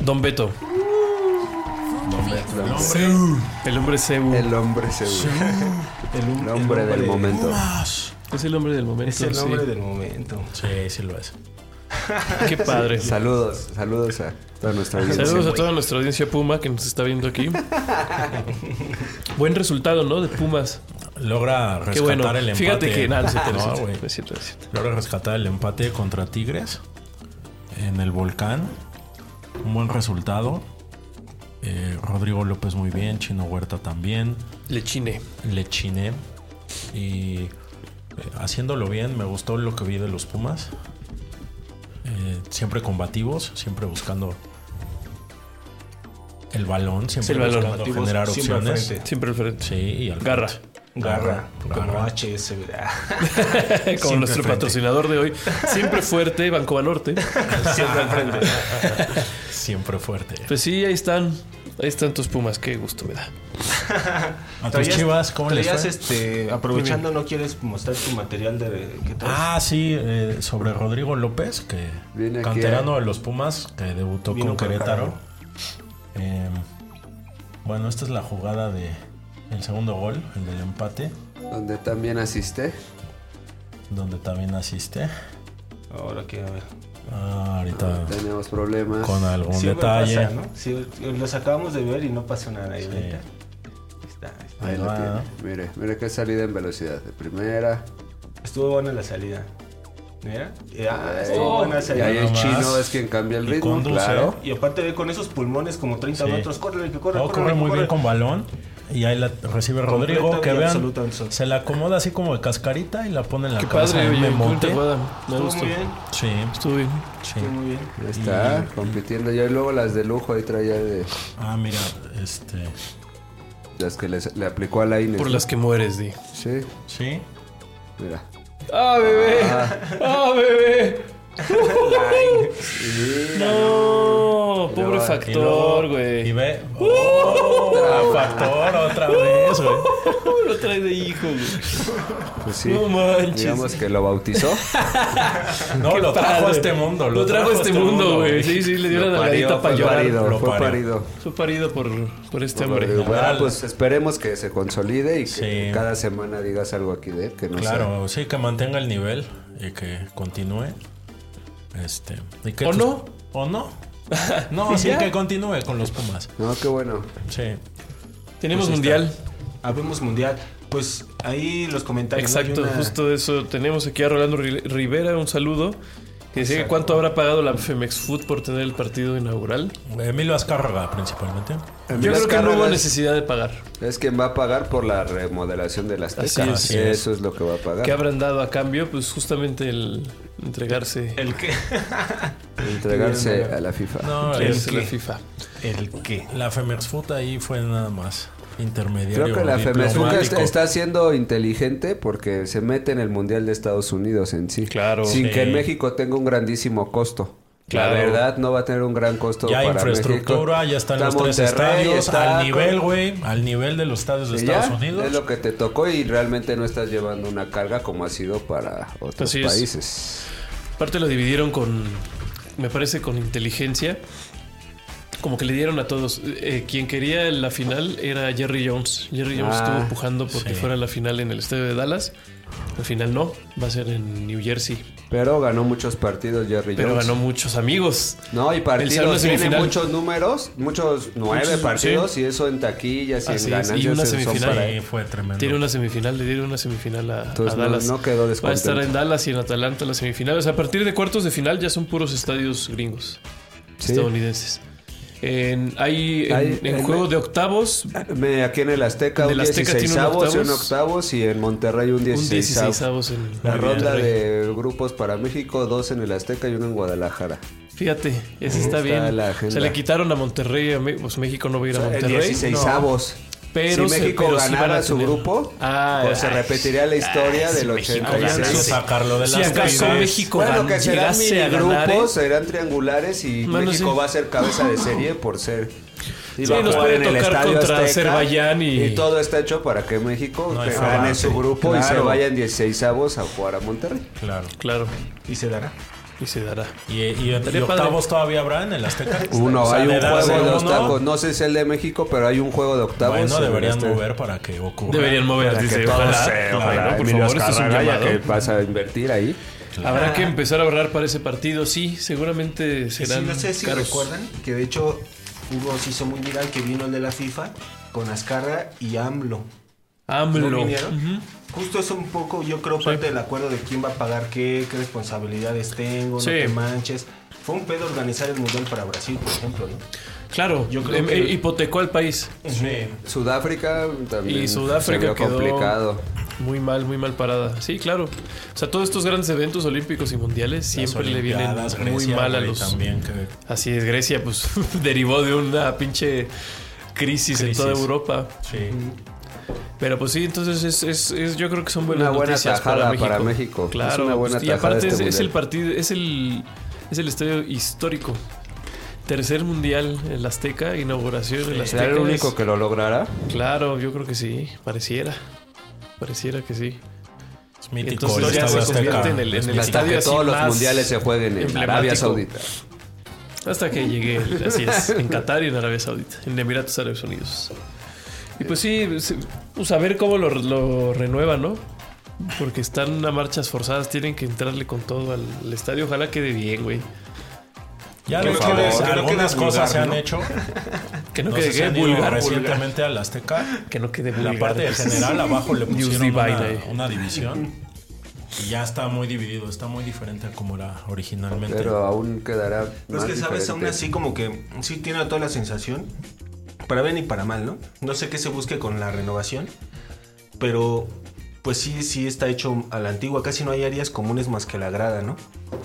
Don Beto. El hombre. El hombre Cebu. El hombre Cebu. El, hom- El hombre del momento. Es el hombre del momento. Es el sí. nombre del momento. Sí, sí lo es. Qué padre. Saludos, saludos a toda nuestra audiencia. Saludos a toda nuestra audiencia Puma que nos está viendo aquí. Buen resultado, ¿no? De Pumas. Logra rescatar Qué bueno. el empate. Fíjate que. Nah, no, es cierto, no es No, cierto, güey. no es cierto, no es cierto. Logra rescatar el empate contra Tigres en el volcán. Un buen resultado. Eh, Rodrigo López muy bien, Chino Huerta también, Lechine. Lechine. Y eh, haciéndolo bien, me gustó lo que vi de los Pumas. Eh, siempre combativos, siempre buscando el balón, siempre el balón. buscando Combativos, generar siempre al opciones. frente. Siempre al frente. Sí, y al Garra. frente. Garra, como garra. HS. ¿verdad? Como Siempre nuestro frente. patrocinador de hoy. Siempre fuerte, Banco Banorte. Siempre al frente. Siempre fuerte. Pues sí, ahí están. Ahí están tus Pumas. Qué gusto me da. A tus Traías- chivas, ¿cómo les traías, fue? este, aprovechando, no quieres mostrar tu material de que traes? Ah, sí, eh, sobre Rodrigo López, que Viene aquí eh. canterano de los Pumas, que debutó Vino con con Querétaro. Querétaro. Eh, bueno, esta es la jugada de el segundo gol, el del empate, Donde también asiste. donde también asiste. Ahora que a ver. Ah, ahorita Tenemos problemas. con algún Siempre detalle. pasa, ¿no? Sí, los acabamos de ver y no pasó nada. ahí, Sí. ahorita. Ahí está, ahí está. Ahí lo Ah. tiene. Mire, mire qué salida en velocidad. De primera. Estuvo buena la salida. Mira. Eh, ah, Eh, estuvo buena y ahí salida. el Nada chino más. es quien cambia el Y ritmo. conduce. Claro. Y aparte ve con esos pulmones como 30 Sí. metros. Corre, que corre, No, corre muy bien con balón. Y ahí la recibe Rodrigo, Completa que y vean, absoluta, Anso. se la acomoda así como de cascarita y la pone en la Qué cabeza padre, de oye. Memonte. Monte. Me Estuvo gustó. muy bien. Sí, Estuvo bien. sí. Estuvo muy bien. Ahí Está compitiendo. Ya Y luego las de lujo ahí traía de Ah, mira, este... las que les- le aplicó a la Inés. Por ¿no? las que mueres, Di. Sí, Sí, mira. ¡Ah, bebé! ¡Ah, bebé! No, pobre Y luego- Y luego- factor, Y güey. ve. ¡Oh! factor otra vez, güey. ¡Uh! Lo trae de hijo, güey. Pues sí. No manches. Digamos que lo bautizó. No, Qué lo trajo a padre. este mundo. Lo trajo a este mundo, güey. Sí, sí, le dio Lo la parió, nalgadita para fue llorar. parido, lo fue parió. parido. Fue parido por, por este Fue parido. hombre. Bueno, Al- pues esperemos que se consolide y que Sí. cada semana digas algo aquí de él, que no Claro, sí, que mantenga el nivel y que continúe. Este. y que ¿O tus- no? ¿O no? No, sí, que continúe con los Pumas. sé. No, qué bueno. Sí. Tenemos Pues ahí está. mundial. Habemos mundial. Pues ahí los comentarios. ¿no? Hay Exacto, una- justo eso. Tenemos aquí a Rolando Ri- Rivera, un saludo. Que decía que Exacto. cuánto habrá pagado la Femex Food por tener el partido inaugural. Emilio Azcárraga, principalmente. Yo creo que no hubo Azcárraga es- necesidad de pagar. Es quien va a pagar por la remodelación de las Así tecas. es. Eso es lo que va a pagar. ¿Qué habrán dado a cambio? Pues justamente el entregarse ¿El qué? Entregarse a la FIFA. No, este, a es la que FIFA. ¿El qué? la Femersfut ahí fue nada más intermediario. Creo que la FEMESFUCA diplomático. está, está siendo inteligente porque se mete en el Mundial de Estados Unidos en sí. Claro. Sin Sí. que en México tenga un grandísimo costo. Claro. La verdad no va a tener un gran costo Ya para infraestructura, México. ya están Está los tres Monterrey, estadios. está- Al nivel, güey. Al nivel de los estadios de Sí, Estados ya, Unidos. Es lo que te tocó y realmente no estás llevando una carga como ha sido para otros Así es. países. Aparte lo dividieron con, me parece, con inteligencia. Como que le dieron a todos. Eh, quien quería la final era Jerry Jones. Jerry Jones Ah, estuvo empujando porque sí. fuera la final en el estadio de Dallas. Al final no, va a ser en New Jersey. Pero ganó muchos partidos Jerry Pero Jones. ganó muchos amigos. No, El y saldo partidos tiene semifinal. muchos números, muchos nueve Muchos, partidos y eso en taquillas y Así es, y en ganancias una son semifinal. para Sí, fue tremendo. Tiene una semifinal, le dieron una semifinal a, Entonces, a no- Dallas. no quedó Va a descontento. estar en Dallas y en Atalanta las semifinales. A partir de cuartos de final ya son puros estadios gringos, Sí. estadounidenses. En, hay en, Hay- en en- juego de octavos Me- aquí en el Azteca En un el Azteca 16 tiene un avos y un octavos. octavos y en Monterrey un 16 un 16 avos en La en ronda Monterrey. de grupos para México, dos en el Azteca y uno en Guadalajara. Fíjate, ese está, Está bien. la O agenda. sea, le quitaron a Monterrey, a Me- pues México no va a ir a El Monterrey. 16 No. avos. Pero si se- México pero sí van ganara a su tener- grupo, Ah, pues se ay, repetiría la historia del Habían que 86. sacarlo de Si las acaso trides. México Bueno, gan- que serán llegase a ganar. ¿eh? grupos, serán triangulares y Bueno, México sí. va a ser cabeza de serie por ser. y Sí, va a nos jugar puede en el tocar Estadio contra Azteca, Azerbaiyán y- todo está hecho para que México No hay que forma, gane su sí. grupo y se Claro. vayan 16 avos a jugar a Monterrey. Claro. Claro. Y se dará. y se dará. Y, y- y Estaría octavos padre. todavía habrá en el Azteca. Uno, O sea, hay le un das juego de uno, octavos. No sé si el de México, pero hay un juego de octavos. Bueno, en deberían este- mover para que ocurra. Deberían mover, para que dice, todos ojalá, se- ojalá, ojalá. ¿no? por Emilio favor, esto es un Azcárraga, ya llamado. que vas a invertir ahí. Habrá que empezar a ahorrar para ese partido, sí, seguramente Sí, serán no sé si caros. recuerdan que de hecho Hugo se hizo muy viral que vino el de la FIFA con Azcarra y AMLO. AMLO. ¿No vinieron? Ujú. Justo es un poco, yo creo, parte del acuerdo de quién va a pagar qué, qué responsabilidades tengo, Sí. no te manches. Fue un pedo organizar el Mundial para Brasil, por ejemplo, ¿no? Claro, Yo creo em- que- hipotecó al país. Sí. Sudáfrica también. Y Sudáfrica se vio quedó complicado. muy mal, muy mal parada. Sí, claro. O sea, todos estos grandes eventos olímpicos y mundiales Las siempre le vienen Olimpiadas, muy Grecia, mal a güey, los. También que Así es, Grecia, pues derivó de una pinche crisis, en Crisis. toda Europa. Sí. Pero pues sí, entonces es, es- es- yo creo que son buenas Una buena noticias tajada para México. para México. Es Claro, una buena pues, y tajada aparte este es, es el mundial. partido, es el, es el estadio histórico. Tercer mundial, el Azteca, inauguración del Azteca. ¿Será el es- único que lo logrará? Claro, yo creo que sí, pareciera. Pareciera que sí. Es mítico. Entonces el ya Estadio se convierte Azteca. en el- Es en el mítico. Hasta estadio que así todos los más mundiales se jueguen en emblemático. Arabia Saudita. Hasta que llegué, así es, en Qatar y en Arabia Saudita, en Emiratos Árabes Unidos. Y pues sí, se- pues a ver cómo lo, lo renuevan, ¿no? Porque están a marchas forzadas, tienen que entrarle con todo al, al estadio. Ojalá quede bien, güey. Ya Por lo que favor. les- Que no algunas quede vulgar, cosas se han ¿no? hecho. Que no No quede sé si han ido vulgar, vulgar. recientemente al Azteca. Que no quede En la vulgar. parte del general abajo le News pusieron una, Divide. una división. Y ya está muy dividido, está muy diferente a como era originalmente. Pero aún quedará. Pero más es que, ¿sabes? Aún diferente. así, como que sí tiene toda la sensación, para bien y para mal, ¿no? No sé qué se busque con la renovación, pero pues sí, sí está hecho a la antigua. Casi no hay áreas comunes más que la grada, ¿no?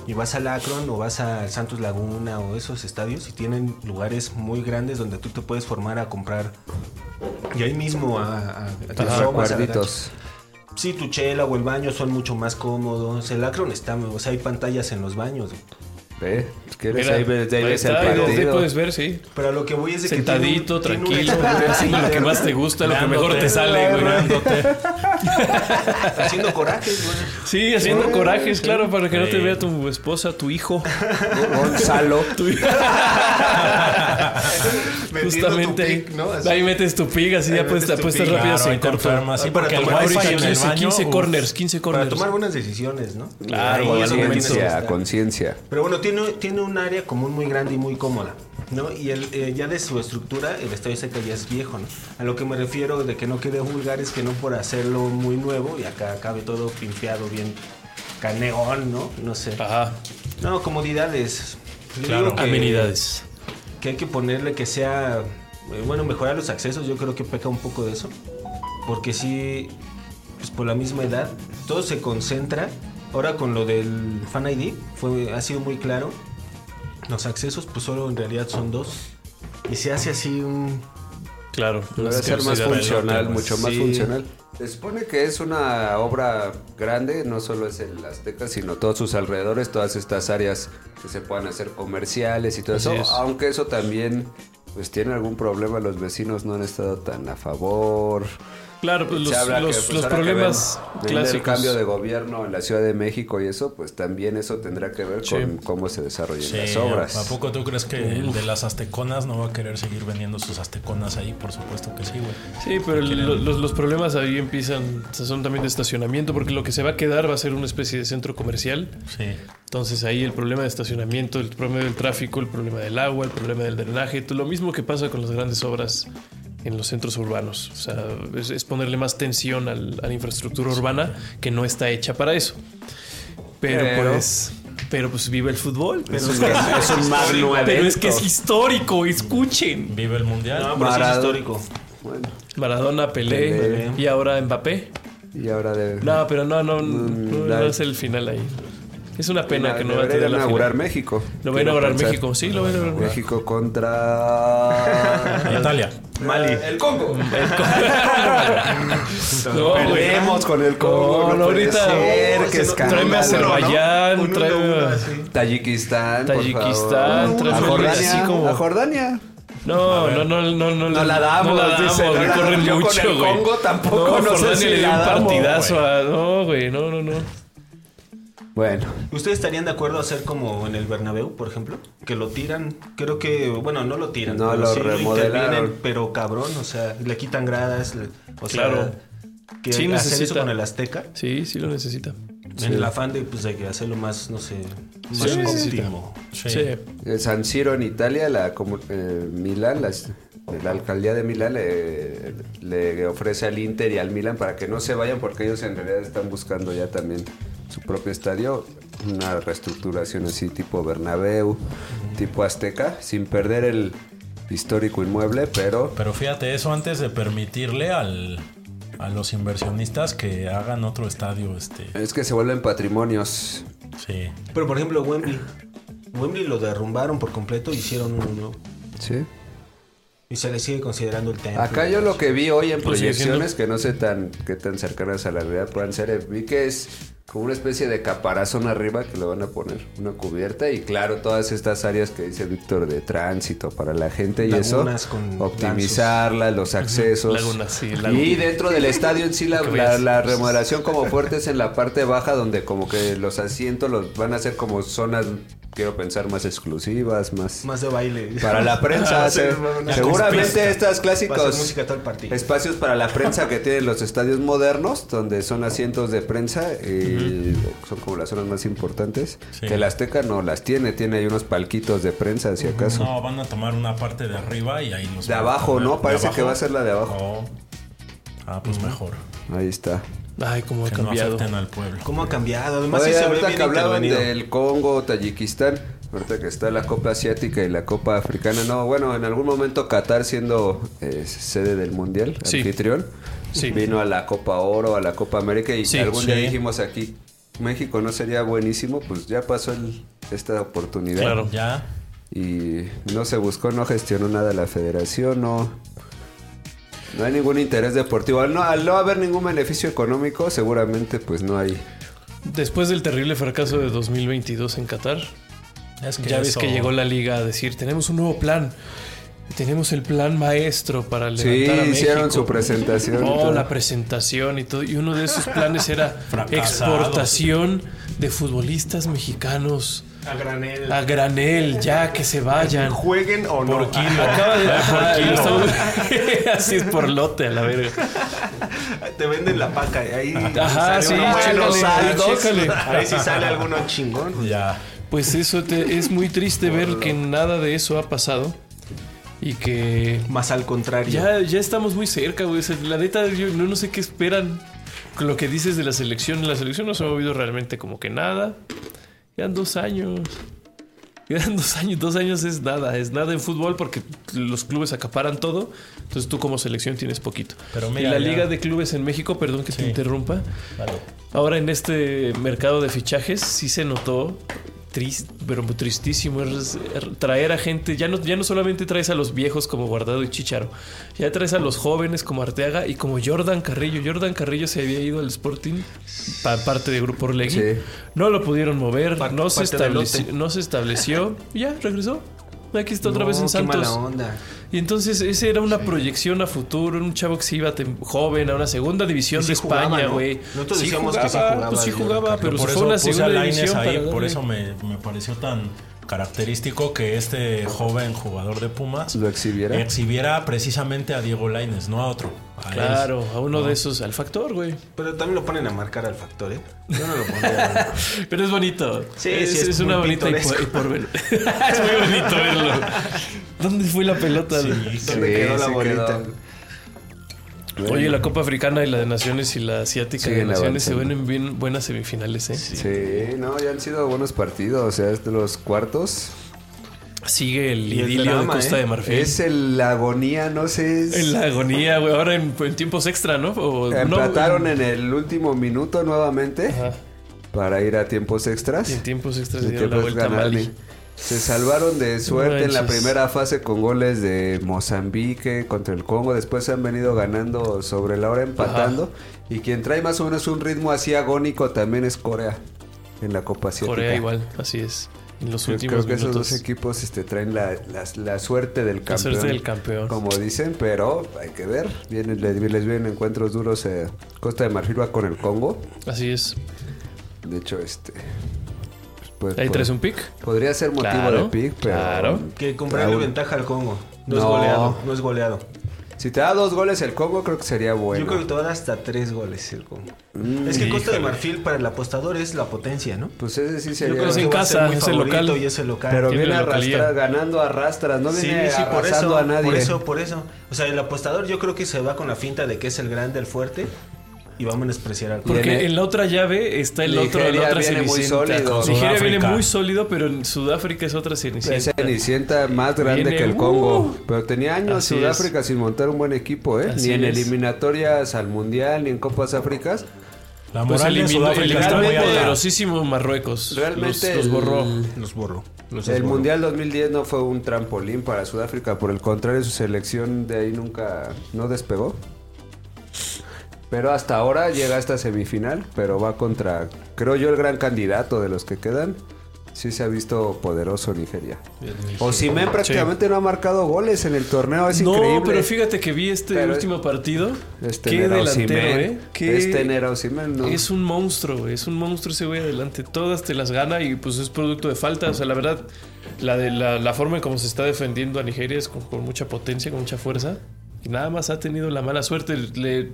Y vas al Akron o vas al Santos Laguna o esos estadios y tienen lugares muy grandes donde tú te puedes formar a comprar. Y ahí mismo a, a- a que Los asomas a la recuerditos. cancha. Sí, tu chela o el baño son mucho más cómodos. El Akron está, o sea, hay pantallas en los baños. güey. Ve, ¿Quieres Mira, ahí ves- ahí ahí ves el está, y desde ahí partido? puedes ver, sí. Pero a lo que voy es de que tiene un- Sentadito, tiene un tranquilo, haciendo lo que más te gusta, lo que mejor te Dándote, sale, güey. dándote. Haciendo corajes, güey. Sí, haciendo corajes, claro, para que no te Sí. vea tu esposa, tu hijo. pues, Gonzalo. Metiendo Justamente tu ahí, pic, ¿no? Así. ahí metes tu pig, así Ahí ya puedes este metes tu apuestas pick, rápido Claro, sin ahí te corto. enfermas, sí, Para porque el tomar wifi Ahorita en el 15, baño. 15 uf. corners, 15 Para corners. tomar buenas decisiones, ¿no? Claro, Ahí es donde conciencia, tienes- conciencia. Pero bueno, tiene, tiene un área común muy grande y muy cómoda, ¿no? Y el, eh, ya de su estructura, el estadio seca ya es viejo, ¿no? A lo que me refiero de que no quede vulgar es que no por hacerlo muy nuevo y acá cabe todo pimpeado, bien caneón, ¿no? No sé. Ajá, No, comodidades. Yo Claro. digo que- amenidades. que hay que ponerle que sea, eh, bueno, mejorar los accesos, yo creo que peca un poco de eso, porque sí, pues por la misma edad, todo se concentra, ahora con lo del Fan ID, fue, ha sido muy claro, los accesos pues solo en realidad son dos, y se hace así un... Claro. Debe Pues es que ser más sí, funcional, sí. mucho más Sí. funcional. Se supone que es una obra grande, no solo es el Azteca, sino todos sus alrededores, todas estas áreas que se puedan hacer comerciales y todo Así eso. es. Aunque eso también, pues tiene algún problema, los vecinos no han estado tan a favor. Claro, pues Se los, habla que, los- pues, los ahora que problemas ven- viene clásicos. El cambio de gobierno en la Ciudad de México y eso, pues también eso tendrá que ver Sí. con cómo se desarrollan Sí, las ¿A obras. poco tú crees que el de las azteconas no va a querer seguir vendiendo sus azteconas ahí? Por supuesto que sí, güey. Sí, pero lo- los, los problemas ahí empiezan, o sea, son también de estacionamiento, porque lo que se va a quedar va a ser una especie de centro comercial. Sí. Entonces ahí el problema de estacionamiento, el problema del tráfico, el problema del agua, el problema del drenaje, todo lo mismo que pasa con las grandes obras en los centros urbanos. O sea, es, es ponerle más tensión al- a la infraestructura urbana que no está hecha para eso. Pero, Pero- pues, pero pues vive el fútbol. Pero, Es un, es un magno pero es evento. que es histórico, escuchen. Vive el mundial. No, pero sí es Parado. histórico. Bueno, Maradona, Pelé, Pelé. y ahora Mbappé. y ahora de... No, pero no, no, no, Mm, no la- es el final ahí. Es una pena que no va a Debería tener la inaugurar final. México. Lo va a Quiero inaugurar pensar. México, sí, lo va a inaugurar México. México contra Italia. Mali. El Congo. No, güey. Perdemos con el Congo. No, No, no, puede ahorita- ser, no, qué si no- tráeme a escándalo. Azerbaiyán, Un uno, tráeme uno, a- así. Tayikistán, por Tayikistán, favor. tráeme a Jordania, así como- a Jordania. No, no, no, no, no, No la damos, no la damos, dice, güey, no la- corren yo con mucho, el güey. Congo tampoco, no sé Jordania si le dio un la damos, partidazo a, no, güey, no, no, no. Bueno, ¿Ustedes estarían de acuerdo a hacer como en el Bernabéu, por ejemplo? Que lo tiran, creo que, bueno, no lo tiran. No, pero lo intervienen, remodelaron. Pero cabrón, o sea, le quitan gradas, le- o Claro. sea, que Sí hacer necesita. eso con el Azteca, Sí, sí lo necesita. en el afán de, pues, de que hacerlo más, no sé, más Sí, necesita. óptimo. Sí. eh, San Siro en Italia, la comu- eh, Milán, las- eh, la alcaldía de Milán le, le ofrece al Inter y al Milán para que no se vayan porque ellos en realidad están buscando ya también su propio estadio, una reestructuración así tipo Bernabéu, tipo Azteca, sin perder el histórico inmueble, pero Pero fíjate, eso antes de permitirle al, a los inversionistas que hagan otro estadio, este. es que se vuelven patrimonios. Sí. Pero, por ejemplo, Wembley. Wembley lo derrumbaron por completo, hicieron uno nuevo. Sí. Y se le sigue considerando el templo. Acá yo lo que vi hoy en Pues sigue siendo- proyecciones que no sé tan qué tan cercanas a la realidad puedan ser, eh, vi que es como una especie de caparazón arriba que lo van a poner, una cubierta y claro, todas estas áreas que dice Víctor de tránsito para la gente y Lagunas eso, con optimizarla, los accesos. Lagunas, sí, Y lagunas. dentro del estadio en sí la, Que la, veas. la remodelación como fuerte es en la parte baja donde como que los asientos los van a hacer como zonas, quiero pensar, más exclusivas, más... Más de baile. Para la prensa, Ah, sí, se- una- seguramente Va estas a ser clásicos música todo el partido. espacios para la prensa que tienen los estadios modernos, donde son asientos de prensa y son como las zonas más importantes. Sí. Que el Azteca no las tiene, tiene ahí unos palquitos de prensa, si acaso. No, van a tomar una parte de arriba y ahí los. De van a abajo, poner. ¿no? ¿De Parece abajo? que va a ser la de abajo. No. Ah, pues mejor. Ahí está. Ay, cómo ha Que no cambiado. afecten al pueblo. ¿Cómo ha cambiado? Además, Oye, sí se ve ahorita bien que hablaban intervenido. del Congo, Tayikistán, ahorita que está la Copa Asiática y la Copa Africana, no, bueno, en algún momento Qatar siendo eh, sede del Mundial, Sí. anfitrión, Sí. vino a la Copa Oro, a la Copa América y Sí, algún día sí. dijimos aquí, México no sería buenísimo, pues ya pasó el- esta oportunidad Claro. Ya. y no se buscó, no gestionó nada la federación, no... No hay ningún interés deportivo. Al no, al no haber ningún beneficio económico, seguramente pues no hay. Después del terrible fracaso de 2022 en Qatar, Es ya ves eso- que llegó la liga a decir, tenemos un nuevo plan. Tenemos el plan maestro para levantar Sí, a México. hicieron su presentación. y Oh, todo. la presentación y todo. Y uno de esos planes era Fracasados. exportación de futbolistas mexicanos A granel. a granel, ya que se vayan. Jueguen o no. Por kilo. Acaba de. Ah, Ajá, por lo kilo. estamos- Así es por lote, a la verga. Te venden la paca. Ahí Ajá, sale sí, uno bueno, chécale, saldos. chécale. A ver si sale alguno chingón. Ya. Pues eso te- es muy triste ver que nada de eso ha pasado y que Más al contrario. ya, ya estamos muy cerca, güey. O sea, la neta, yo no, no sé qué esperan con lo que dices de la selección. La selección no se ha movido realmente como que nada. Quedan dos años. Quedan dos años. Dos años es nada. Es nada en fútbol porque los clubes acaparan todo. Entonces tú como selección tienes poquito. Pero y mira, la ya- Liga de Clubes en México, perdón que te Sí. interrumpa, Vale. Ahora en este mercado de fichajes sí se notó triste, pero muy tristísimo es er- traer a gente, ya no, ya no solamente traes a los viejos como Guardado y Chicharo, ya traes a los jóvenes como Arteaga y como Jordan Carrillo. Jordan Carrillo se había ido al Sporting pa- parte de Grupo Orlegui. Sí. No lo pudieron mover, Par- no, se parte del estableció, lote. no se estableció. y ya, regresó. Aquí está otra No, vez en qué mala Santos. onda. Y entonces esa era una proyección a futuro, era un chavo que se iba tem- joven a una segunda división Y sí de jugaba, España, ¿no? güey. Nosotros sí decíamos jugaba, que sí jugaba, pues sí yo jugaba, recuerdo. pero por si eso fue una puse a segunda Lainez división ahí, para por darle. eso me, me pareció tan característico que este joven jugador de Pumas Pues Lo exhibiera. exhibiera precisamente a Diego Laines, no a otro. a él. Claro, a uno de esos, al factor, güey. Pero también lo ponen a marcar al factor, ¿eh? Yo no lo pondría. Pero es bonito. Sí, es, sí, es es una muy bonita y por, pintoresco. verlo. es muy bonito verlo. ¿Dónde fue la pelota? Sí, ¿Dónde quedó la sí bolita? quedó. Oye, la Copa Africana y la de Naciones y la Asiática de Siguen Naciones se ven avanzando. en bien buenas semifinales, ¿eh? Sí, no, ya han sido buenos partidos, o sea, es de los cuartos. Sigue el Y el idilio de drama, Costa ¿eh? de Marfil. Es el, la agonía, no sé. es- En la agonía, güey. Ahora en, en tiempos extra, ¿no? O, Empataron no, en el último minuto nuevamente Ajá. para ir a tiempos extras. Y en tiempos extra se Y dieron la tiempos vuelta a ganar, Mali. ni- Se salvaron de suerte en la manches. primera fase con goles de Mozambique contra el Congo. Después han venido ganando sobre la hora empatando. Y quien trae más o menos un ritmo así agónico también es Corea en la Copa Asiática. Corea igual, así es. En los Creo, últimos creo que esos minutos. dos equipos este, traen la, la- la suerte del La campeón. suerte del campeón. Como dicen, pero hay que ver. Vienen, les, les vienen encuentros duros. eh, Costa de Marfil va con el Congo. Así es. De hecho, este. pues, Ahí pod- traes un pick. Podría ser motivo Claro, de pick, pero. claro. Que comprarle Raúl. ventaja al Congo. No, es No. goleado, no es goleado. Si te da dos goles el Congo, creo que sería bueno. Yo creo que te van hasta tres goles el Congo. Mm, es que Costa de híjole. Marfil para el apostador es la potencia, ¿no? Pues ese sí Yo sería. creo es que en va a ser casa, muy es el favorito local. y es el local. pero tiene viene la localía. arrastra, ganando arrastras, no Sí, viene sí, por arrasando eso, a nadie. por eso, por eso. O sea, el apostador yo creo que se va con la finta de que es el grande, el fuerte, y va a menospreciar al Congo. Bien. Porque Viene- en la otra llave está el otro, Nigeria la otra viene muy cenicienta. sólido. Nigeria viene Sudáfrica. muy sólido, pero en Sudáfrica es otra Es cenicienta. Cenicienta más grande Viene, que el uh, Congo. pero tenía años así Sudáfrica sin montar un buen equipo, ¿eh? Así ni en es. eliminatorias al Mundial, ni en Copas Áfricas. La Pues moral de eliminó, Sudáfrica está eliminó muy al realmente- alta. poderosísimo Marruecos. Realmente los, los borró. el- Los borro. Los El desborro. Mundial 2010 no fue un trampolín para Sudáfrica, por el contrario, su selección de ahí nunca no despegó. Pero hasta ahora llega a esta semifinal, pero va contra, creo yo, el gran candidato de los que quedan. Sí se ha visto poderoso Nigeria. Osimhen prácticamente no ha marcado goles en el torneo, es no, increíble. pero fíjate que vi este Pero es- último partido. Es Qué tener a delantero, Osimhen. ¿eh? Qué- Es tener a Osimhen, ¿no? Es un monstruo, güey. Es un monstruo ese güey adelante. Todas te las gana y pues es producto de falta. O sea, la verdad, la, de, la, la forma en cómo se está defendiendo a Nigeria es con, con mucha potencia, con mucha fuerza. Y nada más ha tenido la mala suerte. Le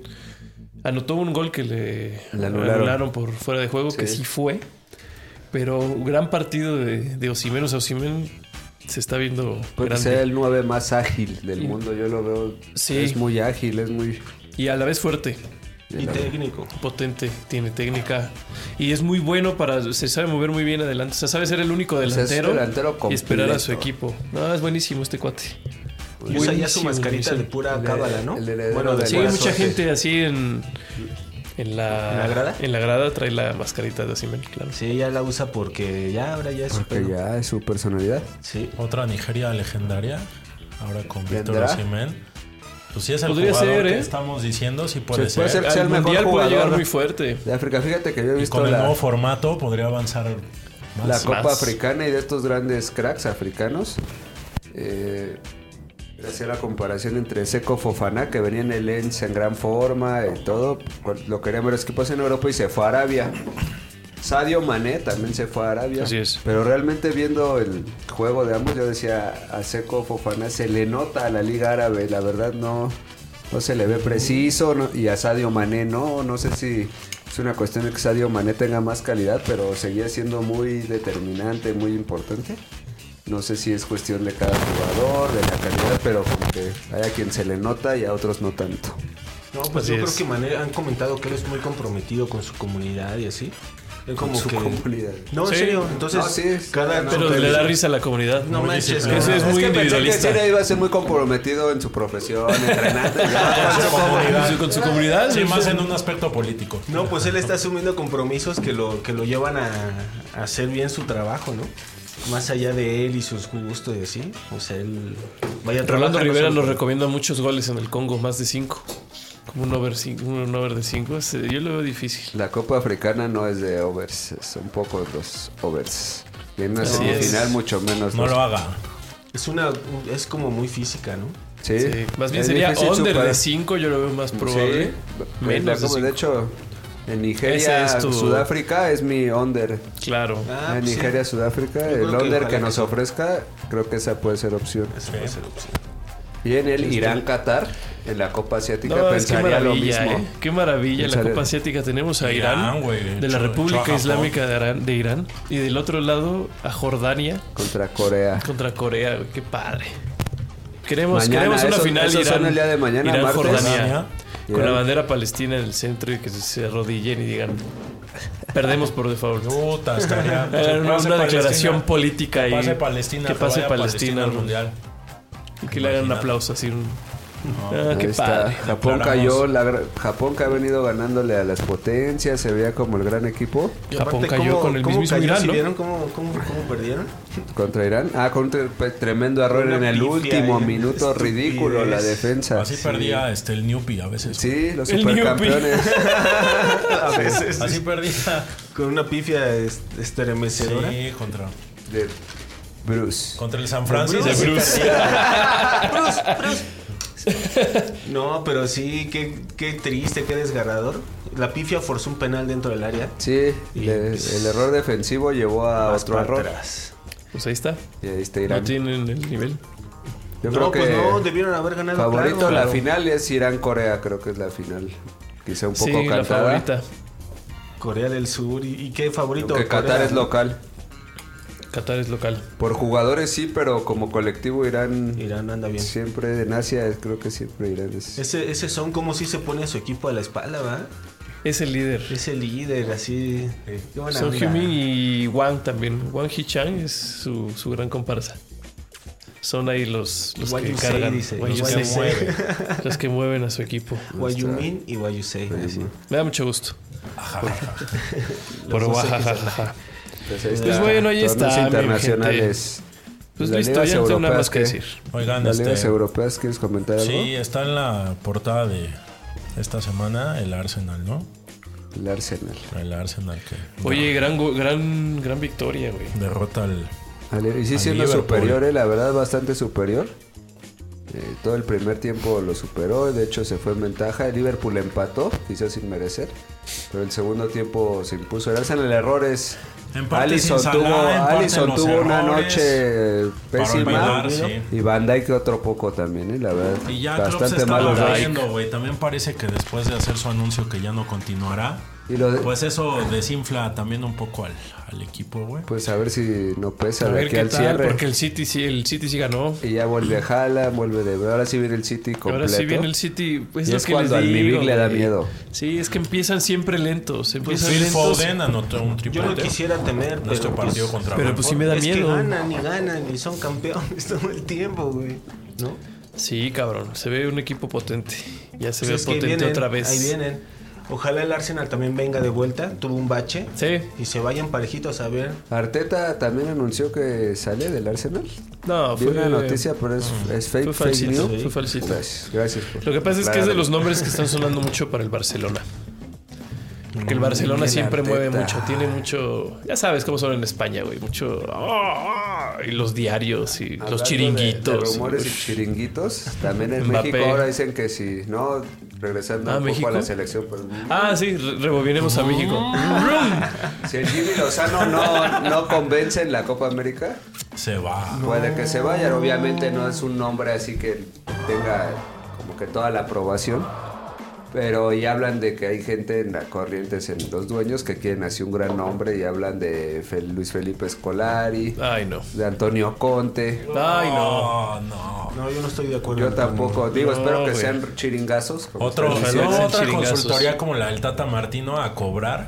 anotó un gol que le Le anularon. por fuera de juego, que Sí. sí fue. Pero gran partido de, de Osimhen. O sea, Osimhen se está viendo Puede grande. ser el 9 más ágil del mundo, yo lo veo. Sí. Es muy ágil, es muy... Y a la vez fuerte. Y técnico. potente, tiene técnica y es muy bueno para se sabe mover muy bien adelante, o sea, sabe ser el único es delantero, delantero y esperar a su completo. equipo. No, es buenísimo este cuate. Y usa ya Buenísimo, su mascarita buenísimo. de pura El- cábala, ¿no? el heredero de Sí, Buena mucha suerte. gente así en en la, ¿En la grada? en la grada trae la mascarita de Osimhen, claro. Sí, ya la usa porque ya ahora ya es su Porque pedo. ya es su personalidad. Sí. Otra Nigeria legendaria, ahora con Víctor ¿Vendrá? Osimhen. Pues sí es el Podría jugador ser, que ¿eh? estamos diciendo, sí puede Sí, puede ser. ser. sea Al el mejor mundial puede jugador. llegar muy fuerte. De África, fíjate que yo he Y visto con el la, nuevo formato podría avanzar más. la Copa más. Africana y de estos grandes cracks africanos. Eh, hacía la comparación entre Seco Fofana, que venía en el Lens en gran forma y todo. cual- Lo querían ver los equipos en Europa y se fue a Arabia. Sadio Mané también se fue a Arabia. Así es. Pero realmente viendo el juego de ambos, yo decía a Seco Fofana se le nota a la Liga Árabe, la verdad no, no se le ve preciso no- y a Sadio Mané no, no sé si es una cuestión de que Sadio Mané tenga más calidad, pero seguía siendo muy determinante, muy importante. No sé si es cuestión de cada jugador, de la calidad, pero como que hay a quien se le nota y a otros no tanto. No, pues Así yo es. creo que Mané- han comentado que él es muy comprometido con su comunidad y así. Él como su que... comunidad. No, en Sí. serio. Entonces, No, sí, es- cada... no, Pero le da risa a la comunidad. No manches, Que ese no, es no, muy que pensé que individualista. Cera iba a ser muy comprometido en su profesión, entrenando. Con su comunidad. Con su comunidad. Sí, es más un- en un aspecto político. No, pues él está asumiendo compromisos que lo, que lo llevan a, a hacer bien su trabajo, ¿no? Más allá de él y sus gustos y así. O sea, él... Vaya Rolando trabaja, no Rivera solo- nos recomienda muchos goles en el Congo, más de 5. Como un over, cinco- un over de 5. Yo lo veo difícil. La Copa Africana no es de overs, son pocos los overs. Y en una Así semifinal es. mucho menos. No los- lo haga. Es una... Es como muy física, ¿no? Sí. Sí, Más bien Es sería difícil under de superar. 5, yo lo veo más probable. Sí. Menos La de Copa- de, cinco. hecho, en Nigeria, Ese es tu- Sudáfrica es mi under. Claro. Ah, en pues sí. Nigeria, Sudáfrica, Yo creo el que under ojalá que que nos sí. ofrezca, creo que esa puede ser opción. Eso puede ser opción. Y en el Irán-Qatar, en la Copa Asiática, Pues No, es que pensaría lo maravilla, mismo. ¿eh? Qué maravilla. La Pensaría- Copa Asiática tenemos a Irán, Irán, güey, de la Cho- República Choa, Islámica de Irán, de Irán. Y del otro lado a Jordania Contra Corea. contra Corea. güey, Qué padre. Queremos, Mañana, queremos una esos- final esos son Irán, el día de mañana, Irán martes. Jordania. Jordania. Con la Irán. bandera palestina en el centro y que se- se arrodillen y digan perdemos por default. Puta, estaría. Eh, una, Pase una Palestina. declaración política Que ahí. pase Palestina. Que pase vaya Palestina. al mundial. y que le hagan un Imagínate. aplauso así. un- Ah, Ahí qué está. padre. Japón Declaramos. cayó, la gra- Japón que ha venido ganándole a las potencias, se veía como el gran equipo Y Japón aparte, cayó ¿cómo- con el cómo mismo cayó? Irán, ¿Sí ¿no? vieron cómo, cómo, cómo perdieron? contra Irán. Ah, con un tre- pe- tremendo error Una en el pifia último ahí. minuto, Estupidez. ridículo la defensa. Así perdía este, el Newpi a veces. Sí, los El Newbie. supercampeones. A veces. Así perdía. Con una pifia es- estremecedora. Sí, contra, de Bruce. contra el San Francisco. De Bruce. No, pero sí, qué, qué triste, qué desgarrador. La pifia forzó un penal dentro del área. Sí, Y, le- pues, el error defensivo llevó a Más otro para error. atrás. Pues ahí está. Y ahí está No Irán. tienen el nivel. Yo creo no, que pues no, debieron haber ganado. favorito claro. la final es Irán-Corea, creo que es la final. Quizá un poco Sí, cantada. la favorita. Corea del Sur. ¿Y, y qué favorito? Que Qatar Corea. es local. Qatar es local. Por jugadores sí, pero como colectivo Irán, Irán anda bien. siempre en Asia, creo que siempre Irán es... Ese, ese son como si se pone a su equipo a la espalda, ¿va? Es el líder. Ese líder, así. eh, qué buena Son onda. Heung-min y Wang también. Wang Hee-chang es su, su gran comparsa. Son ahí los, los Wang que Yusei, cargan. dice. Wang Los que Yusei. mueven. los que mueven a su equipo. Guayumin y Guayusei. así. Me da mucho gusto. Por Los dos ejes. guajajajaja. Pues, ahí Pues bueno, ahí Torneos está, mi internacionales. Pues Las listo, ligas ya no tengo nada europeas más que que- decir. Oigan, Las este, ligas europeas, ¿quieres comentar algo? sí, está en la portada de esta semana el Arsenal, ¿no? El Arsenal. El Arsenal que Oye, gran, go- gran, gran victoria, güey. derrota al... Al- Y sí Al siendo Liverpool. superior, eh, la verdad, bastante superior. Eh, todo el primer tiempo lo superó, de hecho se fue en ventaja. El Liverpool empató, quizás sin merecer. Pero el segundo tiempo se impuso. El Arsenal errores. En parte Allison sin tuvo, Salah, en parte Alisson los tuvo una errores. noche pésima. olvidar, sí. Y Van Dijk otro poco también, eh, la verdad. Y ya Klopp se bastante está malo. aburriendo, güey. También parece que después de hacer su anuncio que ya no continuará, Y lo de- pues eso desinfla también un poco al, al equipo, güey. Pues a ver si no pesa A de ver aquí qué al tal, cierre. porque el City sí, el City sí ganó. Y ya vuelve Haaland, vuelve de... Ahora sí viene el City completo. Ahora sí viene el City. Pues Y lo es que cuando les al digo, Milik le da güey. miedo. Pues Sí, es que empiezan siempre lentos. Empiezan Phil lentos. Foden anotó un triple. Yo no quisiera temer, pero. Nuestro partido pues, contra pero Brentford. pues sí me da es miedo. que ganan y ganan y son campeones todo el tiempo, güey. ¿No? Sí, cabrón. Se ve un equipo potente. Ya se Pues ve es que potente vienen, otra vez. Ahí vienen. Ojalá el Arsenal también venga de vuelta. Tuvo un bache. Sí. Y se vayan parejitos a ver. Arteta también anunció que sale del Arsenal. No, Vi fue mm, una noticia, pero es, es fue fake, fake falsito, news. Pues, fue falsito. Gracias, gracias por Lo que pasa es que es de aclararlo. los nombres que están sonando mucho para el Barcelona. Porque el Barcelona el siempre mueve Mm, Arteta. mucho, tiene mucho. Ya sabes cómo son en España, güey. Mucho. ah, ah, y los diarios y Hablando los de- chiringuitos. de rumores y Uf. chiringuitos. También en Mbappé. México ahora dicen que si no, regresando Ah, un poco ¿México? a la selección. pues, Pero, Ah, sí, re- rebobinemos a México. si el Jimmy Lozano no, no convence en la Copa América, Se va. puede que se vayan. Obviamente no es un nombre así que tenga como que toda la aprobación. Pero y hablan de que hay gente en la Corrientes, en los dueños, que quieren así un gran nombre y hablan de Fel- Luis Felipe Escolari, Ay, no. de Antonio Conte. Ay, no. No, no. No, yo no estoy de acuerdo. Yo con- tampoco, digo, No, espero que güey. sean chiringazos. como Otro, ustedes ojalá. dicen. sean otra chiringazos. consultoría como la del Tata Martino a cobrar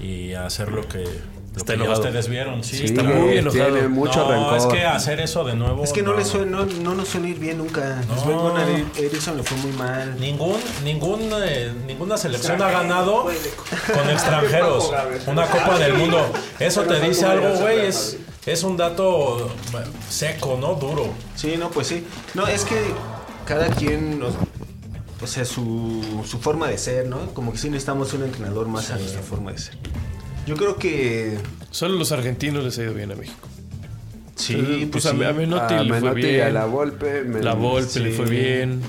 y a hacer lo que, lo Está que ya enojado. ustedes vieron. Sí, Sí, está muy güey, enojado. Tienen mucho no, rencor. es que hacer eso de nuevo. Es que no, le suena- no, no nos suele ir bien nunca. Nos No. Erickson le fue muy mal. Ningún, ningún, eh, ninguna selección ha ganado con extranjeros una Copa del Mundo. Eso te dice algo, güey. Es, es un dato bueno, seco, ¿no? Duro. Sí, no, pues sí. No, es que cada quien, nos- o sea, su, su forma de ser, ¿no? Como que sí necesitamos un entrenador más a nuestra forma de ser. Yo creo que Solo los argentinos les ha ido bien a México. Eh, sí, pues a, sí. a Menotti A le fue Menotti y bien. a la Volpe. me- La Volpe le fue bien.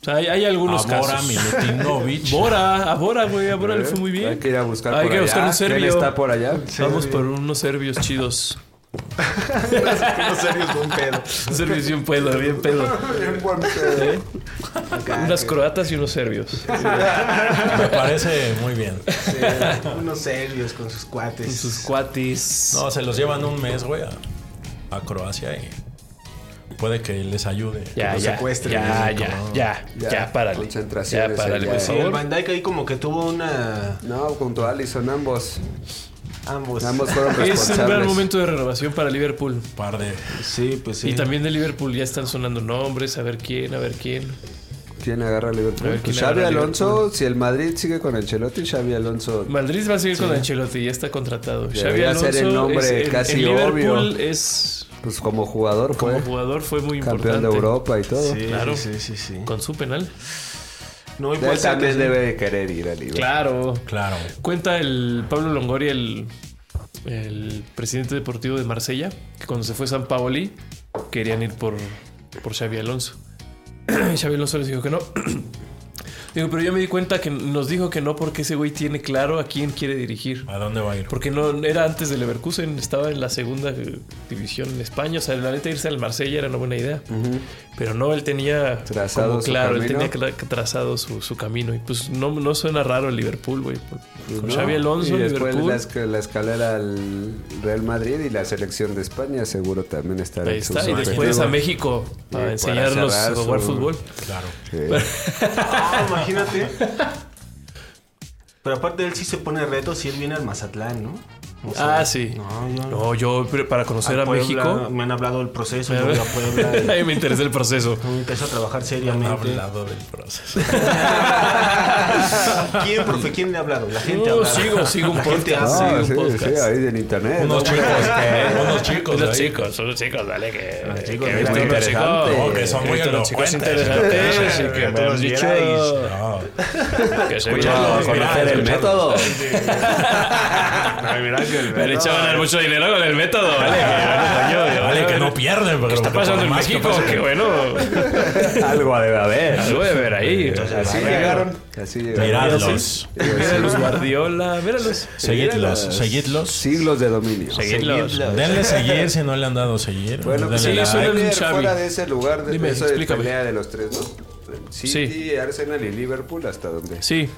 O sea, hay, hay algunos Ahora casos. Milutinovic. Bora, a Bora, güey, a Bora le fue muy bien. Hay que ir a buscar Hay por que allá. buscar un ¿Quién serbio. está por allá? Vamos por unos serbios chidos. No, serio, es buen pedo. Serbios bien pedo, bien pedo. Bien buen pedo. Unas croatas y unos serbios. Me parece muy bien. Sí, eh, unos serios con sus cuates. Sus cuatis. No, se los llevan un mes, güey, a, a Croacia y puede que les ayude. ya, que lo ya, secuestren, ya, ¿no? ya, ya, ya, Ya, párale. concentraciones Ya, párale, allá. por Sí, el favor. Van Dijk ahí como que tuvo una... No, junto a Allison, ambos. Ambos. Ambos fueron responsables. Es un gran momento de renovación para Liverpool. Un par de. Sí, pues sí. Y también de Liverpool ya están sonando nombres, a ver quién, a ver quién. ¿Quién agarra a Liverpool? A ver, ¿quién Pues Xavi agarra a Alonso, Liverpool? si el Madrid sigue con Ancelotti, Xavi Alonso. Madrid va a seguir con Ancelotti, ya está contratado. Debería Xavi ser el Alonso nombre es- en- casi en Liverpool obvio. es Pues como jugador como fue jugador fue muy campeón importante. de Europa y todo. Sí, Claro. sí, sí, sí, sí. Con su penal. No, y Él puede ser que también sí. debe de querer ir a Liverpool. Claro. Claro. Cuenta el Pablo Longoria, el, el presidente deportivo de Marsella, que cuando se fue San Paoli querían ir por, por Xavi Alonso. Xavi Alonso les dijo que no. Digo, pero yo me di cuenta que nos dijo que no porque ese güey tiene claro a quién quiere dirigir. ¿A dónde va a ir? Porque no era antes del Leverkusen, estaba en la segunda eh, división en España. O sea, la neta irse al Marsella era una buena idea. Pero no, él tenía Mm. Trazado como su claro, él camino. tenía cla- trazado su, su camino. Y pues no, no suena raro el Liverpool, güey. Con Pues ¿no? Xavi Alonso, Y después Liverpool. la, esca- la escalera al Real Madrid y la selección de España seguro también estará Ahí en está. sus Y después a objetivos. México para para enseñarnos cerrar a jugar su- fútbol. Claro. Sí. Ah, imagínate. Pero aparte él sí se pone retos y él viene al Mazatlán, ¿no? O sea, Ah, sí. No, yo- No, yo pero para conocer a, Puebla, México. Me han hablado del proceso, A yo voy ver. a Puebla. Ahí me interesa el proceso. y Empiezo a trabajar Han seriamente. hablado del proceso. ¿Quién, profe? ¿Quién le ha hablado? La gente No, habla. sigo, sigo un La gente podcast. habla. Sí, Ah, un sí, sí, podcast. ahí del internet. Unos ¿no? chicos, eh, unos chicos. Unos ahí. chicos, unos chicos, dale que. Unos chicos, que mira, he visto unos muy interesante. chicos- Oh, que son he muy visto unos chicos elocuentes. interesantes y Que que me todos han dicho vierais. No. que se Cuidado, vieron. cuidado. Conocer el escucharlos. método. Ay, mira que el- Me han hecho ganar mucho dinero con el método, vale. que- coño, Vale, que no pierden, pero Está que pasando por en más que México, pase- que bueno. Algo debe haber. Algo de ver ahí. Así llegaron. Así llegaron. Miradlos. Míralos, Guardiola, míralos. Seguidlos, seguidlos. Siglos de dominio. Seguidlos. Denle seguir si no le han dado seguir. Bueno, pues Denle sí, sí, like. suena un Xavi. fuera de ese lugar, de Dime, eso de explícame. pelea de los tres, ¿no? City, Arsenal y Liverpool, ¿hasta dónde? Sí,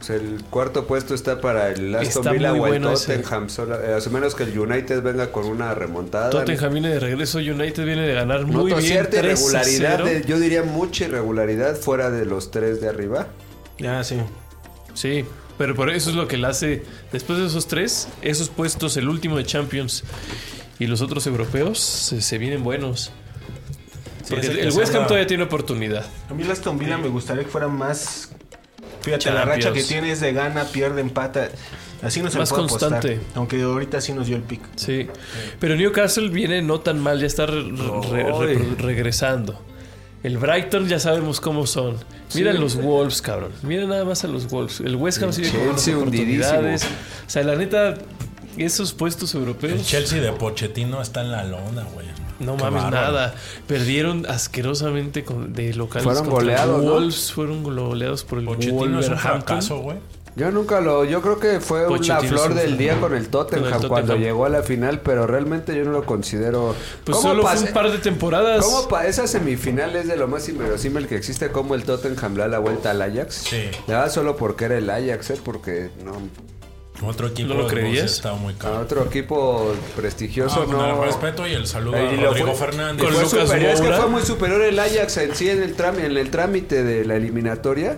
O sea, el cuarto puesto está para el Aston Está Villa muy o el bueno ese. Tottenham. solo- eh, a menos que el United venga con una remontada. Tottenham viene de regreso, United viene de ganar Noto muy bien. cierta 3 a irregularidad, 0. de- yo diría mucha irregularidad fuera de los tres de arriba. Ah, Ya, sí. Sí, pero por eso es lo que le hace. Después de esos tres, esos puestos, el último de Champions y los otros europeos se, se vienen buenos. Sí, Porque ese que el se West Ham anda- todavía tiene oportunidad. A mí el Aston Villa me gustaría que fuera más. Fíjate, la Champions. racha que tiene es de gana, pierde, empata. Así no se Más puede apostar. constante. Aunque ahorita sí nos dio el pick. Sí. Pero Newcastle viene no tan mal, ya está re- re- re- re- regresando. El Brighton ya sabemos cómo son. Mira a los Wolves, cabrón. Mira nada más a los Wolves. El West Ham sigue con buenas Chelsea oportunidades. O sea, la neta, esos puestos El europeos. Chelsea de Pochettino está en la lona, güey. No Qué mames, bárbaro. nada. Perdieron asquerosamente con- de locales. Fueron contra goleados, ¿no? Wolves fueron goleados por el Pochettino es un Wolverhampton. fracaso, güey. Yo nunca lo, yo creo que fue la Pochettino Pues es flor un del día fenómeno. con el Tottenham, Con el cuando Tottenham. llegó a la final, pero realmente yo no lo considero. Pues ¿Cómo solo pas- fue un par de temporadas. ¿Cómo para esa semifinal es de lo más inverosímil que existe? Como el Tottenham le da la vuelta al Ajax. Sí. Le da solo porque era el Ajax, ¿eh? porque no. Otro equipo ¿No lo pues, creías? está muy A caro. otro equipo prestigioso Ah, con no. el respeto y el saludo Eh, y a lo Rodrigo fue- Fernández. con Fue Lucas superior, es que Moura. fue muy superior el Ajax en sí en el, trámite, en el trámite de la eliminatoria.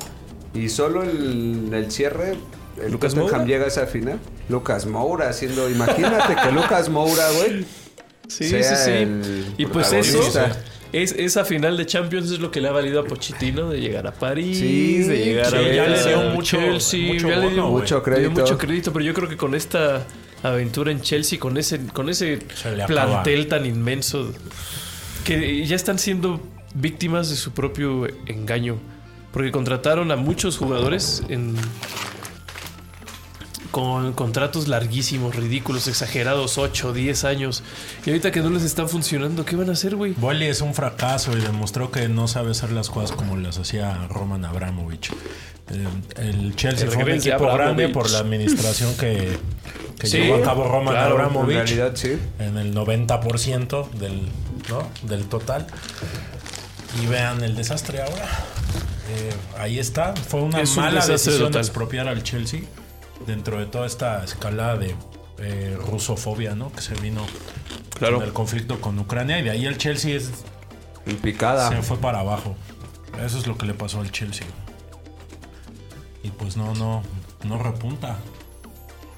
Y solo el, el cierre. El ¿Lucas Tottenham Moura? llega a esa final. Lucas Moura haciendo. Imagínate que Lucas Moura, güey. Sí, sí, sea sí. el Y pues eso. protagonista. Es, esa final de Champions es lo que le ha valido a Pochettino de llegar a París, Sí, de llegar sí, a ya le dio al mucho- Chelsea, mucho ya le dio bono, güey. mucho Mucho crédito. mucho crédito, pero yo creo que con esta aventura en Chelsea, con ese, con ese Se le acaba. plantel tan inmenso, que ya están siendo víctimas de su propio engaño, porque contrataron a muchos jugadores en con contratos larguísimos, ridículos, exagerados, 8, 10 años. Y ahorita que no les están funcionando, ¿qué van a hacer, güey? Boli es un fracaso y demostró que no sabe hacer las cosas como las hacía Roman Abramovich. Eh, El Chelsea El fue un regreso de equipo grande Abramovich. por la administración que, que Sí, llevó a cabo Roman claro, en En Abramovich realidad, sí. en el 90% del, ¿no? del total. Y vean el desastre ahora. Eh, ahí está. Fue una Es un mala desastre decisión total. expropiar al Chelsea dentro de toda esta escalada de eh, rusofobia ¿no? que se vino Claro. del conflicto con Ucrania. Y de ahí el Chelsea es, Y picada. se fue para abajo. Eso es lo que le pasó al Chelsea. Y pues no, no, no repunta.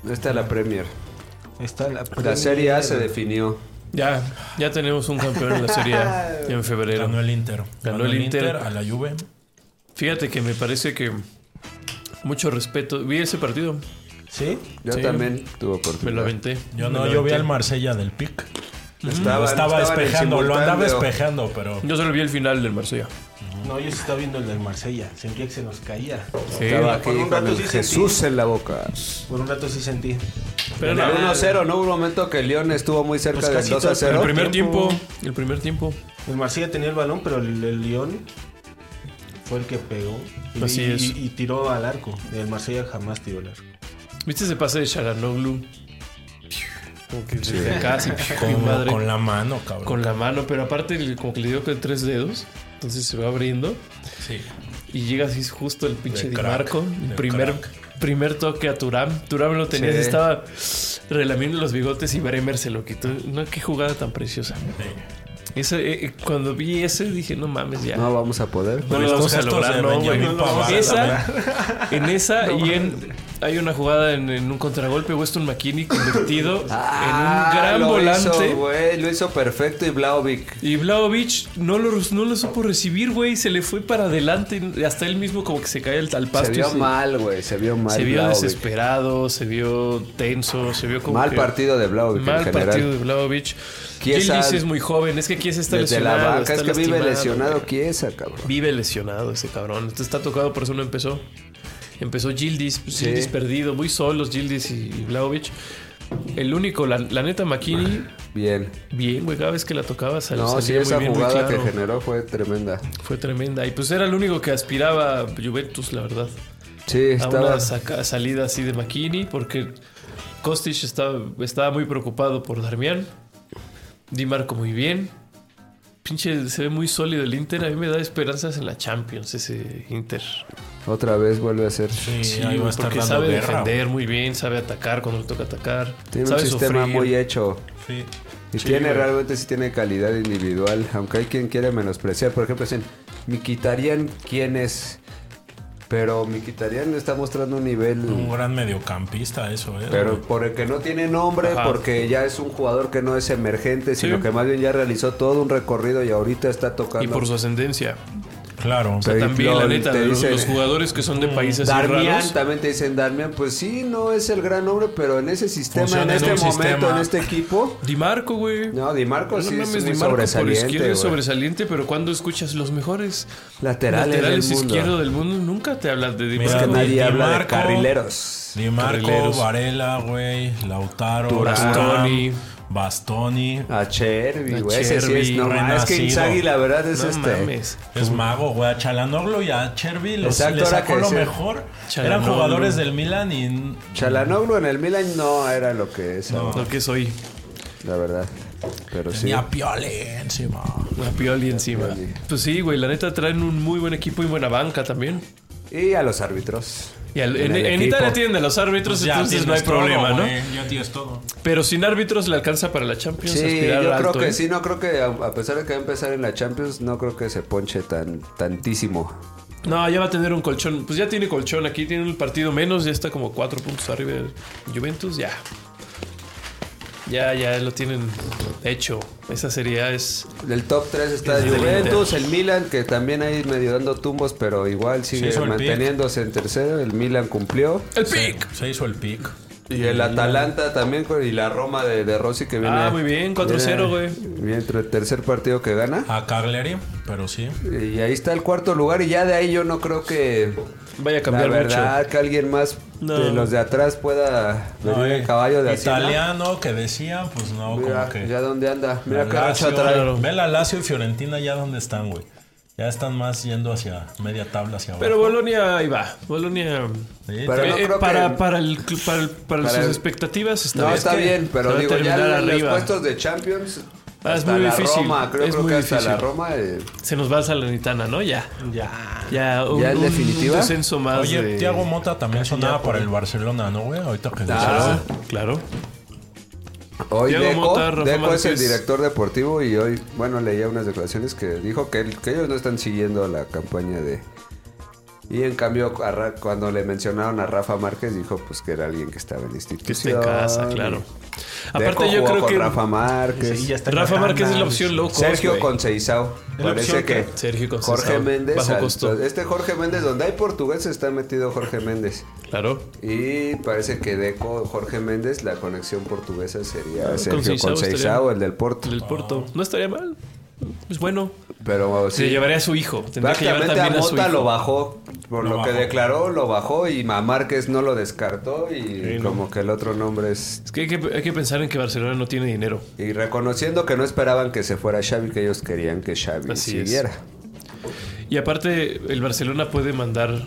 Esta es la Premier. Está la, La Serie A se definió. Ya, ya tenemos un campeón en la Serie A en febrero. Ganó el Inter. Ganó el Inter. a la Juve. Fíjate que me parece que mucho respeto. Vi ese partido, ¿Sí? Yo Sí. también tuve me lo oportunidad. aventé. Yo Me no, lo yo vi aventé. al Marsella del PIC. Estaban- lo estaba estaban en despejando, lo andaba simultáneo. despejando, pero Yo solo vi el final del Marsella. No, yo sí estaba viendo el del Marsella. Sentía que se nos caía. Sí, Estaba Por un aquí con rato el sí sentí. Jesús en la boca. Por un rato sí sentí. pero En no. el 1-0, ¿no? Hubo un momento que León estuvo muy cerca Pues del casi todo el 2-0. El primer tiempo, el primer tiempo. El Marsella tenía el balón, pero el, el León fue el que pegó y, Así y- es. y tiró al arco. El Marsella jamás tiró al arco. ¿Viste ese pase de Sharanoglu? Como que desde acá, así, mi Con, madre. con la mano, cabrón. con la mano, pero aparte el- como que le dio con tres dedos, entonces se va abriendo Sí. y llega así justo el pinche De Di crack, Marco, el de primer, crack. primer toque a Turam, Turam lo tenía, Sí. así, estaba relamiendo los bigotes y Bremer se lo quitó, no, qué jugada tan preciosa. Ese, eh, eh, cuando vi ese dije, no mames ya. No vamos a poder. No lo Estos vamos a gestos lograr, de no, güey. Benjamín Pavard Esa, en esa y en. Hay una jugada en, en un contragolpe, Weston McKinney convertido Ah, en un gran lo volante. Hizo, güey, lo hizo perfecto y Blaovic. y Vlaovic no lo, no lo supo recibir, güey. Se le fue para adelante. Hasta él mismo, como que se cae al, al Se pasto. y vio se- mal, güey. Se vio mal. se vio Vlahovic. desesperado, se vio tenso, se vio como. Mal que- partido de Blaovic en Mal general. partido de Vlaovic. Chiesa- Kiesa es muy joven. Es que Kiesa está Desde la lesionado. banca está es que vive lastimado, lesionado güey. Kiesa, cabrón. Vive lesionado ese cabrón. Entonces está tocado, por eso no empezó. Empezó Gildis, pues, Sí. Gildis perdido, muy solos Gildis y, y Vlahovic. El único, la, la neta, McKinney, Bien. bien, güey, cada vez que la tocaba sal- No, sí, salía esa muy bien, muy jugada que claro. generó fue tremenda. Fue tremenda. Y pues era el único que aspiraba a Juventus, la verdad. Sí, A estaba. una saca- salida así de McKinney, porque Kostic estaba, estaba muy preocupado por Darmian. Di Marco muy bien. Pinche, se ve muy sólido el Inter. A mí me da esperanzas en la Champions ese Inter. Otra vez vuelve a ser. Sí, Sí, ahí va a estar porque dando sabe guerra, defender muy bien, sabe atacar cuando le toca atacar. Tiene un sabe sistema sufrir. muy hecho. güey. Y Sí, tiene güey. realmente sí tiene calidad individual, aunque hay quien quiere menospreciar. Por ejemplo, dicen, Miquitarian, ¿quién es? Pero Miquitarian está mostrando un nivel... Un gran mediocampista, eso, ¿eh? Pero por el que no tiene nombre, Ajá. porque ya es un jugador que no es emergente, sino Sí. que más bien ya realizó todo un recorrido y ahorita está tocando. Y por su ascendencia. Claro. O sea, Sí, también, la Flor, neta, te los, dicen- los jugadores que son de países así Darmian, raros. también te dicen Darmian, pues sí, no es el gran nombre, pero en ese sistema, Funciona en en este un momento, sistema. en este equipo... Di Marco, güey. No, Di Marco sí mames, es Di muy Marco por sobresaliente. izquierda es güey. sobresaliente, pero cuando escuchas los mejores Laterales, laterales del mundo. izquierdos del mundo, nunca te hablas de Di Mira, Es que Marco. Di- nadie Di habla de Marco, carrileros. Di Marco, Carrileros. Varela, güey, Lautaro, Turán. Bastoni, Bastoni. Bastoni. A Chervi, A güey. Ese sí es Chervi, no, ma, Es que renacido. Inzaghi, la verdad, es No este. mames. Es mago, güey. A Chalanoglu y a Chervi los, Exacto, le ahora sacó que lo decía- mejor. Eran Chalanoglu. jugadores del Milan y... Chalanoglu en el Milan no era lo que es, Lo que soy, la verdad. Pero sí. Tenía Piole encima. la Pioli encima. Pioli. Pues sí, güey, la neta traen un muy buen equipo y buena banca también. Y a los árbitros. Y al- En en, el en equipo. Italia tienen a los árbitros, Pues entonces no hay problema, ¿no? Ya tienes todo. Pero sin árbitros le alcanza para la Champions. Sí, aspirar yo alto, creo que ¿eh? sí, no creo que, a, a pesar de que va a empezar en la Champions, no creo que se ponche tan tantísimo. No, ya va a tener un colchón. Pues ya tiene colchón aquí, tiene un partido menos, ya está como cuatro puntos arriba de Juventus, ya. Ya, ya lo tienen hecho. Esa sería es. Del top 3 está Es el del Juventus, el Milan, que también ahí medio dando tumbos, pero igual sigue hizo el manteniéndose en tercero. El Milan cumplió. ¡El Se, pick! se hizo el pick. Y el Atalanta también, con- y la Roma de, de Rossi que viene. Ah, muy bien, 4-0, viene- Bien, el tercer partido que gana. Ah. A Cagliari, pero sí. Y ahí está el cuarto lugar, y ya de ahí yo no creo que. Vaya a cambiar la verdad, que alguien más No. de los de atrás pueda venir No, eh, en caballo de Hacienda. Italiano que decía, pues no, Mira, como que... ya dónde anda. Mira La qué racha Lazio, trae. Ve la Lazio y Fiorentina ya donde están, güey. Ya están más yendo hacia media tabla hacia mucho. Pero abajo. Bolonia ahí va. Bolonia. Sí, Pero eh, no eh, creo para, que- para, el, cl- para, el- para Para sus el- expectativas está No, bien. está Es que bien, se pero va a digo, ya terminar en los arriba. puestos de Champions. Ah, es hasta muy la difícil, Roma, creo, es creo muy que hasta la difícil. Roma. eh, Se nos va a Salernitana, ¿no? Ya. Ya. Ya, un, ¿Ya en un- definitiva? un descenso más. Oye, de- Tiago Mota también sonaba para el Barcelona, ¿no, güey? Ahorita que Claro, Ah. claro. Hoy Thiago Deco, Mota, Rafa Deco es el Márquez. director deportivo y hoy, bueno, leía unas declaraciones que dijo que, él- que ellos no están siguiendo la campaña de... Y en cambio, a Ra- cuando le mencionaron a Rafa Márquez, dijo pues que era alguien que estaba en la Que esté institución. en casa, claro. Deco Aparte, yo jugó creo con que. Rafa Márquez. Sí, ya está en Rafa la Márquez es tanda. la opción loco. Sergio güey. Conceizao. la opción Parece que que- Sergio Conceição, Jorge Méndez. bajo al- costo. Este Jorge Méndez, donde hay portugués, está metido Jorge Méndez. Claro. Y parece que Deco, Jorge Méndez, la conexión portuguesa sería Sergio Conceição Conceizao, estaría- el del Porto. El Porto. No estaría mal. Es bueno. Pero sí, Se llevaría a su hijo. Tendría que llevar prácticamente a también a, su Mota hijo. lo bajó. Por Lo lo, que bajó. declaró, lo bajó y a Márquez no lo descartó. Y como que el otro nombre es... Es que hay, que hay que pensar en que Barcelona no tiene dinero. Y reconociendo que no esperaban que se fuera Xavi, que ellos querían que Xavi Así es. siguiera. Y aparte, el Barcelona puede mandar.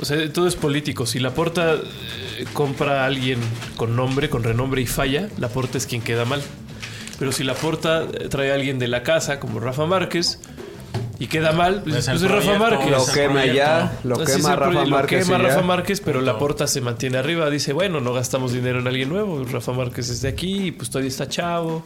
O sea, todo es político. Si Laporta eh, compra a alguien con nombre, con renombre y falla, Laporta es quien queda mal. Pero si Laporta eh, trae a alguien de la casa, como Rafa Márquez, y queda mal, pues Es pues el es, Rafa proyecto, Márquez. Lo Ese quema proyecto. ya, lo Así quema siempre Rafa lo Márquez. y quema ya. Rafa Márquez, pero la porta se mantiene arriba. Dice, bueno, no gastamos dinero en alguien nuevo. Rafa Márquez es de aquí, pues todavía está chavo.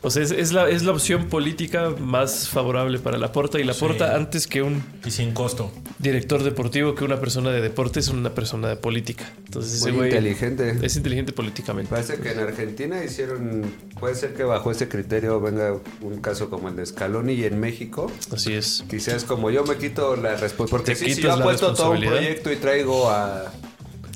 O sea, es, es la, es la opción política más favorable para la porta. Y la porta, Sí. antes que un Y sin costo. director deportivo, que una persona de deporte, es una persona de política. Entonces, ese Muy güey inteligente. Es inteligente políticamente. Parece que en Argentina hicieron, puede ser que bajo ese criterio venga un caso como el de Scaloni y en México. Así es. Quizás como yo me quito la responsabilidad. Porque Te sí, si quitas yo la apuesto todo un responsabilidad. proyecto y traigo a...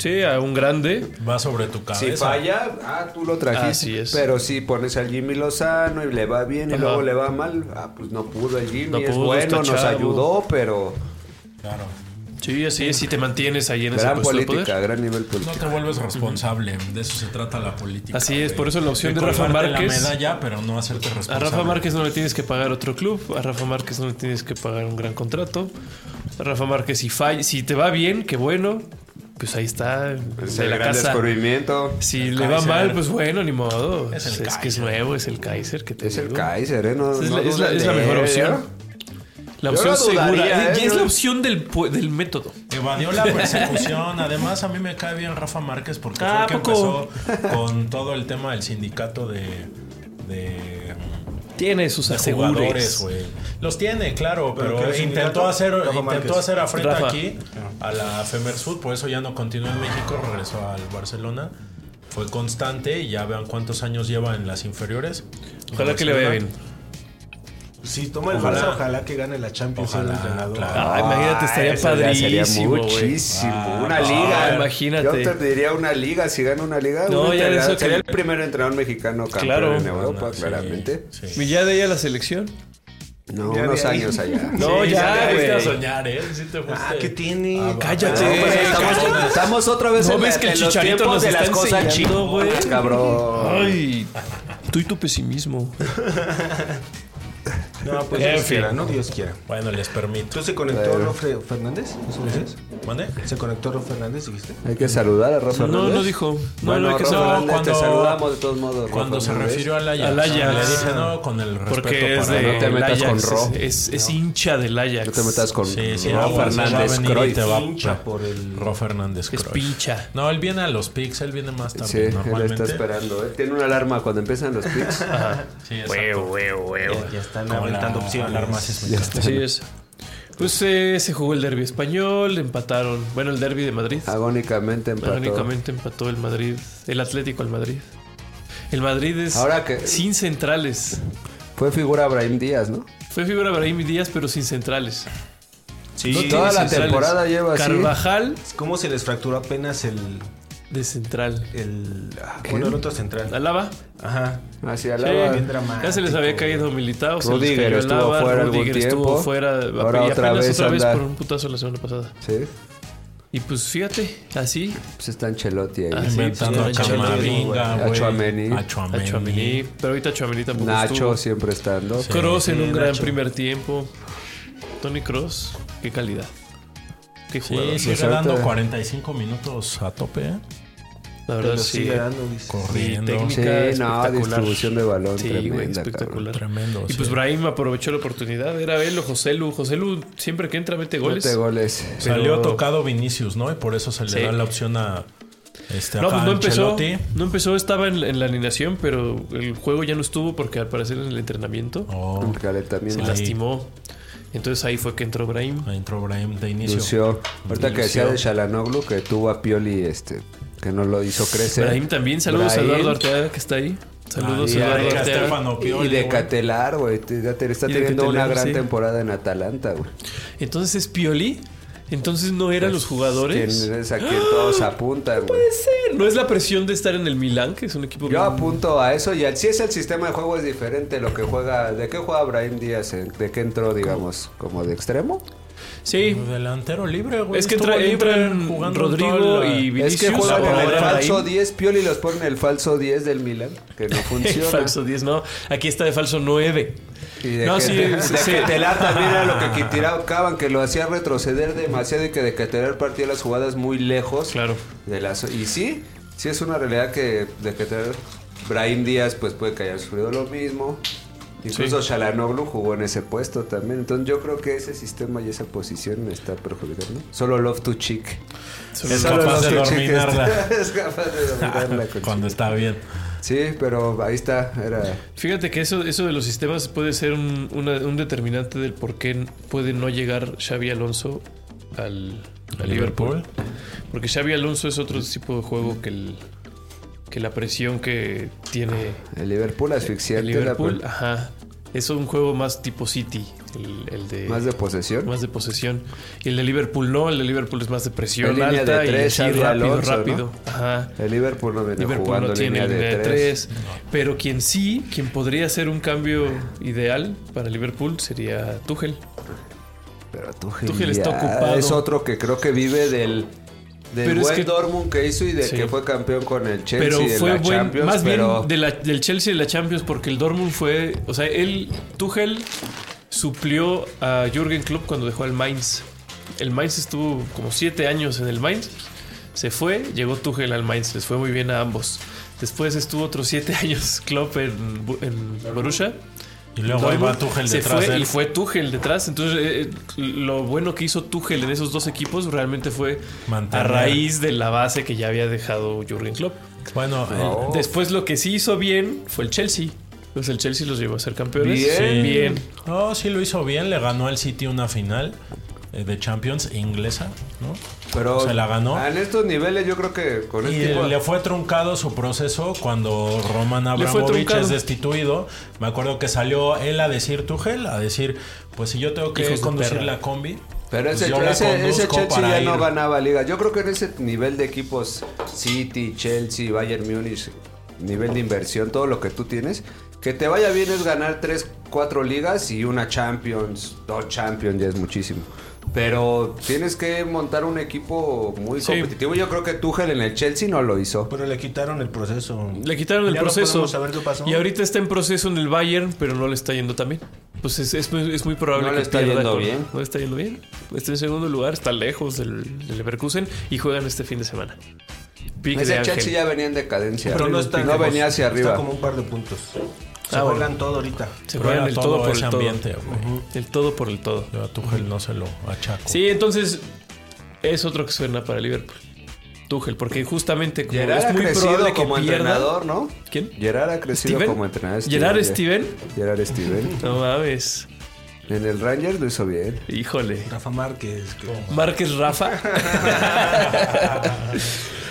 Sí, a un grande. Va sobre tu cabeza. Si falla, ah, tú lo trajiste. Así es. Pero si pones al Jimmy Lozano y le va bien y Ajá. luego le va mal, ah, pues no pudo el Jimmy. No es pudo, está bueno, nos chavo. ayudó, pero Claro. Sí, así es. Si te mantienes ahí en ese gran puesto de política, poder. gran nivel No político. te vuelves responsable. De eso se trata la política. Así es, güey. por eso la opción de Rafa colgarte Márquez- la medalla, pero no hacerte A responsable. Rafa Márquez no le tienes que pagar otro club, a Rafa Márquez no le tienes que pagar un gran contrato. A Rafa Márquez, si, fall- si te va bien, qué bueno, pues ahí está, Es de el la gran casa. descubrimiento. Si El le va Kaiser. mal, pues bueno, ni modo. Es Es, el que es Kaiser. nuevo, es el Kaiser que te Es el digo. Kaiser, ¿eh? No, Es no la, es la- dudes es la de mejor él, opción. ¿eh? La Yo opción no dudaría, segura. ¿eh? Y es Yo- la opción del, pu- del método. Evadió la persecución. Además, a mí me cae bien Rafa Márquez porque fue Ah, el que ¿poco? empezó con todo el tema del sindicato de. de Tiene sus de jugadores, asegures. güey. Los tiene, claro, pero, Pero que el intentó sindicato- hacer Rafa Márquez. intentó hacer afrenta Rafa. aquí a la Femersud, por eso ya no continuó en México, regresó al Barcelona. Fue constante y ya vean cuántos años lleva en las inferiores. Ojalá que le vaya bien. Si toma el Ojalá. Barça, ojalá que gane la Champions Ojalá, el entrenador. claro. Ah, imagínate, estaría eso ya Sería padrísimo, güey. muchísimo. Ah, una no, liga. imagínate. Yo te diría una liga. Si gana una liga, No, un ya de eso entrenador- que- sería el primer entrenador mexicano campeón Claro. en Europa, Sí, claramente. sí. ¿Y ya de ahí a la selección? No, Ya unos de ahí. años allá. No, Sí, ya, te fuiste a güey. soñar, ¿eh? Sí te fuiste. Ah, ¿qué tiene? Cállate. No, pues estamos, estamos otra vez ¿No en, ves la- que el en los Chicharito tiempos nos de las está cosas enseñando, chingonas, güey? Ah, cabrón. Ay, tú y tu pesimismo. No, pues En Dios fin. quiera, ¿no? Dios quiera. Bueno, les permito. ¿Tú se conectó Rofre Fernández? ¿Eso me dices? ¿Mande? ¿Se conectó Rofre Fernández, dijiste? Hay que saludar a Rafa No, Hernández. no dijo. No, bueno, no hay que Rafa saludar. Hernández, te Cuando- saludamos de todos modos. Rafa Cuando se Hernández. refirió al Ajax. Al Ajax. Le dije, no, con el respeto Porque es para- de no te el metas Ajax, con Ro. Es, es- es hincha del Ajax. No te metas con Sí, sí, Rafa aguas, Hernández se va a venir y Cruyff. te va a- Hincha por el- Ro Fernández Es Cruyff. pincha. No, él viene a los picks, él viene más Sí, tarde él normalmente. está esperando. ¿eh? Tiene una alarma cuando empiezan los picks. Sí, exacto. Huevo, huevo, huevo. Ya están Como aventando la opciones. alarma sísmica. Este Así es. Pues eh, se jugó el derby español, empataron. Bueno, el derby de Madrid. Agónicamente Ah, empató. Irónicamente empató el Madrid, el Atlético al Madrid. El Madrid es Ahora que- sin centrales. Fue figura Abraham Díaz, ¿no? Fue figura Brahim Díaz, pero sin centrales. Sí, No toda tiene la centrales. temporada lleva así. Carvajal ¿Cómo se les fracturó apenas el. de central. el ah, bueno, el otro central? Alaba. Ajá. Hacia Sí, la bien dramático. ya se les había caído Militao, se les Rudiger cayó estuvo Alaba, fuera algún Rudiger estuvo tiempo. fuera, Ahora y otra apenas vez otra vez anda. por un putazo la semana pasada. Sí, Y pues fíjate, así, pues está Ancelotti ahí. Ah, sí. Inventando a sí, sí, Camavinga, güey. güey. A Tchouaméni. A Tchouaméni. a Chouameni, pero ahorita Chouameni tampoco Nacho estuvo. siempre estando. Cross en sí, un gran Nacho. primer tiempo. Tony Cross, qué calidad. Qué jugador. Sí, sigue suerte. dando 45 minutos a tope, ¿eh? la Pero verdad sí. eh, sigue dando, dice. Corriendo. técnica. Sí, no, espectacular. distribución de balón Sí, güey, tremenda, espectacular. Tremendo, Y sí. pues Brahim aprovechó la oportunidad. Era él o José Lu. José Lu siempre que entra mete cabrón. goles. Mete goles. Pero- Salió tocado Vinicius, ¿no? Y por eso se le Sí. da la opción a este No, acá pues no empezó. Ancelotti. No empezó, estaba en, en la alineación, pero el juego ya no estuvo porque al parecer en el entrenamiento Oh, Un se calentamiento. ahí. lastimó. Entonces ahí fue que entró Brahim. ahí entró Brahim de inicio. Lució. Ahorita que decía Lució. de Shalanoglu que tuvo a Pioli, este, que no lo hizo crecer. Brahim también. Saludos Brahim. a Eduardo Arteaga que está ahí. Saludos Ahí, a ahí, Eduardo a Arteaga. Estefano Pioli, Y de güey. Catelar, güey. te- ya te- Está Y de teniendo una Catelar, gran sí. temporada en Atalanta, güey. Entonces es Pioli. Entonces no eran los jugadores. Quien Pues, es a quien todos apuntan, güey. Sí, No es la presión de estar en el Milán, que es un equipo. Yo bien- apunto a eso y al, si es el sistema de juego es diferente lo que juega, ¿de qué juega Brahim Díaz? eh? ¿De qué entró, digamos, como de extremo? Sí. Pues Delantero libre, güey. Es que Estuvo entra- libre entran jugando Rodrigo toda la- y Es Vinicius. que juega ahora con el Brahim. falso 10, Pioli los pone en el falso 10 del Milan, que no El funciona. falso 10, no. Aquí está de falso 9. Y de No, que, sí, te, de sí. que Telar también era lo que Quitirao Caban, que lo hacía retroceder demasiado y que de que Telar partía las jugadas muy lejos. Claro. De las, y sí, sí es una realidad que de que Telar, Brahim Díaz pues puede que haya sufrido lo mismo. Incluso Sí. Shalanoglu jugó en ese puesto también. Entonces yo creo que ese sistema y esa posición me está perjudicando. Solo Love to Chick. Solo Es lo- capaz Love de to Chick dominarla. es capaz de dominarla. con- Cuando está bien. Sí, pero ahí está. Era Fíjate que eso, eso de los sistemas puede ser un, una- un determinante del por qué puede no llegar Xavi Alonso al, al Liverpool. Porque Xavi Alonso es otro tipo de juego que, el- que la presión que tiene el Liverpool el asfixiante. Ah, la- Liverpool. Ajá. Es un juego más tipo City, el, el de, Más de posesión. Eh, más de posesión. Y el de Liverpool no, el de Liverpool es más de presión La línea de alta tres, y Xavi sí, rápido, Alonso, ¿no? rápido. Ajá. El Liverpool no viene Liverpool jugando no tiene línea de tres. Pero quien sí, quien podría ser un cambio ideal para Liverpool sería Tuchel. Pero Tuchel, Tuchel está ya ocupado. Es otro que creo que vive del, del Pero es buen que- Dortmund que hizo y de Sí. que fue campeón con el Chelsea Pero de fue la buen, Champions. más pero bien de la- del Chelsea y de la Champions, porque el Dortmund fue, o sea, él, Tuchel suplió a Jürgen Klopp cuando dejó el Mainz. El Mainz estuvo como siete años en el Mainz, se fue, llegó Tuchel al Mainz, les fue muy bien a ambos. Después estuvo otros siete años Klopp en, Bu- en Borussia. Y luego ahí va Dortmund Tuchel se detrás fue de él. y fue Tuchel detrás. Entonces, eh, eh, lo bueno que hizo Tuchel en esos dos equipos realmente fue Mantener. a raíz de la base que ya había dejado Jürgen Klopp. Bueno, el- No. Después lo que sí hizo bien fue el Chelsea. Pues el Chelsea los llevó a ser campeones. Bien. eh, Sí. Bien. No, sí lo hizo bien. Le ganó al City una final eh, de Champions inglesa, ¿no? pero se la ganó. En estos niveles yo creo que con Y este tipo le fue truncado su proceso cuando Roman Le fue Abramovich truncado. es destituido. Me acuerdo que salió él a decir, Tuchel, a decir, pues si yo tengo que Hijos de conducir perra. la combi, Pero pues ese, yo la ese, ese Chelsea conduzco para ya ir". no ganaba liga. Yo creo que en ese nivel de equipos, City, Chelsea, Bayern Múnich, nivel de inversión, todo lo que tú tienes, que te vaya bien es ganar 3, 4 ligas y una Champions, dos Champions ya es muchísimo. Pero tienes que montar un equipo muy Sí. competitivo. Yo creo que Tuchel en el Chelsea no lo hizo. Pero le quitaron el proceso. Le quitaron el Ya no proceso. podemos saber qué pasó. Y ahorita está en proceso en el Bayern, pero no le está yendo tan bien. Pues es, es muy- es muy probable No que le está pierda yendo con- bien. No le está yendo bien. Está en segundo lugar, está lejos del, del Leverkusen y juegan este fin de semana. Pique de Ese ángel. Chelsea ya venía en decadencia. Pero no está Y no lejos, venía hacia arriba. Está como un par de puntos. Se Ah, bueno. juegan todo ahorita. Se Pero era juegan el todo, por ese el todo. ambiente, güey. El todo por el todo. Yo a Tuchel no se lo achaco. Sí, entonces es otro que suena para Liverpool. Tuchel, porque justamente como Gerard es ha muy crecido probable que como pierda- entrenador, ¿no? ¿Quién? Gerard ha crecido ¿Steven? como entrenador. este ¿Gerard Steven. Steven? Gerard Steven. No mames. En el Rangers lo hizo bien. Híjole. Rafa Márquez. que- Márquez Rafa.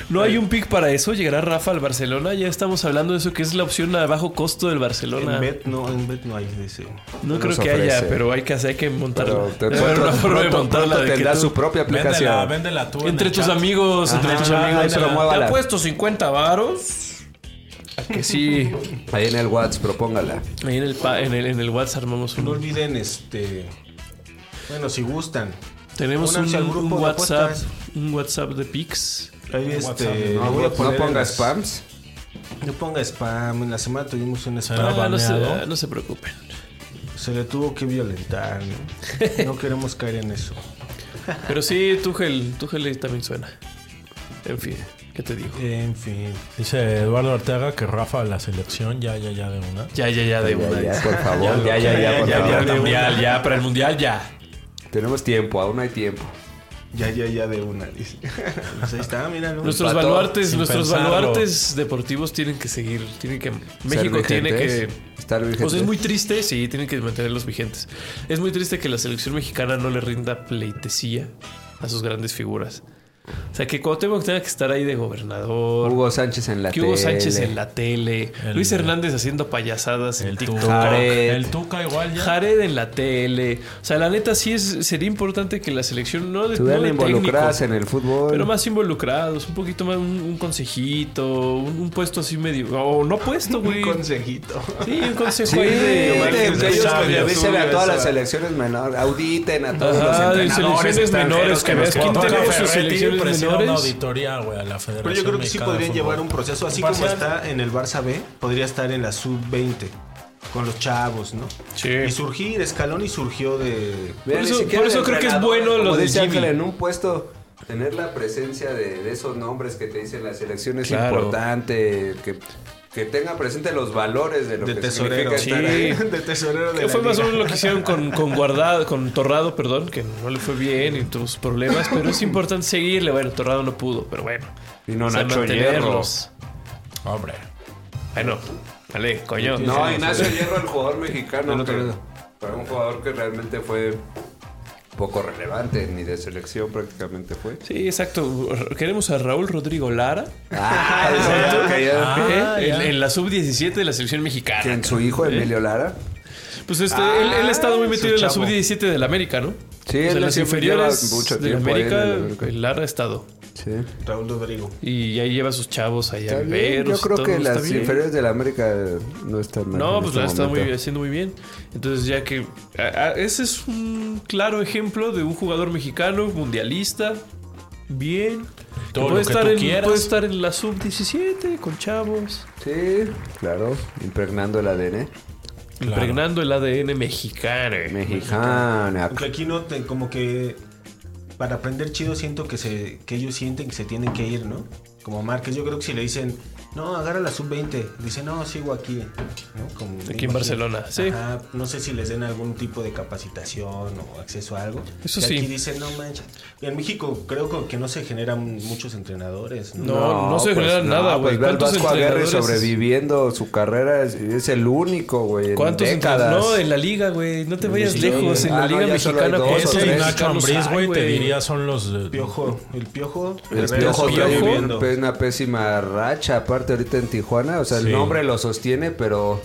no hay un pick para eso. Llegará Rafa al Barcelona. Ya estamos hablando de eso, que es la opción a bajo costo del Barcelona. En bet no, en bet no hay de ese. No no creo nos que haya, ofrece. pero hay que hacer que montarla. Pero te Debe haber pronto- una forma de pronto- montarla pronto de que tendrá tú- su propia aplicación. Véndela, véndela tú. en entre el tus chat. amigos, entre Ajá, tus ahí amigos. se lo mueva Te la- ha puesto 50 varos. A que sí. Ahí en el WhatsApp, propóngala. Ahí en el, pa- en el, en el WhatsApp armamos No uno. olviden, este. Bueno, si gustan. Tenemos un, Únanse al grupo un de WhatsApp, apuestas. un WhatsApp de pics. Ahí este. No, le voy a poner en pongas las- spams. No ponga spam. En la semana tuvimos un Será spam. Ah, no, se, baneado. no se preocupen. Se le tuvo que violentar. ¿no? No queremos caer en eso. Pero sí, Tuchel, Tuchel también suena. En fin, ¿qué te digo? En fin. Dice Eduardo Ortega que Rafa la selección ya, ya, ya de una. Ya, ya, ya, de una. Ya, ya, por favor. Ya, ya, ya, Ya, por ya, favor. ya, ya, mundial, ya, para el mundial, ya. Tenemos tiempo, aún hay tiempo. Ya, ya, ya de una, dice. Pues ahí está, míralo. Nuestros Empató baluartes, sin nuestros pensarlo. baluartes deportivos tienen que seguir, tienen que México vigentes, tiene que estar O sea, vigentes. es muy triste, sí, tienen que mantenerlos vigentes. Es muy triste que la selección mexicana no le rinda pleitesía a sus grandes figuras. O sea, que Cuauhtémoc tenga que estar ahí de gobernador, Hugo Sánchez en la que Hugo tele. Sánchez en la tele, El- Luis Hernández haciendo payasadas en El TikTok. Tuca. Jared. El Tuca igual ya. Jared en la tele. O sea, la neta sí es, sería importante que la selección no de, no Estuvieran de involucradas técnico, en el fútbol. pero más involucrados, un poquito más, un, un consejito, un, un puesto así medio. O no puesto, güey. Un consejito. Sí, un consejo Sí, ahí de, de. de- Marcos que ellos Sabio, revisen a Julio todas las César. selecciones menores, auditen a todos Ajá, los de entrenadores selecciones menores extranjeros que que nos ves quién contratan. tenemos sus Ferretti selecciones presiona menores. una auditoría, güey, a la Federación Pero yo creo que sí Mexicana de podrían Fútbol. llevar un proceso, así Parcial. como está en el Barça B, podría estar en la sub-20. con los chavos, ¿no? Sí. Y surgir, Escalón y surgió de... Mira, Por ni eso- siquiera por el eso creo que es entrenador, bueno como lo de dice Ángel, Jimmy. en un puesto, tener la presencia de, de esos nombres que te dicen la selección es Claro. importante. Que, que tenga presente los valores de lo De que tesorero. significa estar Sí. ahí. de tesorero de Que la fue más o liga. menos lo que hicieron con, con Guardado, con Torrado, perdón, que no le fue bien y tuvo sus problemas, pero es importante seguirle. Bueno, Torrado no pudo, pero bueno. Y no O sea, Nacho mantenerlos. Hombre. Bueno, vale, coño. No, Ignacio Hierro, el jugador mexicano. El otro que- dedo. para un jugador que realmente fue poco relevante, ni de selección prácticamente fue. Sí, exacto. Queremos a Raúl Rodrigo Lara Ah, exacto, que ya- Ah, ¿eh? en, ya. en la sub-17 de la selección mexicana. que en su hijo Emilio Lara. Pues este, él, él ha estado muy su metido en la chavo. sub-17 del América, ¿no? Ah, Sí, O sea, él en las siempre inferiores lleva mucho del tiempo ahí en América, el América. el Lara ha estado. Sí. Raúl Rodrigo. Y ahí lleva a sus chavos allá a Está bien, Yo Viveros y creo todo, que está las bien. inferiores de la América no están mal. No, en pues este la está muy, momento. bien, haciendo muy bien. Entonces, ya que. a- a- ese es un claro ejemplo de un jugador mexicano, mundialista. Bien. Que Todo lo que estar tú en, quieras. puede estar en la sub-17 con chavos. Sí, claro, impregnando el ADN Claro. Impregnando el ADN mexicano. mexicana. Aunque aquí no, te- como que para aprender chido siento que, se, que ellos sienten que se tienen que ir, ¿no? Como Márquez, yo creo que si le dicen, no, agarra la sub-20, dice, no, sigo aquí, ¿no? Como- me Aquí en imagino. Barcelona, sí. Ajá, no sé si les den algún tipo de capacitación o acceso a algo. Eso Que sí. Aquí dicen, no manches. Y en México creo que no se generan muchos entrenadores, ¿no? No, no se genera nada, güey. Pues ve al ¿Cuántos Vasco Aguirre entrenadores? sobreviviendo su carrera. Es, es el único, güey. en ¿Cuántos décadas? entrenadores? No, en la liga, güey. No te vayas sí, lejos. En ah, la no, liga ya solo hay mexicana, dos o ¿cuántos Ese y tres. mexicanos Nacho Ambriz, hay, güey, te diría son los... eh, Piojo, el piojo. El Herrera Piojo sigue está Piojo. viviendo. viviendo una pésima racha, aparte ahorita en Tijuana. O sea, Sí. el nombre lo sostiene, pero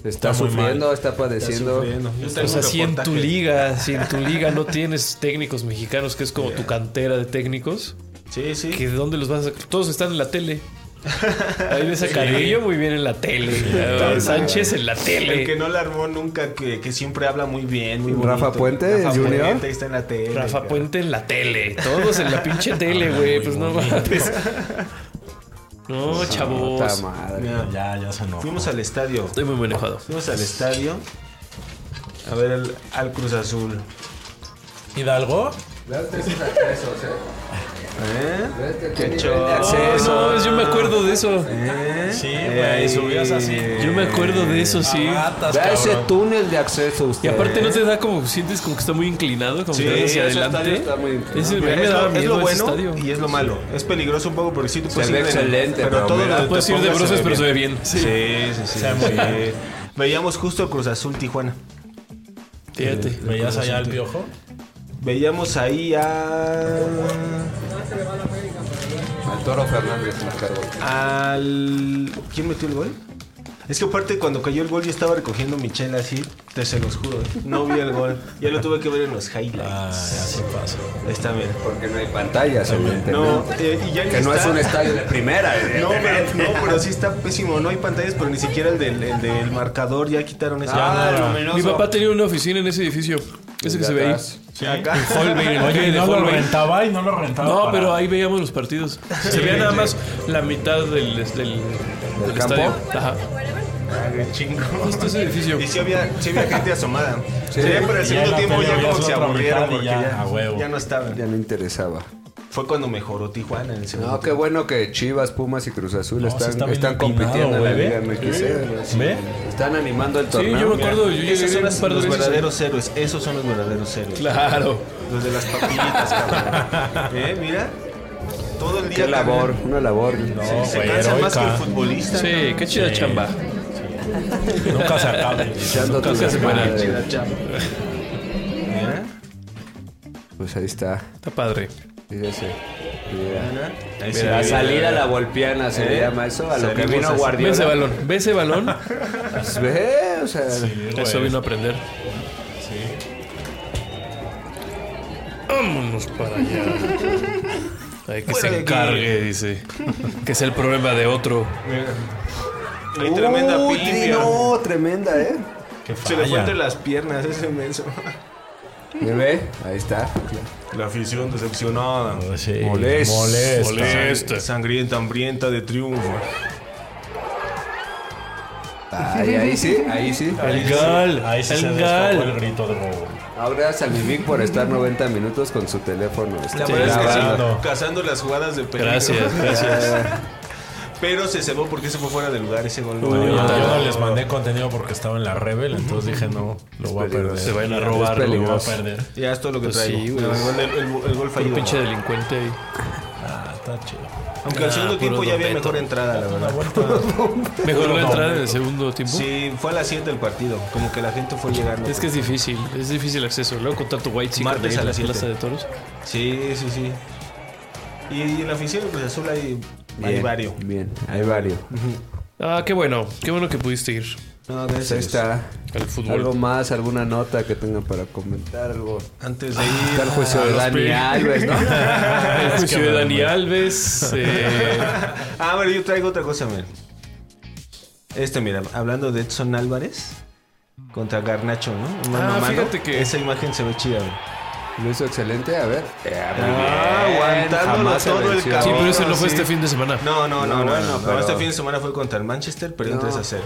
está, Está muy sufriendo, está padeciendo. sufriendo. Yo tengo O sea, un si en tu reportaje. liga, si en tu liga no tienes técnicos mexicanos, que es como tu cantera de técnicos, Sí, sí. que de dónde los vas a todos están en la tele. Ahí ves a Carrillo muy bien en la tele. a Sánchez en la Eh, El que tele. no la armó nunca, que, que siempre habla muy bien, muy bonito. Rafa Puente, Rafa Junior. Puente, ahí está en la tele. Rafa cara. Puente en la tele. Todos en la Ah, pinche tele, güey. Pues no mames. No, Puta chavos. madre. Mira, Ya, ya se enojó. fuimos al estadio. Estoy muy enojado. Fuimos al estadio. A ver el- al Cruz Azul. ¿Hidalgo? este ¿eh? ¿eh? Qué Ay, no, yo me acuerdo de eso. Sí, Eh, güey, subías así. Yo me acuerdo de eso, sí. Gatas, Vea ese cabrón. túnel de acceso Y usted. aparte no te da como, sientes como que está muy inclinado, como Sí, que vas hacia ese adelante. estadio está muy inclinado. Ese- a mí Mira, me es, daba lo, es miedo lo ese bueno estadio. y es lo malo. Es peligroso un poco porque sí, tú puedes ve ir de- excelente, Pero pero todo mira, lo que te Ah, Puedes ir de pongas se bruces, ve pero se ve bien. bien. Sí, sí, sí. Se ve muy sí. bien. Veíamos justo Cruz Azul Tijuana. Fíjate. ¿Veías allá al piojo? Veíamos ahí a. Al Toro Fernández me encargo. Al. ¿Quién metió el gol? Es que aparte cuando cayó el gol yo estaba recogiendo mi chela así, te se los juro. ¿eh? No vi el gol. Ya lo tuve que ver en los Ah, ya highlights. se pasó. Ahí Está bien. Porque no hay pantallas, evidentemente. No, eh, y ya ni que no es está- un estadio de primera. No evidentemente. pero, no, pero sí está pésimo. No hay pantallas, pero ni siquiera el del, el del marcador ya quitaron ese. Ah, Ya no. luminoso. Mi papá tenía una oficina en ese edificio. Ese que se ve ahí. Atrás. Acá. Holbein, el Oye, valle y de no lo Holbein. rentaba y no lo rentaba. No, para- pero ahí veíamos los partidos. Se veía nada más la mitad del, del, del campo? estadio. Ajá. Ah, qué chingo. Justo ese edificio. Y sí había, sí había gente asomada. Sí, pero el Y segundo ya tiempo la ya tele como veías que se otra aburrieron mitad y porque ya, ya, a huevo. ya no estaban. Ya no interesaba. Fue cuando mejoró Tijuana en el segundo. No, qué bueno que Chivas, Pumas y Cruz Azul No, sí están, está bien ¿eh? están empinado, compitiendo en la güey, Liga ¿ve? MX. ¿eh? ¿Ve? Están animando el Sí, torneo. yo me acuerdo. Yo Mira, esos llegué son un las- par de los veces. verdaderos héroes. Esos son los verdaderos héroes. Claro. Los de las papillitas, cabrón. ¿Eh? Mira. Todo el día. pues, Qué labor, cabrón. una labor. No, Se güey, cansa más que el heroica. futbolista. Sí, qué chida Sí. chamba. Nunca se acaba. Echando Nunca tu se hace buena. desmadre. Chida chamba. Mira, Pues ahí está. Está padre. Fíjese. Mira. mira. Ahí se Mira, ve. salir a la volpiana se ¿Eh? le llama eso, a lo que Salimos vino así. Ve ese Guardiola. balón. Ve ese balón. Pues, ve, o sea, Eso vino a aprender. Vámonos para allá. Ay, que Fuera de se aquí. encargue, dice. Que es el problema de otro. Hay tremenda Uy, piña. no, tremenda, ¿eh? Se le fue entre las piernas, es inmenso. ¿Me ve? Ahí está. La afición decepcionada. Pues Molest. Molest. Molesta. Sangrienta, hambrienta de triunfo. Ahí, ahí sí, ahí sí. El gol. Ahí sí el se destapó el gol. grito de Bobo. Ahora al Vivic por estar 90 minutos con su teléfono. La este, verdad es que sí, grabando. cazando las jugadas de peligro. Gracias, gracias. Pero se cebó porque se fue fuera de lugar ese gol. Uy, Yo, no. yo no les mandé contenido porque estaba en la Rebel, entonces dije no, lo voy a perder. Se van a robar. Es Lo va a peligroso. perder. Ya es todo lo que Pues traigo. sí, güey. el, gol- el- el- el gol Un fallido. pinche delincuente ahí. Ah, está chido. Aunque al Ah, puro segundo Ah, tiempo ya había Don Beto. mejor entrada, la Una verdad. vuelta. Mejor Puro la entrada Don en el segundo tiempo. Sí, fue a las 7 del partido. Como que la gente fue llegando. Es que es difícil, es difícil acceso. Luego con tanto white chicken Martes ahí en a la las siete. plaza de toros. Sí, sí, sí. Y en la afición de Cruz Azul hay, hay bien, varios. Bien, hay varios. Ah, qué bueno, qué bueno que pudiste ir No, Pues ahí gracias. está. al fútbol. ¿Algo más? ¿Alguna nota que tengan para comentar? ¿Algo? Antes Ah, de Está ir. el juicio de los Dani Pig. Alves, ¿no? El juicio de Dani Alves. eh, Ah, bueno, yo traigo otra cosa, miren. Este, mira, hablando de Edson Álvarez contra Garnacho, ¿no? Mano Ah, a mano. fíjate que- Esa imagen se ve chida, güey. Lo hizo excelente, a ver. Eh, muy Ah, bien. aguantándolo Jamás se todo el venció. cabrón. sí, pero ese no fue sí. este fin de semana. No, no, no, No, no. bueno, no, no. pero- Este fin de semana fue contra el Manchester, pero No. 3 a 0.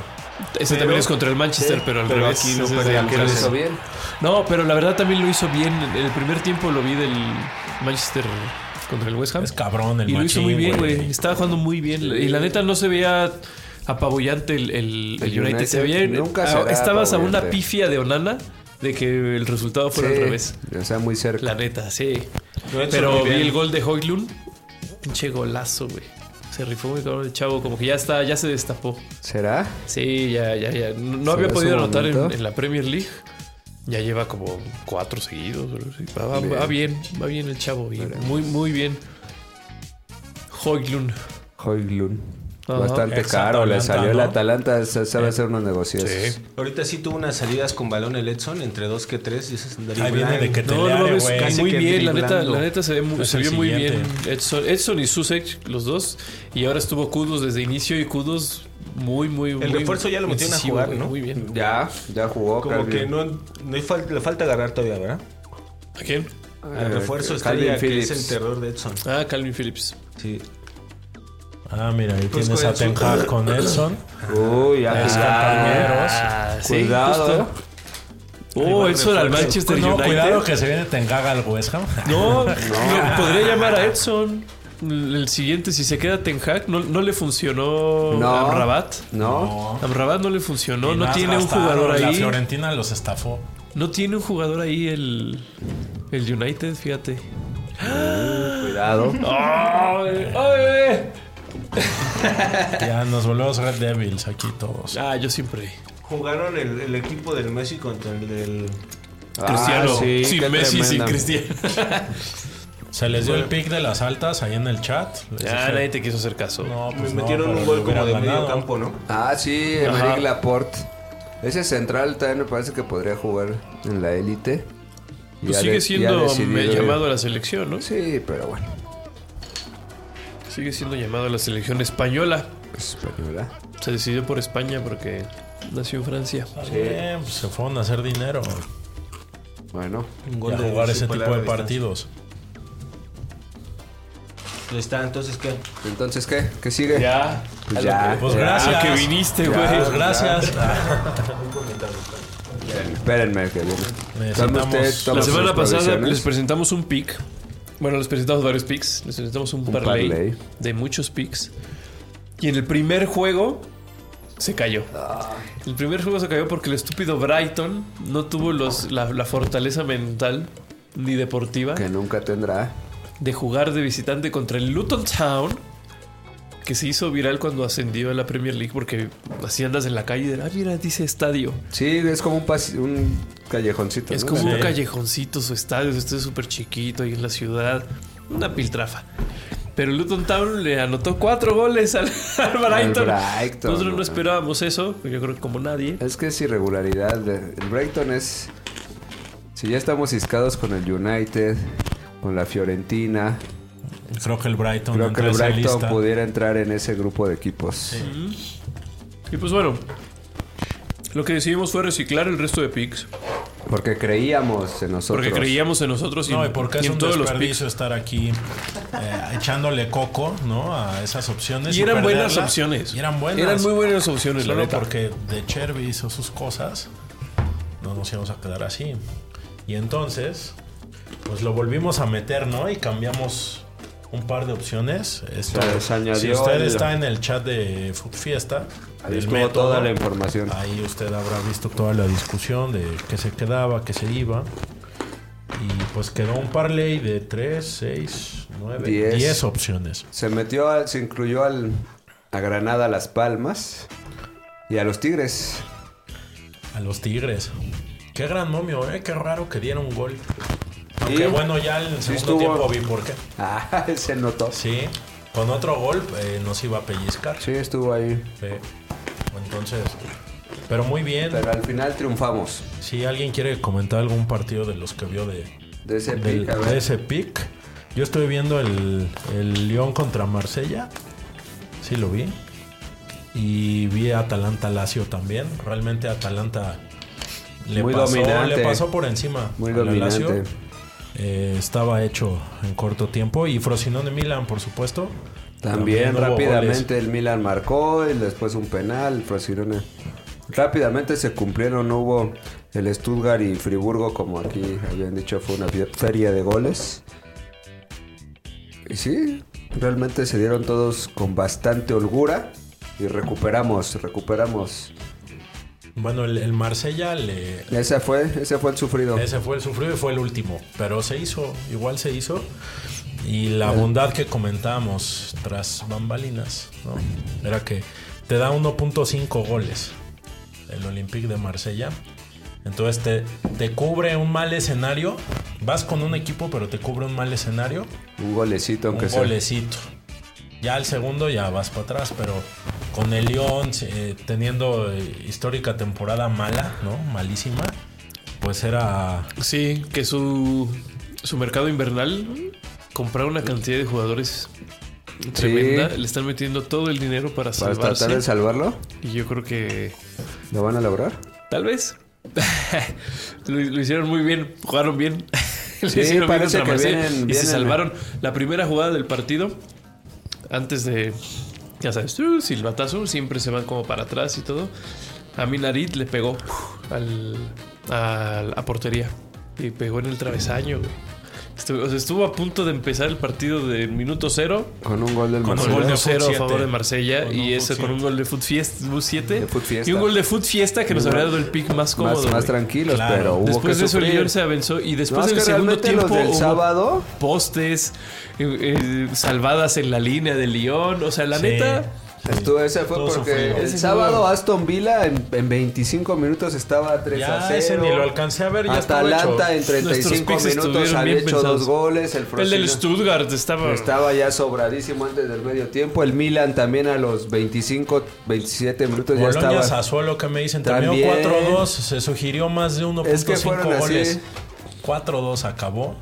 Ese también es contra el Manchester, pero al pero revés. aquí no ese es perdió, al Que lo revés. hizo bien. No, pero la verdad también lo hizo bien. En el primer tiempo lo vi del Manchester contra el West Ham. Es cabrón el y lo hizo muy machín, bien, güey. Estaba jugando muy bien. Y la neta no se veía apabullante el, el- el United. El United Se veía, nunca ah, será estabas a una apabullante. pifia de Onana de que el resultado fuera Sí, al revés. O sea, muy cerca. La neta, sí. Lo ha hecho Pero muy vi bien. el gol de Hoylund. Pinche golazo, güey. Se rifó muy cabrón el chavo. Como que ya está, ya se destapó. ¿Será? Sí, ya, ya, ya. No no Se había ve su podido anotar en, momento. en la Premier League. Ya lleva como cuatro seguidos. o algo así. Va, va- Bien. va bien, va bien el chavo. y muy, muy bien. Hoylund. Hoylund. Ajá. Bastante Ex caro, le Atalanta, salió el ¿no? Atalanta, se- sabe hacer unos negocios. Ahorita Eh, sí tuvo unas salidas con balón el Edson, entre dos que tres. Y ese es Ahí viene de que te No, no leare, mames, güey. que Casi muy que bien, la neta, driblando. la neta se, ve mu- Es se el vio muy bien siguiente. Edson, Edson y Susek, los dos, y ahora estuvo Kudos desde inicio y Kudos muy, muy, muy refuerzo ya lo metieron a incisivo, jugar, güey, ¿no? Muy bien. Ya, ya jugó. Como Calvin. que no, no hay fal- le falta agarrar todavía, ¿verdad? ¿A quién? Eh, El refuerzo Calvin estrella que es el Phillips. terror de Edson. Ah, Calvin Phillips. Sí. Ah, mira, ahí Pues tienes con a el Ten sur- Hag con Edson. Uy, Ah, ya. Ex compañeros. sí, Cuidado. justo. Oh, Edson al Manchester No, United. cuidado que se viene Ten Hag al West Ham. No, no, podría llamar a Edson. El siguiente, si se queda Ten Hag, no, no le funcionó No. a Amrabat. No. Amrabat no le funcionó, Y no más tiene un gastaron, jugador La ahí. Fiorentina los estafó. No tiene un jugador ahí el, el United, fíjate. Cuidado. ¡Ay! ¡Ay! Ya nos volvemos Red Devils aquí todos. Ah, yo siempre. Jugaron el, el equipo del Messi contra el del. Cristiano. Ah, sí, sin qué Messi, sin tremenda. Cristiano. Se les dio el pick de las altas ahí en el chat. Les Ya dije, nadie te quiso hacer caso. no, Me pues no, metieron pero un gol lo como hubieran de medio ganado. campo, ¿no? Ah, sí, Emerick Laporte. Ese central también me parece que podría jugar en la élite. Pues Ya sigue de- ya siendo decidido. me- llamado a la selección, ¿no? Sí, pero bueno. Sigue siendo llamado a la selección española. pues, Española. Se decidió por España porque nació en Francia. Está bien, pues se fueron a hacer dinero Bueno. Un y a de jugar ese Messi por tipo de larga partidos. distancia. Está, entonces, ¿qué? Entonces, ¿qué? ¿Qué sigue? Ya. Pues ya. Pues ya. gracias. Ah, que viniste, güey. Pues gracias. Espérenme que viene. Necesitamos- Tome usted, tome La sus semana pasada provisiones. les presentamos un pick. Bueno, les presentamos varios picks. Les presentamos un, Un parlay, parlay. de muchos picks. Y en el primer juego se cayó. Ah. El primer juego se cayó porque el estúpido Brighton no tuvo los, la, la fortaleza mental ni deportiva Que nunca tendrá. de jugar de visitante contra el Luton Town. Que se hizo viral cuando ascendió a la Premier League porque así andas en la calle y de, ah, mira, dice estadio. Sí, es como un, pas- un callejoncito. Es ¿no? como un Sí. callejoncito su estadio, este es súper chiquito ahí en la ciudad. Una piltrafa. Pero Luton Town le anotó cuatro goles al, al Brighton. Brighton, Nosotros no no. esperábamos eso, pues yo creo que como nadie. Es que es irregularidad. El Brighton es. Si ya estamos ciscados con el United, con la Fiorentina, Creo que el Brighton creo que entra el a esa Brighton lista. pudiera entrar en ese grupo de equipos. Y pues bueno, lo que decidimos fue reciclar el resto de picks. Porque creíamos en nosotros. Porque creíamos en nosotros y, No, y en- porque y es en un todos los desperdicio estar aquí eh, echándole coco, ¿no? A esas opciones. Y eran buenas perderlas. opciones. Y eran buenas. Eran muy buenas opciones, la Solo neta. porque De Cherby hizo sus cosas, no nos íbamos a quedar así. Y entonces, pues lo volvimos a meter, ¿no? Y cambiamos un par de opciones. Esto, Se les añadió si usted el- está en el chat de Food Fiesta, Ahí del estuvo método, toda la información. Ah. Ahí usted habrá visto toda la discusión de qué se quedaba, qué se iba. Y pues quedó un parlay de 3, 6, 9, Diez. 10 opciones. Se metió, al- se incluyó al, a Granada, a Las Palmas y a los Tigres. A los Tigres. Qué gran momio, ¿eh? Qué raro que diera un gol. Sí. Aunque bueno, ya en el Sí segundo estuvo. tiempo vi por qué. Ah, se notó. Sí, con otro gol eh, nos iba a pellizcar. Sí, estuvo ahí. Sí. Entonces, pero muy bien. Pero al final triunfamos. Si alguien quiere comentar algún partido de los que vio de, De ese del- pick, a ver. de ese pick, yo estoy viendo el, el León contra Marsella. Sí, lo vi. Y vi a Atalanta Lazio también. Realmente Atalanta le, Muy pasó, dominante. le pasó por encima. Muy a la dominante. Lazio. Eh, estaba hecho en corto tiempo. Y Frosinone Milan, por supuesto. También hubo goles. rápidamente el Milan marcó y después un penal, Frosinone. Rápidamente se cumplieron, no hubo el Stuttgart y Friburgo, como aquí habían dicho, fue una fie- feria de goles. Y sí, realmente se dieron todos con bastante holgura y recuperamos, recuperamos. Bueno, el, el Marsella le, Ese fue, ese fue el sufrido. Ese fue el sufrido y fue el último. Pero se hizo, igual se hizo. Y la bondad que comentábamos tras bambalinas, ¿no? Era que te da 1.5 goles el Olympique de Marsella. Entonces te, te cubre un mal escenario. Vas con un equipo, pero te cubre un mal escenario. Un golecito, aunque un sea. golecito. Ya al segundo ya vas para atrás, pero con el León eh, teniendo eh, histórica temporada mala, ¿no? Malísima. Pues era Sí, que su, su mercado invernal compró una cantidad de jugadores tremenda. Le están metiendo todo el dinero para, Para salvarse. tratar de salvarlo, y yo creo que lo van a lograr. tal vez lo, lo hicieron muy bien, jugaron bien. Lo Sí, hicieron bien parece contra que Marsella vienen- y vienen- eh. se salvaron. La primera jugada del partido, antes de, ya sabes, tú, silbatazo, siempre se van como para atrás y todo. A mí Narit le pegó al, al- a portería y pegó en el travesaño. güey. Estuvo, o sea, estuvo a punto de empezar el partido del minuto cero Con un gol del con un Marsella. gol de Fut 0 a siete. favor de Marsella Con un y Fut eso con un siete. gol de Foot Fiesta, Fut siete, De Fut Fiesta. y un gol de Foot Fiesta que nos habría dado el pick más cómodo. más, más güey. tranquilos, Claro. pero hubo después que de eso el sufrir. León se avanzó y después pues, No, es del que segundo realmente los tiempo del hubo sábado- postes eh, eh, salvadas en la línea de León, o sea, la Sí. neta Estuvo, ese fue Todo porque sufrido. el Ese sábado fue- Aston Villa en, en 25 minutos estaba 3 Ya, a 0. ese ni lo alcancé a ver, ya estaba Atalanta hecho. en 35 nuestros picks minutos estuvieron había bien hecho pensados. dos goles. El, el del Frosinone Stuttgart estaba estaba ya sobradísimo antes del medio tiempo. El Milan también a los 25, 27 minutos pues, ya Boloña estaba. Sassuolo que me dicen terminó También. 4-2, se sugirió más de 1.5 Es que fueron así. goles. 4-2 acabó.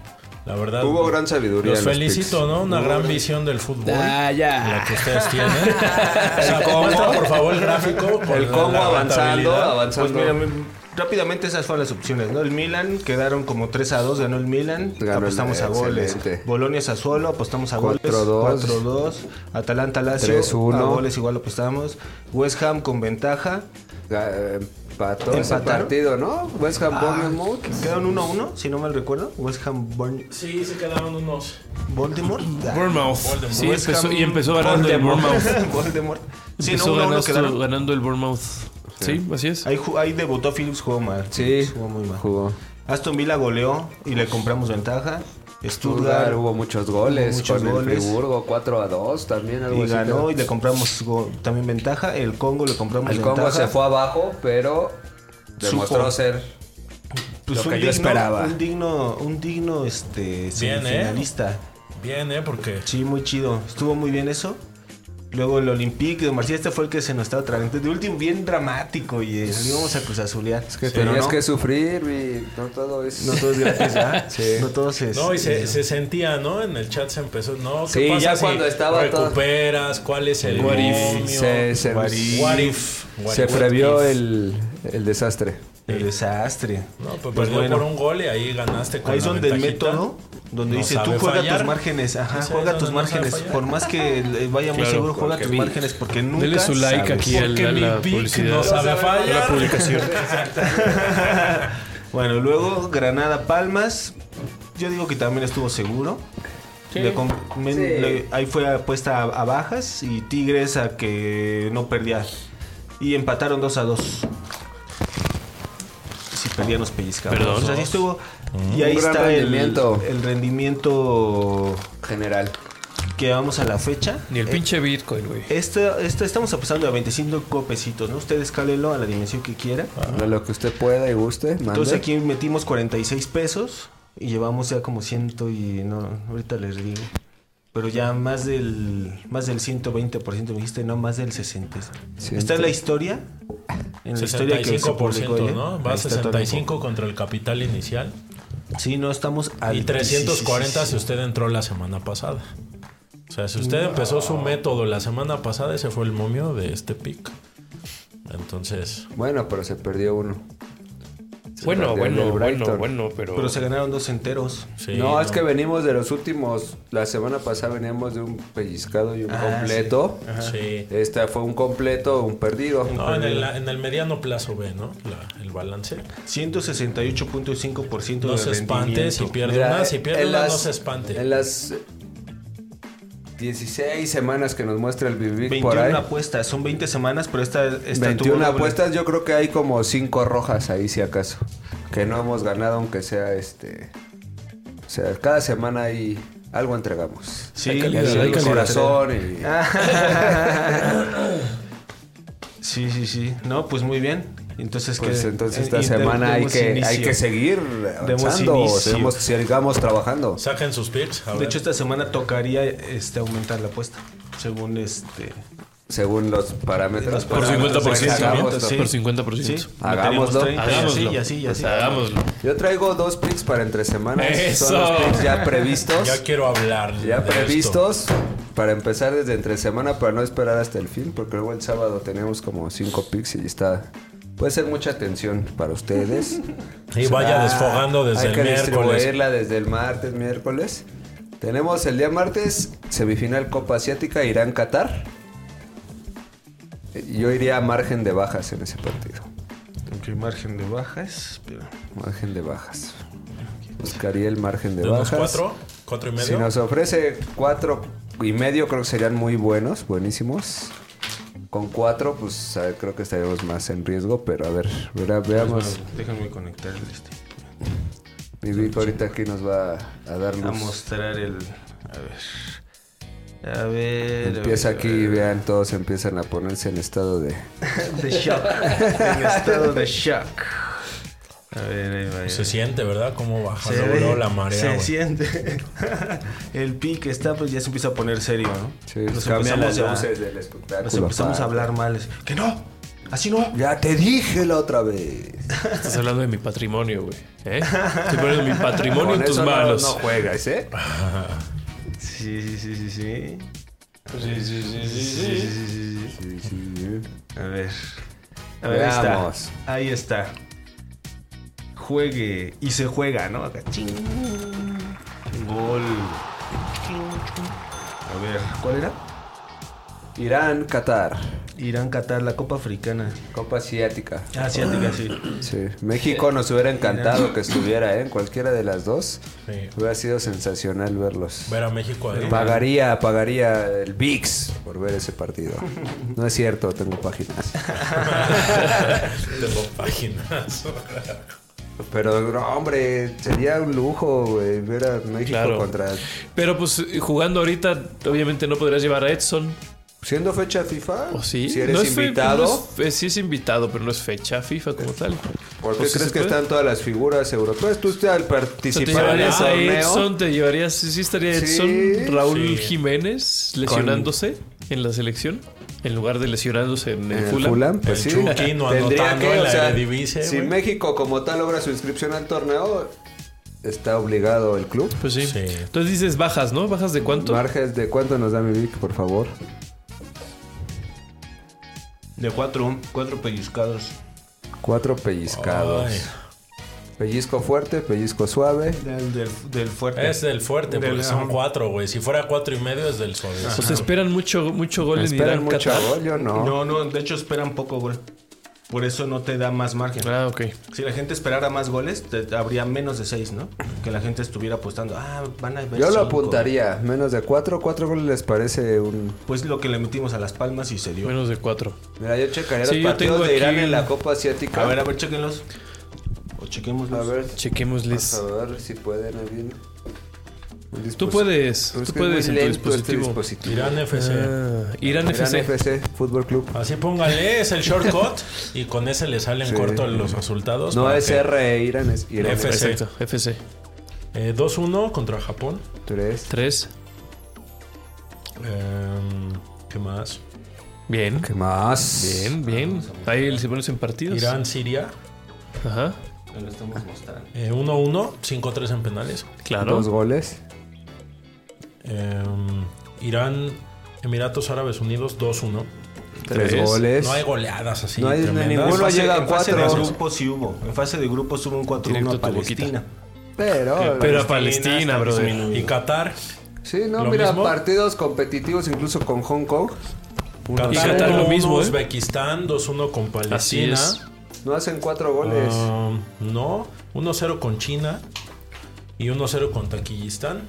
La verdad. Hubo gran sabiduría Los en los felicito, picks. ¿no? Una Hubo gran gran- visión del fútbol. Ah, ya. La que ustedes tienen. o sea, muestra, por favor el gráfico. con El combo la avanzando, rentabilidad. Pues avanzando. mira, m- rápidamente esas fueron las opciones, ¿no? El Milan quedaron como 3 a 2, ganó el Milan, Ganó el- apostamos a goles. excelente. Bolonia Sassuolo, apostamos a goles. 4-2. 4-2. Atalanta Lazio, 3-1. a goles igual apostamos. West Ham con ventaja. Ga- eh, Empató ese ¿Empataron? Ah, partido, ¿no? West Ham Bournemouth. Quedaron 1 a 1, si no mal recuerdo. West Ham Born- Sí, se quedaron unos. Voldemort. Bournemouth. Sí, West empezó- Ham- y empezó ganando el Bournemouth. Voldemort. Sí, no, empezó 1 a 1 ganando, quedaron. ganando el Bournemouth. Sí, así es. Ahí, ju- ahí debutó Phillips, jugó mal. Sí, jugó muy mal. jugó. Aston Villa goleó y le compramos ventaja. Stuttgart Stuttgart hubo muchos goles Hubo muchos con goles. el Friburgo 4 a 2 también algo y así. ganó y le compramos go- también ventaja. El Congo le compramos el ventaja. Congo se fue abajo, pero demostró Supo. ser Pues lo un que yo digno- esperaba. Un digno, un digno este, Bien, ¿eh? semifinalista. Bien, ¿eh? Porque. Sí, muy chido. Estuvo muy bien eso. Luego el Olympique de Marsella, este fue el que se nos estaba tragando. De último, bien dramático y eh, íbamos a cruzazulear. Es que tenías que sufrir y no todo es No todo es gratis, ¿verdad? Sí. No todo se... No, y se, se sentía, ¿no? En el chat se empezó. No, ¿qué Sí, pasa ya si cuando estaba todo- recuperas? ¿Cuál es el What if? momio? se, se, What if? What if? What se if? previó el, el desastre. El desastre. No, pues, Pues perdió bueno. por un gol y ahí ganaste con Ahí la es donde el ventajita. método, donde No dice, sabe tú juega fallar. tus márgenes, ajá, Ese juega es tus donde no sabe márgenes. fallar. Por más que le vaya muy Claro, seguro, juega porque tus vi. márgenes porque nunca. Dele su like sabes. aquí a Porque la, mi la Vic publicidad. no sabe a la fallar. publicación. Bueno, luego Granada Palmas. Yo digo que también estuvo seguro. Le com- men- le- ahí fue apuesta a, a bajas y Tigres a que no perdía. Y empataron 2 a 2. Si perdían los pellizcados. Perdón. así estuvo. Mm. Y ahí Un gran está el rendimiento. el rendimiento General. que vamos a la fecha. Ni el pinche Bitcoin, güey. Esta, esta estamos apostando a 25 pesitos, ¿no? Ustedes cálenlo a la dimensión que quiera. Ah, De Lo que usted pueda y guste, mande. Entonces aquí metimos 46 pesos y llevamos ya como ciento y no, ahorita les digo. Pero ya más del más del 120% me dijiste, no, más del 60. Esta es la historia. En la historia que se 65%, publicó, ¿eh? ¿no? Ahí Va está todo 65 contra el capital inicial el- Sí, no estamos y 340 si usted entró la semana pasada. O sea, si usted empezó su método la semana pasada, ese fue el momio de este pick. Entonces, Bueno, pero se perdió uno. Se Bueno, perdió el bueno, del bueno, Brighton. bueno, pero. Pero se ganaron dos enteros. sí, no, es que venimos de los últimos. La semana pasada veníamos de un pellizcado y un Ah, completo. Sí. Esta fue un completo, un perdido. No, en el, en el mediano plazo ve, ¿no? La- el balance. 168.5% de No se espante, rendimiento. si pierde Mira, una, si pierde en una, las- no se espante. En las 16 semanas que nos muestra el Bibic por 21 ahí. apuestas, son 20 semanas, pero esta, esta 21 doble. apuestas, yo creo que hay como 5 rojas ahí si acaso. Que no hemos ganado aunque sea este... O sea, cada semana hay algo entregamos. Sí, Hay Y calidad, así hay el calidad. corazón y... Sí, sí, sí. No, pues muy bien. Entonces, Pues que- entonces eh, esta y de- semana hay demos que, inicio. hay que seguir avanzando, inicio. seguimos- sigamos trabajando. Saquen sus picks. a De ver. hecho, esta semana tocaría este, aumentar la apuesta. Según este. Según los parámetros. pues, por parámetros 50%, que hagamos, ¿no? sí. Por 50%. Sí, Hagámoslo. meteríamos 30, Hagámoslo. Y así, y así, y Pues así. hagámoslo. Yo traigo dos picks para entre semanas. Son los ¡Eso! picks ya previstos. Ya quiero hablar. Ya de esto. previstos para empezar desde entre semana para no esperar hasta el fin, porque luego el sábado tenemos como cinco picks y está. Puede ser mucha atención para ustedes. Y vaya Ah, desfogando desde hay el que miércoles. distribuirla desde el martes, miércoles. Tenemos el día martes semifinal Copa Asiática Irán Qatar. Yo iría a margen de bajas en ese partido. Ok, margen de bajas. pero- pues Margen de bajas. Buscaría el margen de, De unos bajas. cuatro, cuatro y medio. Si nos ofrece cuatro y medio, creo que serían muy buenos, buenísimos. Con cuatro, pues a ver, creo que estaríamos más en riesgo, pero a ver, verá- veamos. Déjenme conectar el este. Mi Vic ahorita aquí nos va a dar A luz. mostrar el. A ver. A ver. a Empieza ver, aquí a ver. y vean, todos empiezan a ponerse en estado de. De shock. en estado de shock. A ver, ahí va. ahí Se va. siente, ¿verdad? Cómo baja. Se logró ve, la marea. Se güey. siente. el pique está, pues ya se empieza a poner serio, ¿no? Sí, nos cambian empezamos, las a, luces del espectáculo. nos empezamos a pa. hablar mal. es, que no, así no. Ya te dije la otra vez. Estás hablando de mi patrimonio, güey. ¿Eh? Estoy poniendo mi patrimonio Con en tus eso no- manos. No, juegas, ¿eh? Sí, sí, sí, sí, sí. Sí, sí, sí. Sí, sí, bien. A ver. A ver, ahí está. Veamos. Ahí está. Juegue y se juega, ¿no? Acá, ching. Gol. A ver, ¿cuál era? Irán, Qatar, Irán Qatar, la Copa Africana. Copa Asiática. Asiática, sí. Sí, México nos hubiera encantado que estuviera, ¿eh? Cualquiera de las dos. Sí. Hubiera sido sensacional verlos. Ver a México ahí. Pagaría, pagaría el VIX por ver ese partido. No es cierto, tengo páginas. Tengo páginas. Pero, no, hombre, sería un lujo, güey, ver a México Claro. contra... Pero pues jugando ahorita, obviamente no podrías llevar a Edson. Siendo fecha FIFA, ¿O sí? si eres No pues, es fe- invitado, no es fe- sí es invitado, pero no es fecha FIFA como tal. ¿por Pues qué sí crees se que puede. están todas las figuras europeas? Tú usted, al O sea, te participar en el llevarías a torneo... Edson, te llevarías, sí estaría Sí. Edson, Raúl Sí. Jiménez lesionándose en la selección, en lugar de lesionándose en el en el Fulham. Fulham, El pues sí. Chucky no Tendría anotando que, en o la sea, Eredivisie, si güey. México como tal logra su inscripción al torneo, está obligado el club. Pues sí. Sí. Entonces dices bajas, ¿no? ¿Bajas de cuánto? Marges, ¿de cuánto nos da mi Vic, por favor? De cuatro, cuatro pellizcados. Cuatro pellizcados. Ay. Pellizco fuerte, pellizco suave. Del, del- del fuerte. Es del fuerte, Del- porque son cuatro, güey. Si fuera cuatro y medio es del suave. O sea, esperan mucho, mucho gol en Esperan Irán, mucho Qatar. gol, yo no. No, no, de hecho esperan poco gol. Por eso no te da más margen. Ah, ok. Si la gente esperara más goles, te- habría menos de seis, ¿no? Que la gente estuviera apostando. Ah, van a ver. Yo lo cinco. apuntaría. Menos de cuatro. Cuatro goles les parece un. Pues lo que le metimos a las palmas y se dio. Menos de cuatro. Mira, yo checaría Sí, yo los tengo partidos de Irán aquí- en la Copa Asiática. a ver, a ver, chequenlos. O chequémoslos. A ver, Chequémosles. vamos a ver si pueden alguien. Un Tú disposi- puedes, Pero Pues, es tú que es muy puedes en tu lento este dispositivo. dispositivo. Irán FC. Eh. Ah, Irán Irán FC. FC, Fútbol Club. Así póngale, es el shortcut y con ese le salen Sí. cortos los resultados. No para es que- RE, Irán es Irán FC. Perfecto, FC. Eh, 2-1 contra Japón. 3. Tres. Em, ¿Qué más? Bien. ¿Qué más? Bien, bien. Ahí se pones en partidos. Irán-Siria. Ajá. Te lo estamos mostrando. eh, 1-1, 5-3 en penales. Claro. Dos goles. Em, Irán, Emiratos Árabes Unidos, 2-1. Tres, Tres. goles. No hay goleadas así. No hay tremendas. ninguno. Uno llega a en fase de cuatro. grupos sí hubo. En fase de grupos hubo un 4-1 Directo a tu boquita. Palestina. Pero, Pero a Palestina, está brother. disminuido. Y Qatar. sí, no, ¿Lo mira, mismo? partidos competitivos incluso con Hong Kong. Y Qatar lo 1-1, mismo, ¿eh? Uzbekistán, 2-1 con Así Palestina. es. No hacen cuatro goles. Ah, Um, no, 1-0 con China y 1-0 con Taquillistán.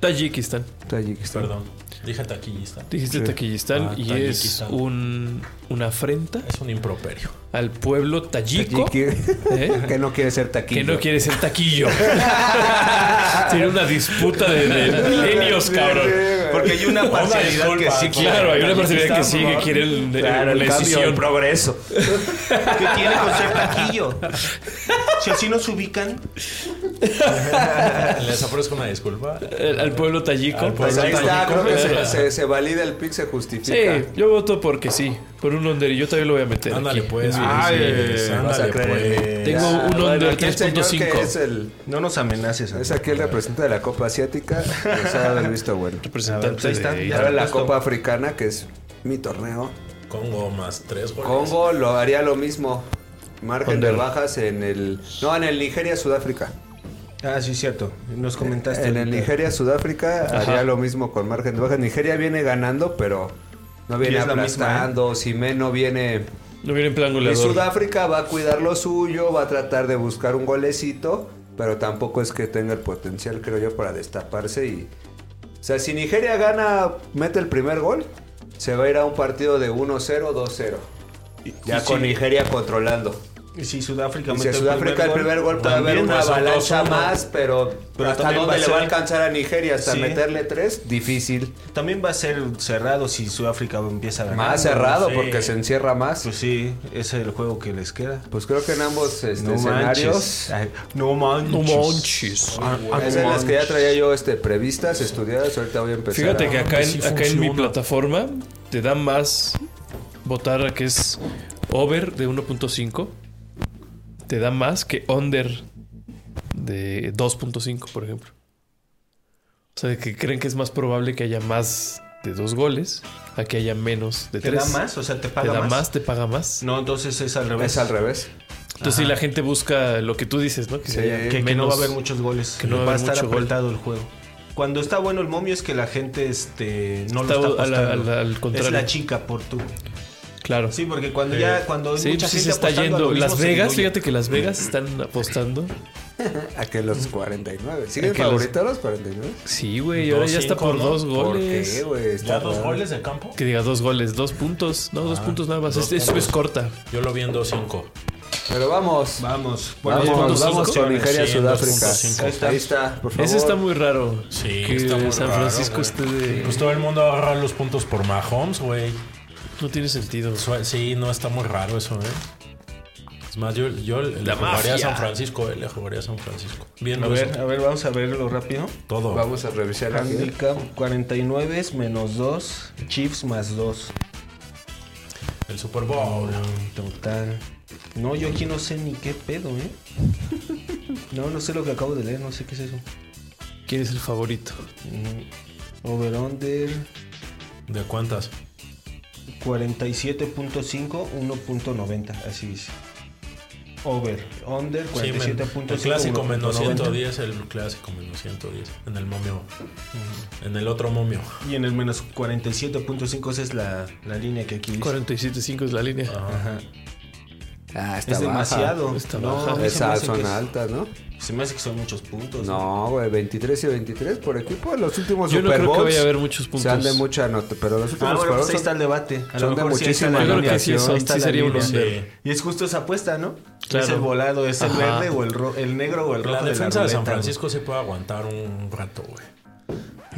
Tayikistán. Tayikistán. Perdón, dije Taquillistán. Dijiste Sí. Tayikistán Ah, y es Tayikistán. un, una afrenta Es un improperio. al pueblo tayico. Tayiki- ¿eh? que no quiere ser Que taquillo. no quiere ser taquillo. Tiene una disputa de, de milenios, cabrón. Porque hay una parcialidad que sí, Claro, hay una personalidad que sí, que quiere el, Claro, la el cambio, el decisión. progreso. que tiene con ser taquillo. Si así nos ubican, Les ofrezco una disculpa. Eh, Al al pueblo tayico. Al pueblo Pues ahí está, Tayico, creo que ¿verdad? se, se- se valida el pick, se Sí, justifica. yo voto porque sí. Por un under. Yo también lo voy a meter. Ándale aquí. pues. Ay, Ulises, vas a ándale creer. pues. Tengo un bueno, under aquí el señor 3.5. que Es, el- no nos amenaces. es aquí el representante de la Copa Asiática. Nos ha de haber visto bueno. Representante A ver, pues ahí está, de- ya. Ahora la puesto. Copa Africana, que es mi torneo. Congo más tres goles. Congo lo haría lo mismo. Margen Under. de bajas en el. No, en el Nigeria-Sudáfrica. Ah, sí, cierto. Nos comentaste. En el ahorita. Nigeria-Sudáfrica haría lo mismo con margen de bajas. Nigeria viene ganando, pero no viene es la misma, ¿eh? aplastando. Simé no viene. No viene en plan Y goleador. Sudáfrica va a cuidar lo suyo, va a tratar de buscar un golecito, pero tampoco es que tenga el potencial, creo yo, para destaparse. Y, o sea, si Nigeria gana, mete el primer gol, se va a ir a un partido de 1-0, 2-0. Ya y con si- Nigeria controlando. Y si Sudáfrica Y si mete a Sudáfrica el primer gol puede también haber una va a ser avalancha 2-1. más, pero, Pero hasta también va dónde a le va a ser- alcanzar a Nigeria, hasta Sí. meterle tres, difícil. También va a ser cerrado si Sudáfrica empieza a ganar. Más cerrado sí. porque se encierra más. Pues sí, ese es el juego que les queda. Pues creo que en ambos este, No escenarios manches. Ay, No manches. No manches. Ah, ah, Esas son no las que ya manches. traía yo este, previstas, estudiadas. Ahorita voy a empezar. Fíjate a- que acá, que en, sí acá en mi funciona. plataforma te da más votar a que es over de 1.5. Te da más que under de 2.5, por ejemplo. O sea, de que creen que es más probable que haya más de dos goles a que haya menos de ¿Te tres. da más? O sea, Te ¿te paga da más? más, te paga más. No, entonces es al revés. Es al revés. Entonces, sí, la gente busca lo que tú dices, ¿no? Que Sí, haya que- Que, que no menos- va a haber muchos goles. que no va a va a haber estar mucho gol. apretado el juego. Cuando está bueno el momio es que la gente este, no Está lo está a la- apostando. a la- al contrario. Es la chica por tú. Claro. Sí, porque cuando ya cuando hay Sí, mucha pues sí gente se está apostando a lo yendo. mismo, Las se Vegas, diluye. fíjate que Las Vegas están apostando. A que los 49. ¿Siguen A que los- favoritos los 49? Sí, güey, Dos, ahora ya está cinco, por ¿no? dos ¿Por goles. qué, güey? Está ¿Ya dos raro. goles de campo? Que diga dos goles, dos puntos. No, dos Ah, puntos nada más. dos Es- es- puntos. es corta. Yo lo vi en 2-5. Pero vamos. Vamos. Vamos, dos punto vamos, cinco. con Nigeria, Sí, Sudáfrica. dos punto cinco. Ahí está, por favor. Ese está muy raro. Sí, que está muy San raro, Francisco güey. esté de- Pues todo el mundo agarra los puntos por Mahomes, güey. No tiene sentido. Su- Sí, no está muy raro eso, ¿eh? Es más, yo, yo le La jugaría mafia. a San Francisco, eh, le jugaría a San Francisco. Bien, A ver, a ver, vamos a verlo rápido. todo. Vamos a revisar la Handicap 49 es menos 2, Chiefs más 2. El Super Bowl. Total. No, yo aquí no sé ni qué pedo, ¿eh? No, no sé lo que acabo de leer, no sé qué es eso. ¿Quién es el favorito? Mm, Over under ¿De cuántas? 47.5, 1.90, así dice. Over, under, Sí, men, 47.5. el clásico uno punto menos noventa. 110, el clásico menos 110. En el momio. En el otro momio. Y en el menos 47.5 esa es la, la línea que aquí dice. 47.5 es la línea. Ajá. Ah, está Es baja. demasiado. Está No, baja. a mí se me Esa hace que son es- altas, ¿no? pues Se me hace que son muchos puntos. No, güey, 23 y 23 por equipo. Los últimos Yo no Super creo que Bowls vaya a haber muchos se han de puntos. mucha nota, pero los últimos Ah, Super bueno, pues Bowls ahí está el son- debate. A son lo de mejor sí ahí está muchísima la Yo creo línea. que sí, son- Ahí está sí la sería un línea. under. Sí. Y es justo esa apuesta, ¿no? Claro. Es el volado, es el Ajá. verde o el, ro- el negro o el rojo. La defensa la de, San ruleta, güey. Francisco se puede aguantar un rato, güey.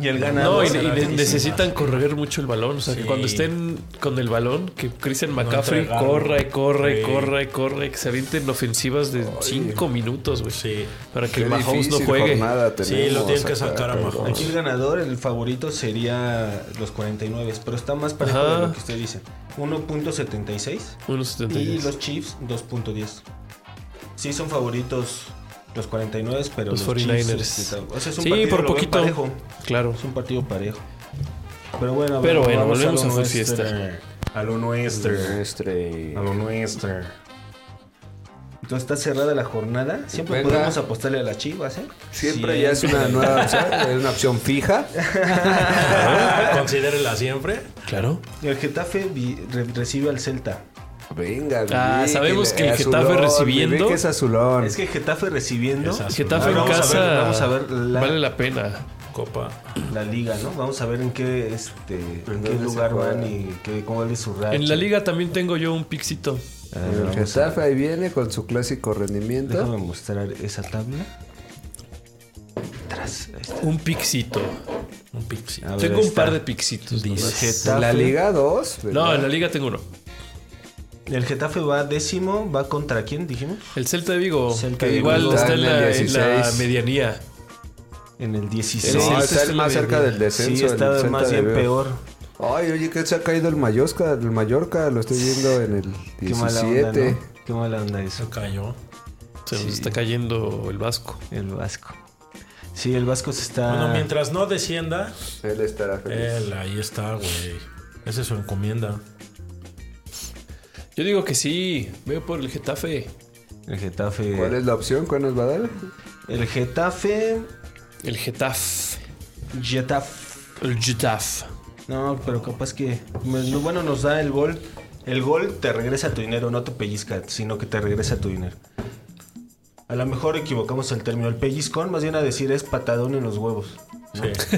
Y el No, ganador. y, y será ne- altísimo. necesitan correr mucho el balón. O sea, que Sí. cuando estén con el balón, que Christian McCaffrey entregarlo. corra y corra y Sí. corra y corra y que se avienten ofensivas de 5 minutos, güey. Sí. Para que Qué el Mahomes no difícil juegue. jornada Sí, tenemos lo tienen que acá, sacar a cabrón. Mahomes. Aquí el ganador, el favorito sería los 49, pero está más parejo Ajá. de lo que usted dice. 1.76 y 1.76. los Chiefs 2.10. Sí son favoritos los 49, pero los, Los Chiefs, 49ers. este, o sea, es un sí, partido, por lo veo poquito. parejo. Claro. Es un partido parejo. Pero bueno, a ver, Pero bueno, vamos volvemos lo a Food nuestro. Fiesta. A lo nuestro. Nuestre. A lo nuestro. Entonces está cerrada la jornada. Siempre Venga. podemos apostarle a las chivas, ¿eh? Siempre ya es una nueva opción, es una opción fija. Considérela siempre. Claro. El Getafe vi- re- recibe al Celta. Venga, Ah, viví, sabemos que el azulón, Getafe viví recibiendo- que es azulón. Es que Getafe recibiendo. Exacto. Getafe Ah, en vamos a ver, casa. vamos a ver la- Vale la pena. Copa. la liga, ¿no? Vamos a ver en qué este en qué dónde se lugar juega? van y qué, cómo es su racha. En la liga también tengo yo un pixito. Ah, el vamos a- Getafe ahí viene con su clásico Déjame rendimiento. mostrar esa tabla. Tras, ahí está. Un pixito. Un pixie. A ver, Tengo ahí un está. par de pixitos. Diez. nomás. En la Getafe. Liga 2. No, en la liga tengo uno. El Getafe va décimo, va contra quién dijimos? El Celta de Vigo, Celta que de igual Vigo. está Está en en el la, en la 16. medianía. En el 16. Sí, No, sí, está sí, el más sí, cerca del descenso. Sí, el está Celta más bien de Vigo. peor. Ay, oye, que se ha caído el Mallorca, el Mallorca, lo estoy viendo en el Qué mala onda, 17. ¿no? Qué mala onda eso. Se cayó. Se nos Sí. está cayendo el Vasco. El Vasco. Sí, el Vasco se está Bueno, mientras no descienda, Él estará feliz. él ahí está, güey. Esa es su encomienda. Yo digo que sí, veo por el Getafe. el Getafe. ¿Cuál es la opción? ¿Cuál nos va a dar? El Getafe El Getafe. Getafe. El Getafe. No, pero capaz que. me- no, Bueno, nos da el gol. El gol te regresa tu dinero, no te pellizca, sino que te regresa tu dinero. A lo mejor equivocamos el término. El pellizcón, más bien a decir, es patadón en los huevos. Sí.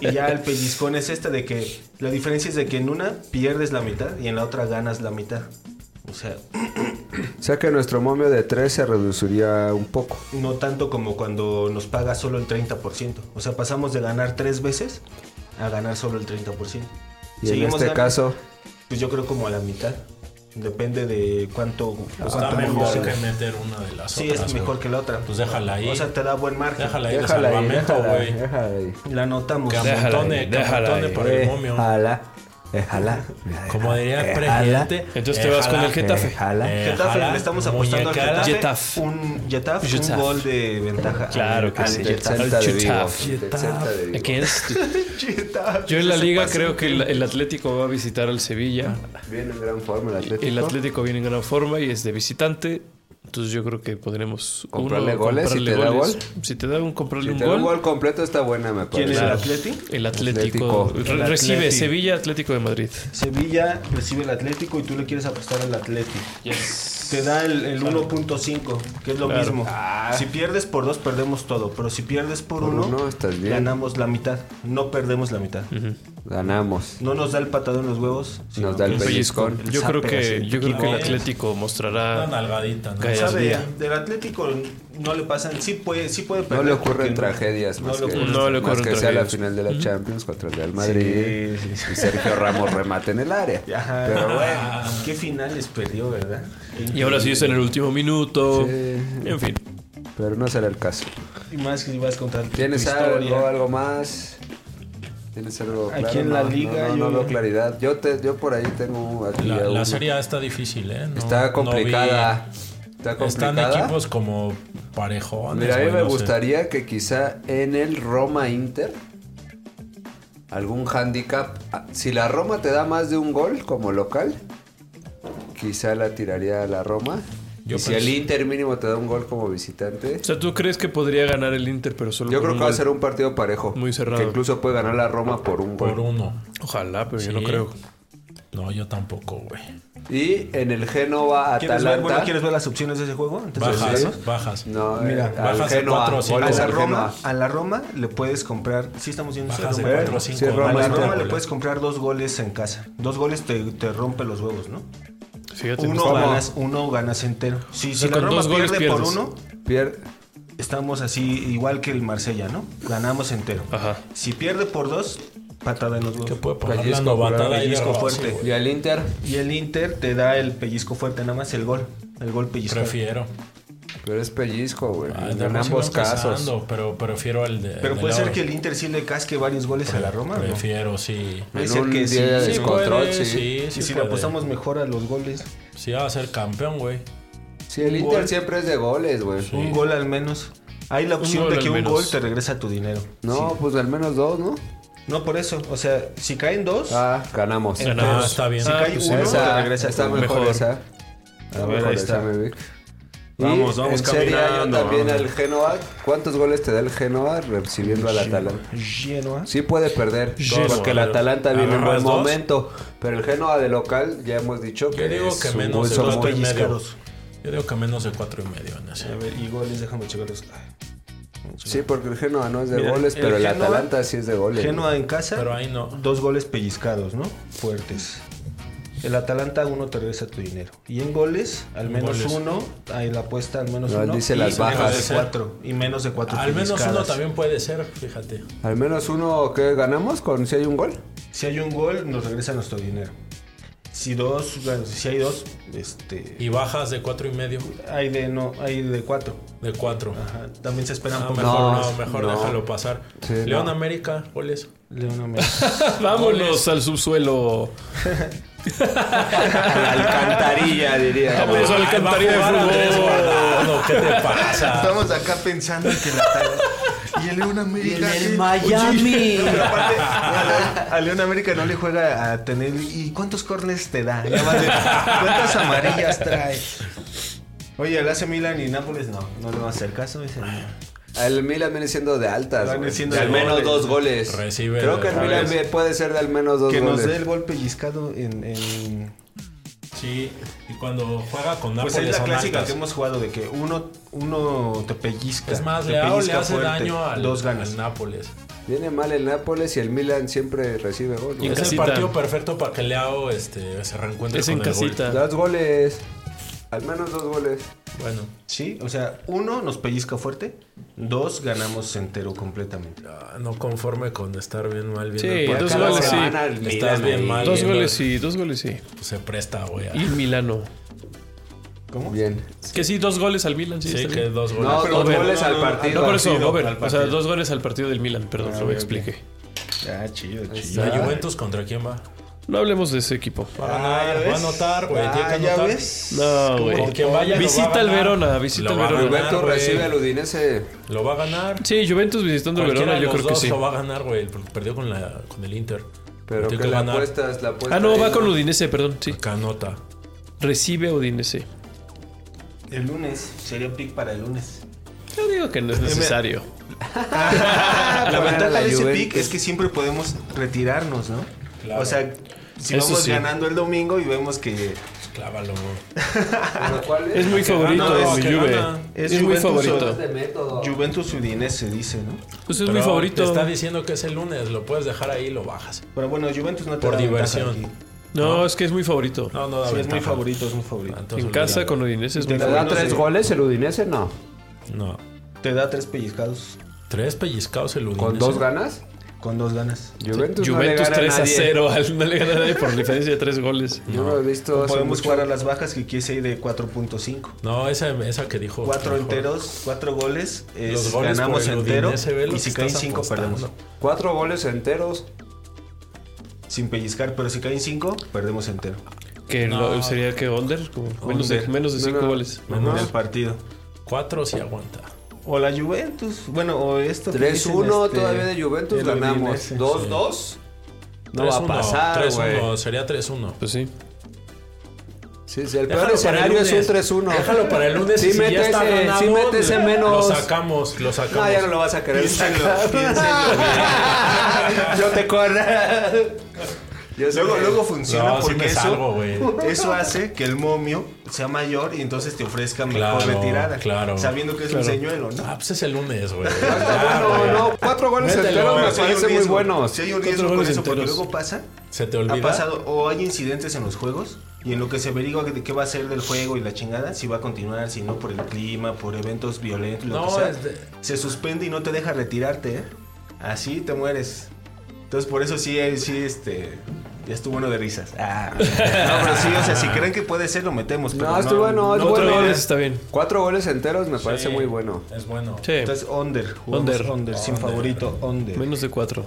Y ya el pellizcón es esta de que la diferencia es de que en una pierdes la mitad y en la otra ganas la mitad. O sea, O sea que nuestro momio de 3 se reduciría un poco. no tanto como cuando nos paga solo el 30%. O sea, pasamos de ganar tres veces a ganar solo el 30%. Y en Seguimos este ganando. caso, Pues yo creo como a la mitad. Depende de cuánto. Ah, Está cuánto mejor gol. que meter una de las Sí, otras. es mejor güey. que la otra. Pues déjala ahí. O sea, te da buen margen. Déjala ahí de déjala ahí, salvamento, déjala, güey. déjala ahí. La anotamos. Que Déjala amontone, ahí, que déjala amontone ahí. para el momio. Déjala, déjala. Como diría el Déjala, presidente. Entonces te vas con el déjala, Getafe. déjala. Eh, eh, Getafe, jala, le estamos apostando al muñecara. Getafe. Getafe. Un Getafe, Getafe. un gol de ventaja. Claro que Al sí. Ante el Getafe. Celta de Vigo. Getafe. Ante el Celta de Vigo. Against. Getafe. Yo en la Se liga pasa. creo que el, el Atlético va a visitar al Sevilla. Viene en gran forma el Ah, Atlético. El Atlético viene en gran forma y es de visitante. Entonces yo creo que podremos uno, Comprarle goles, si te da Si te da un comprarle Si un te da un gol. gol completo está buena, me parece. ¿Quién es el Claro. Atleti? El Atlético, Atlético. Re- El recibe Atleti. Sevilla Atlético de Madrid. Sevilla recibe el Atlético y tú le quieres apostar al Atlético. Te da el, el 1.5, que es lo Claro. mismo. Ah. Si pierdes por dos, perdemos todo. Pero si pierdes por, Por uno, uno, estás bien. ganamos la mitad. No perdemos la mitad. Ganamos. No nos da el patado en los huevos. sino da el que Un es- pellizcón. pellizco. Yo creo que, yo creo que el equivocas. Atlético Una mostrará nalgadita, ¿no? Calla. Sabe, Bien. del Atlético no le pasan. Sí puede, sí puede No perder. le porque ocurren no- tragedias no más le que, ocurren No le más ocurren que sea la tragedias. final de la Champions contra el Real Madrid. Sí, sí, sí. Y Sergio Ramos remate en el área. Ajá. Pero bueno. Qué finales perdió, ¿verdad? y ahora sí es en el último minuto. Sí. En fin. Pero no será el caso. Y más que vas contra tu ¿Tienes historia. algo, algo más? ¿Tienes algo Aquí claro? en la No, No, liga no, no yo- veo claridad. Yo, te, yo por ahí tengo aquí La, a la uno. serie A está difícil, ¿eh? No- Está no complicada. Está vi- Están complicada. equipos como parejones. Mira, a mí güey, me no sé. gustaría que quizá en el Roma Inter algún handicap. ah, Si la Roma te da más de un gol como local, quizá la tiraría a la Roma. Yo y si pienso- el Inter mínimo te da un gol como visitante, O sea, ¿tú crees que podría ganar el Inter, pero solo yo con creo un que va a gol? ser un partido parejo. Muy cerrado. Que incluso puede ganar la Roma por un gol. por uno. Ojalá, pero yo no Sí. creo. No, yo tampoco, güey. Y en el Génova ¿Quieres ver, bueno, Atalanta. ¿Quieres ver las opciones de ese juego? antes de Bajas, decirlo? bajas. No, Mira, eh, al bajas de Genoa, cuatro o cinco. A goles la, al Roma, Genoa. a la Roma le puedes comprar. Sí, estamos viendo Bajas de Roma, cuatro o ¿verdad? cinco. sí, Roma, A Bajas la Roma de Roma le goles. puedes comprar dos goles en casa. Dos goles te, te rompe los huevos, ¿no? Fíjate. Uno no está- ganas, uno ganas entero. Si, si sea, la con Roma dos goles pierde por pierdes. uno, Pier- estamos así igual que el Marsella, ¿no? Ganamos entero. Ajá. Si pierde por dos, patada en los ¿Qué huevos. puede poner la Pellizco, novatada pura ahí de pellizco Rossi, fuerte. güey? Y al Inter. Y el Inter te da el pellizco fuerte, nada más el gol. El gol pellizco. Prefiero. Pero es pellizco, güey. Ah, de en Rossi ambos va empezando, casos. Pero prefiero el de. Pero el puede de ser Laura. que el Inter sí le casque varios goles a la Roma, ¿no? Prefiero, sí. Puede En ser un que día sí. de Sí, descontrol, puede, sí. sí, Y sí si le puede. apostamos mejor a los goles, Sí, va a ser campeón, güey. Sí, el Inter siempre es de goles, güey. un gol al menos. Hay la opción gol de al que un menos. gol te regresa tu dinero. No, pues al menos dos, ¿no? No por eso, o sea, si caen dos, Ah, ganamos. Ganamos. Ah, está bien. si Ah, cae pues sí, uno, mejor. te Esa, regresa está tu mejor, mejor. esa. Está A ver, mejor ahí esa, está. mi Vic. Y Vamos, vamos en Serie A, yo caminando, también vamos. al Genoa. ¿Cuántos goles te da el Genoa recibiendo al Atalanta? Genoa. Sí puede perder, Genoa. porque el Atalanta viene en buen ¿Agarras dos? momento. Pero el Genoa de local, ya hemos dicho que Yo digo que es un menos de bolso cuatro y muy- medio. pellizcados. Yo digo que menos de cuatro y medio en A ese. ver, y goles, déjame checarlos. Sí, porque el Genoa no es de Mira, goles, el pero el, Genoa- Atalanta sí es de goles. Genoa en casa, Pero ahí no. dos goles pellizcados, ¿no? Fuertes. El Atalanta, uno te regresa tu dinero. Y en goles, al menos goles. uno. Ahí la apuesta, al menos No, uno. dice y las Menos bajas. de cuatro. Y menos de cuatro Al menos uno pellizcadas. también puede ser, fíjate. Al menos uno que ganamos con si hay un gol. Si hay un gol, nos regresa nuestro dinero. Si dos, bueno, si hay dos, este. Y bajas de cuatro y medio, Hay de no, hay de cuatro. de cuatro. Ajá. También se esperan Ah, por mejor no, No, mejor no. déjalo pasar. Sí, León no. América, goles. León América. Vámonos al subsuelo. A la alcantarilla, diría. Vamos. Eso, alcantarilla de va a jugar Andrés fútbol. Guardado, ¿Qué te pasa? Estamos acá pensando que la Y el León América. Y en el sí. Miami. Oye, pero aparte, a a León América no le juega a tener. ¿Y cuántos cornes te da? Ya vale. ¿Cuántas amarillas trae? Oye, el AC Milan y Nápoles no. No le va a hacer caso. Dice, no. El Milan viene siendo de altas. Van güey. siendo de de al menos goles. dos goles. Recibe Creo que de el Milan goles. puede ser de al menos dos Que nos goles. dé el gol pellizcado en. en- Sí, y cuando juega con Nápoles Pues es la son clásica altas. que hemos jugado de que uno, uno te pellizca. Es más, te Leao le pellizca hace fuerte, daño al, Dos ganas. al Nápoles. Viene mal el Nápoles y el Milan siempre recibe goles. Y Es casita. el partido perfecto para que Leao este, se reencuentre Es en con el gol. casita. Dos goles. Al menos dos goles. Bueno, Sí, o sea, uno nos pellizca fuerte, dos ganamos entero completamente. ah, no conforme con estar bien mal viendo Sí, el partido. dos Cada goles, semana sí. el Milan Estás bien ahí. mal. Dos viendo- goles sí, dos goles sí. pues Se presta, güey. a- Y Milano. ¿Cómo? Bien. Que sí, dos goles al Milan, sí. Sí, está que bien. dos goles. No, pero dos bueno, goles no, al Ah, no, No, partido. por eso, partido, Gober. al O sea, partido. dos goles al partido del Milan, perdón, Ah, lo ok, ok. expliqué. Ah, chido, chido. ¿La Juventus contra quién va? No hablemos de ese equipo. Va a ganar, va ya a Ah, ves. anotar, güey. Ah, tiene que ya anotar. ves. No, Con güey. quien vaya, lo va a Visita al ganar. Verona, visita Lo al va a Verona. ganar, Juventus güey. recibe al Udinese. Lo va a ganar. Sí, Juventus visitando al Cualquiera Verona, de yo los creo que dos sí. lo va a ganar, güey. porque Perdió con, la, con el Inter. Pero Tiene que que la ganar. apuestas, la apuestas. Ah, no, va ahí, con Udinese, perdón, sí. Canota. Recibe a Udinese. El lunes, sería pick para el lunes. Yo digo que no es necesario. la bueno, Ah, ventaja la de ese Juventus. pick es que siempre podemos retirarnos, ¿no? Claro. O sea, si Eso vamos sí. ganando el domingo y vemos que Pues clávalo, güey. ¿Pero cuál Es muy favorito gana, de es que Juve. gana. Es, Es muy Juventus favorito. o- de método. Juventus Udinese dice, ¿no? Pues es Pero muy Te favorito. está diciendo que es el lunes. Lo puedes dejar ahí y lo bajas. Pero bueno, Juventus no te Por da ventaja diversión. aquí. No, es que es muy favorito. No, no da Sí, es ventaja. muy favorito, es muy favorito. Entonces, en casa olvídalo. con Udinese es Te muy da ¿Te favorito. da Udinese. tres goles el Udinese? No. No. Te da tres pellizcados Tres pellizcados el Udinese. ¿Con dos ganas? con dos ganas. Juventus, no le Juventus gana 3 a nadie. 0. al- No le gana a nadie por diferencia de tres goles. Yo lo he visto. hace Podemos mucho. jugar a las bajas que quise ir de 4.5. No, esa, esa que dijo. Cuatro mejor. enteros, cuatro goles, es- Los goles ganamos por el entero Udinese, ve lo y que si caen estás cinco apostando. perdemos. Cuatro goles enteros. Sin pellizcar, pero si caen cinco, perdemos entero. Que lo- sería que Older, como menos, de, Under. menos de cinco No, no. goles. En el partido. Cuatro sí aguanta. O la Juventus, bueno, o esto. que 3-1 dicen, este, todavía de Juventus el ganamos. Udinese. 2-2. No va a 3-1, pasar, güey. 3-1, sería 3-1. Pues sí. Sí, Sí, sí, el peor Déjalo para el escenario es un lunes. 3-1. Déjalo para el lunes Sí, y si mete ya está ese- ganado, sí, mete ese lo- menos. Lo sacamos, lo sacamos. No, ya no lo vas a querer. Piénsenlo, sacar. Yo te corro. Yo sé Luego, que- luego funciona No, sí porque me eso, salgo, güey. eso hace que el momio sea mayor y entonces te ofrezca mejor Claro, retirada. claro. Sabiendo que es un señuelo, ¿no? Ah, pues es el lunes, güey. Ah, está Ya, bueno, güey. no, cuatro goles Mételo, enteros me pero si hay un parece muy riesgo, bueno. Si hay un Cuatro riesgo con goles eso, porque enteros. luego pasa. Se te Ha olvida. pasado, o hay incidentes en los juegos, y en lo que se averigua de qué va a ser del juego y la chingada, si va a continuar, si no por el clima, por eventos violentos, lo No, que sea, es de- se suspende y no te deja retirarte, ¿eh? Así te mueres. Entonces por eso sí, eh, sí, este... Ya estuvo bueno de risas. Ah, no, pero sí, o sea, si creen que puede ser, lo metemos. Pero No, estuvo bueno, es Cuatro bueno. goles está bien. Cuatro goles enteros me parece Sí, muy bueno. Es bueno. Sí, Entonces, under. jugamos Under. Under. sin Under. favorito, under. menos de cuatro.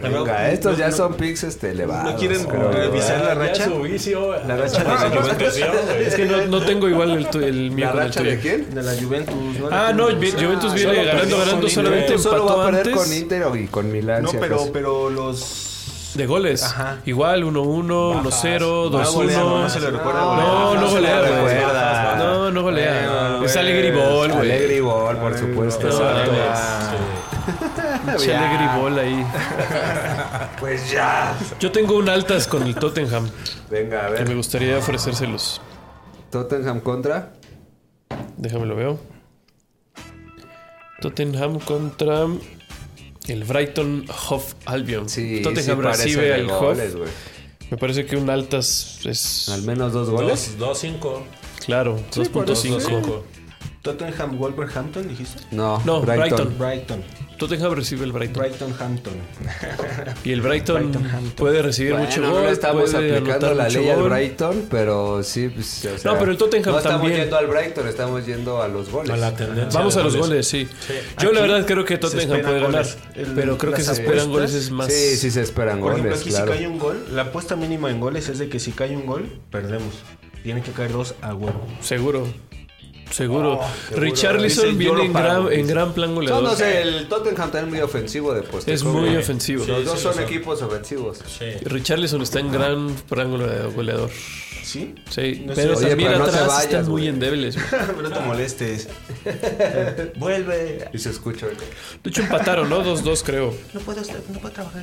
Venga, estos ya son picks este, elevados. ¿No quieren creo. revisar la Ya racha? su vicio. La racha de la Juventus. Es que no, no tengo igual el, tu- el mío ¿La con el racha tuyo. de quién? De la Juventus. la Ah, no, tenemos. Ju- Juventus viene solo ganando, perdió ganando con solamente Inter. empató Solo va a perder antes con Inter y con Milán. No, si pero, acaso. pero los. de goles. Ajá. Igual 1-1, Bajas. 2-0, No, golea, no, no 2-1. se le recuerda No, golea. No, no se le golea, güey. recuerda. No, no golea. Bueno, es güey. Alegre y Ball, güey. Alegre y Ball, por supuesto. no, exacto. no, Ah, Pinche Ya. Alegre y Ball ahí. Pues ya. Yo tengo un altas con el Tottenham Venga, a que me ver. gustaría ofrecérselos. Tottenham contra. Déjame lo veo. Tottenham contra el Brighton Hove Albion. Sí, Tottenham sí parece recibe de al goles, Hove. güey. Me parece que un altas es Al menos dos goles. Pues, 2-5. claro, 2.5. Tottenham, Wolverhampton, dijiste. No, No, Brighton. Brighton. Tottenham recibe el Brighton. Brighton Hampton. Y el Brighton, puede recibir Bueno, mucho no gol. le estamos puede aplicando anotar la mucho ley al gol. Brighton, pero sí. pues, o sea, No, pero el Tottenham no estamos también. yendo al Brighton, estamos yendo a los goles. A la tendencia. Vamos de a los goles, sí. Yo Aquí la verdad creo que se Tottenham esperan puede ganar, goles. El- pero creo que las se esperan apuestas- goles es más. Sí, sí se esperan Por ejemplo, goles, aquí claro. si cae un gol, la apuesta mínima en goles es de que si cae un gol, perdemos. Tienen que caer dos a huevo. Seguro. Seguro. seguro. Richarlison Dicen, yo viene lo en pago, gran, en dicen. gran plan No, goleador. no sé, el Tottenham también es muy ofensivo de poste. es muy ofensivo. Los Sí, dos sí, son lo son. equipos ofensivos. Sí. Richarlison está en gran plan goleador. ¿Sí? Sí, No sé. pero Oye, también Ah. pero no te atrás vayas, están muy güey. endebles. güey. No te molestes. Vuelve. Y se escucha. ahorita. De hecho, empataron, ¿no? 2-2, creo. No puedo, estar- no puedo trabajar.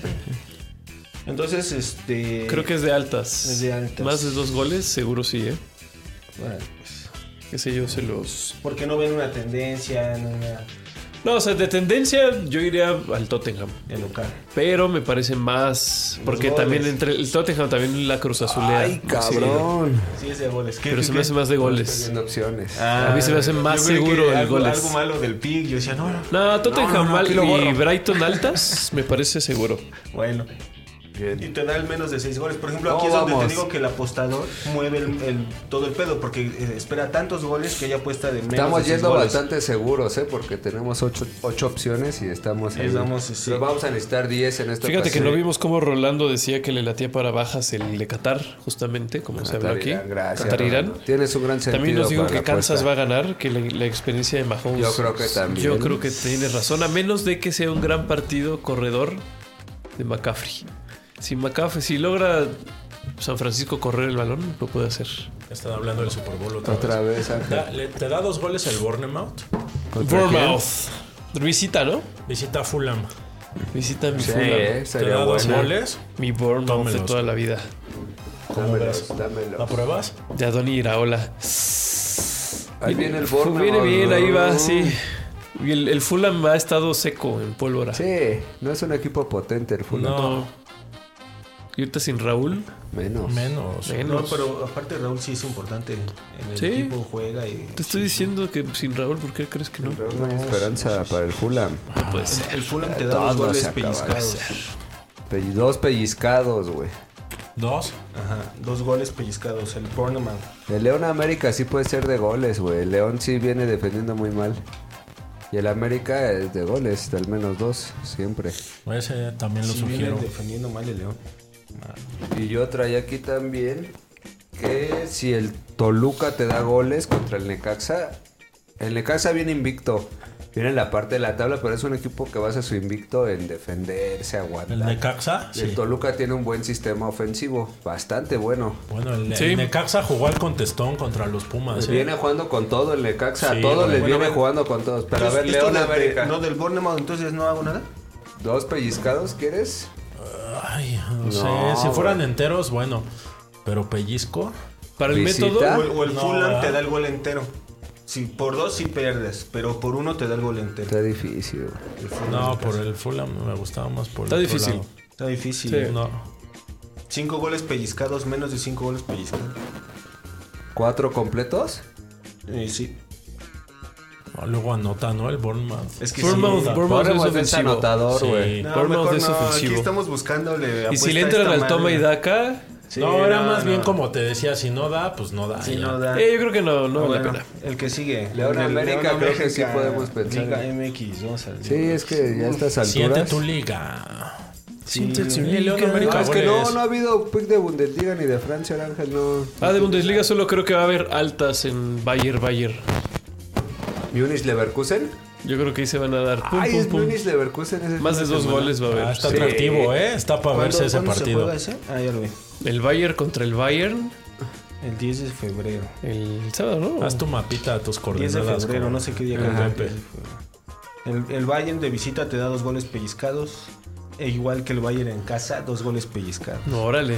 Entonces, este. Creo que es de altas. Es de altas. Más de dos goles, seguro sí, ¿eh? Bueno, pues, Ese yo se los. ¿Por qué no ven una tendencia en una. No, o sea, de tendencia yo iría al Tottenham. en local? Pero me parece más. Porque goles. también entre el Tottenham también la Cruz Azulea. Ay, cabrón. Sí, es de goles. ¿Qué- Pero qué- se me qué? hace más de goles. Ah, Sin opciones. A mí se me hace Ah, yo más creí que seguro el algo, goles. Algo malo del pig. Yo decía, no, no. No, Tottenham No, no, no, mal aquí lo borro. y Brighton altas, me parece seguro. Bueno. Y Bien. te da el menos de 6 goles. Por ejemplo, No, aquí es donde vamos. te digo que el apostador mueve el, el- todo el pedo porque eh, espera tantos goles que hay apuesta de menos Estamos de seis yendo goles. bastante seguros, ¿eh? Porque tenemos ocho, ocho opciones y estamos ahí. Estamos, sí. Pero vamos a necesitar 10 en esta Fíjate que ocasión. no vimos cómo Rolando decía que le latía para bajas el de Qatar, justamente, como se habló Ah, Qatar, aquí. Irán, Gracias. Qatar Irán. Rolando. Tienes un gran sentido. También nos dijo para que la Kansas apuesta. va a ganar, que la, la experiencia de Mahomes. Yo creo que también. Yo creo que tienes razón, a menos de que sea un gran partido corredor de McCaffrey. Si McCaffrey, si logra San Francisco correr el balón, lo puede hacer. Están hablando del Super Bowl otra, Otra vez. vez. Ángel. Da- le- te da dos goles el Bournemouth. ¿Contra Bournemouth. Visita, ¿no? Visita Fulham. Visita mi quién? Sí, Fulham. ¿eh? Te Sería da dos bueno. goles. Mi Bournemouth de Tómelos. toda la vida. Dámelos, ¿La dámelos. pruebas? De Adoni Iraola. Ahí viene el Pues Bournemouth. Viene bien, ahí va, sí. Y el, el Fulham ha estado seco en pólvora. Sí, no es un equipo potente el Fulham. No. Y ahorita sin Raúl, Menos. Menos. menos. No, pero aparte Raúl sí es importante. En el Sí. equipo juega y. Te estoy diciendo que sin Raúl, ¿por qué crees que no? Pero no hay esperanza para el Fulham. No puede ser. El Fulham te da dos Todo goles se acaba. pellizcados. Pelli- Dos pellizcados, güey. Dos. Ajá, dos goles pellizcados. El Bournemouth. El León América sí puede ser de goles, güey. El León sí viene defendiendo muy mal. Y el América es de goles, del menos dos, siempre. Ese también lo Sí, sugiero. viene defendiendo mal el León. Y yo traía aquí también que si el Toluca te da goles contra el Necaxa, el Necaxa viene invicto. viene en la parte de la tabla, pero es un equipo que basa su invicto en defenderse, aguantar. ¿El Necaxa? El Sí. Toluca tiene un buen sistema ofensivo, bastante bueno. Bueno, el, el Sí. Necaxa jugó al contestón contra los Pumas. ¿eh? Viene jugando con todo el Necaxa, Sí, a todos güey. les Bueno, viene ven. jugando con todos. Pero a ver, Esto León de- América. No, del Bournemouth, entonces no hago nada. ¿Dos pellizcados quieres? Ay, no, No, sé. Si güey. fueran enteros, bueno. Pero pellizco. Para el Visita. método, O el, o el No, Fulham ¿verdad? te da el gol entero. Si por dos sí pierdes, pero por uno te da el gol entero. Está difícil. güey. El Fulham No, es por el Fulham me gustaba más por el Está otro difícil. lado. Está difícil. ¿eh? Sí. ¿no? No. Cinco goles pellizcados, menos de cinco goles pellizcados. ¿Cuatro completos? Eh, sí. No, Luego anota, ¿no? El Bournemouth. Es que Bournemouth, sí. Bournemouth es Bournemouth es ofensivo. anotador, Sí. güey. No, Bournemouth mejor es no, ofensivo. Aquí estamos buscándole. y si apuesta le a entran esta al madre. toma y daca, Sí, no, era más no. bien como te decía, si no da, pues no da. Si ya. no Ah. da. eh, yo creo que no, no vale Bueno, la pena. El que sigue. León El América, creo que sí podemos pensar. Liga MX, vamos a Sí, es que ya a estas Siente alturas. tu liga. Siente tu El León liga. No, América es que no, goles. no ha habido pick de Bundesliga ni de Francia, Ángel, no. Ah, de Bundesliga solo creo que va a haber altas en Bayer, Bayer. Munich Leverkusen. Yo creo que ahí se van a dar. Pum, Ay, pum, es pum. Munich Leverkusen. ese Más de fin dos semana. goles va a haber. Ah, está Sí. atractivo, ¿eh? Está para verse ese ¿cuándo Se partido. juega ese? Ah, ya lo vi. El Bayern contra el Bayern El 10 de febrero. el sábado, ¿no? Haz tu mapita a tus 10 de coordenadas. febrero, como- no sé qué día Ajá. cae. Pepe. El, el Bayern de visita te da dos goles pellizcados. E igual que el Bayern en casa, dos goles pellizcados. No, órale.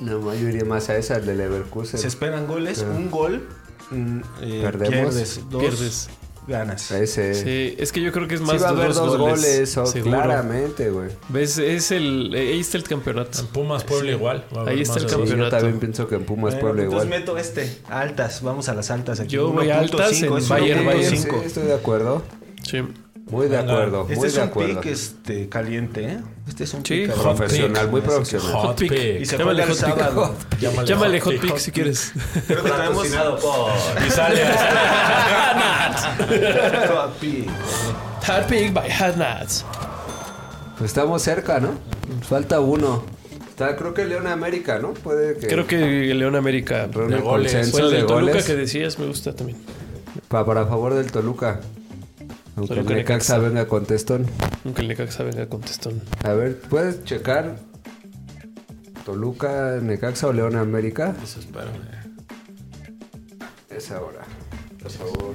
No, yo iría más a esa, el de Leverkusen. Se esperan goles, Sí. un gol. mm, eh, Perdemos. Pierdes, dos Pierdes. ganas. Ese. Sí, Sí, es que yo creo que es más va a de haber dos, goles. o- seguro. claramente, güey. ¿Ves? Es el, eh, ahí está el campeonato. En Pumas Puebla igual. va a haber Ahí está el más de Sí, dos. campeón. yo Campeonato. también pienso que en Pumas Bueno, Puebla entonces igual. meto este. Altas, vamos a las altas aquí. Yo voy a altas 1.5, en es Bayern, Sí, 1.5. Bayern. sí, estoy de acuerdo. Sí. Muy de Venga. acuerdo, Este muy es de un acuerdo. pick este, caliente, ¿eh? Este es un Sí. pick caliente. Hot Profesional, pick. muy profesional. Hot Hot pick. pick. Y se Llámale juega el hot pick. sábado. Llámale Llámale hot hot pick. pick si quieres. Creo que traemos Patrocinado por. Y sale. Hot pick. Hot pick by Hot Nuts. Pues estamos cerca, ¿no? Falta uno. Está, creo que León América, ¿no? Puede que Creo que el León América. reúne de goles. Fue consenso el de del Toluca goles que decías, me gusta también. pa- para favor del Toluca. Aunque el Toluca Necaxa Necaxa. venga contestón. Aunque el Necaxa venga contestón. A ver, ¿puedes checar Toluca, Necaxa o León América? Eso espérame. Es ahora. Por favor.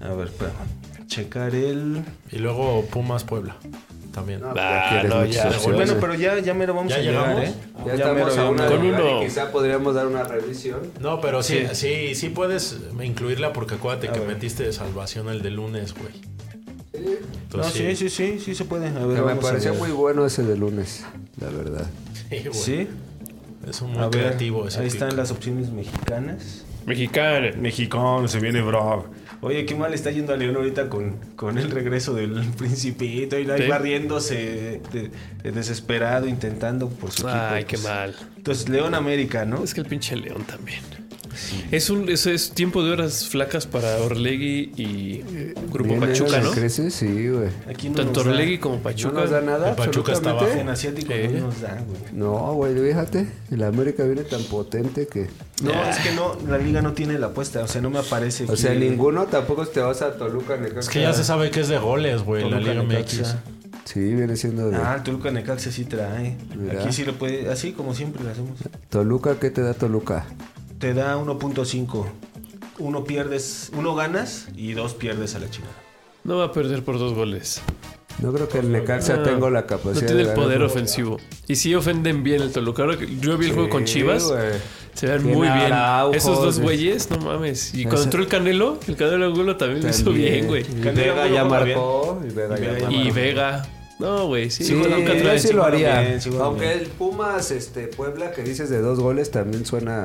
A ver, espera. Checar el. Y luego Pumas Puebla. También. No, Ah, ya quieres no, muchas ya. opciones. Bueno, pero ya, ya me lo vamos ¿Ya a llegar, llegamos? ¿eh? ya estamos mero, a una ya Con de mero. llegar y uno. Quizá podríamos dar una revisión. No, pero sí, sí, sí, puedes incluirla porque acuérdate que metiste de salvación el de lunes, güey. No, Entonces, sí, sí, sí, sí se puede. A ver, Que me vamos a pareció ver. muy bueno ese de lunes, la verdad. sí, güey. Sí, Es un muy a ver. creativo ese ahí pick. están las opciones mexicanas. Mexicana. Mexicano, se viene bro. Oye, qué mal está yendo a León ahorita con, con el regreso del principito y ahí Sí. va riéndose de- de desesperado intentando por su equipo. Ay, qué Pues, mal. Entonces, León América, ¿no? Es que el pinche León también. Es un es, es tiempo de horas flacas para Orlegui y Grupo Bien, Pachuca, ¿eh? ¿no? Creces, sí, güey. Aquí no Tanto nos da. Orlegui como No Pachuca. nos da nada, El Pachuca está absolutamente. En asiático Eh. no nos da, güey. No, güey, fíjate, el América viene tan potente que... No, Ah. es que no, la liga no tiene la apuesta, o sea, no me aparece. O aquí sea, el- ninguno tampoco te vas a Toluca, Necaxa. Es que ya se sabe que es de goles, güey, en la Toluca, Liga MX. Necaxa. Sí, viene siendo de... Ah, el Toluca Necaxa sí trae. Mira. Aquí sí lo puede, así como siempre lo hacemos. Toluca, ¿qué te da Toluca? Te da 1.5. Uno pierdes, uno ganas y dos pierdes a la chingada. No va a perder por dos goles. No creo que el Necaxa No. tenga la Ah. No capacidad tiene de el ganar. poder ofensivo. Y sí ofenden bien el Toluca. Ahora que yo vi el juego con Sí, Chivas. güey. Se ven Tiene muy bien. Araujo, Esos dos sí. güeyes, no mames. Y Ese- cuando entró el Canelo, el Canelo Angulo también lo hizo También. bien, güey. Y Canelo Vega Angulo ya juega bien. marcó. Y Vega ya Vega marcó. ya Y Vega. No, güey. Sí, Sí, güey, nunca yo trae. sí lo juega haría. bien, sí juega Aunque bien. el Pumas, este, Puebla, que dices de dos goles, también suena,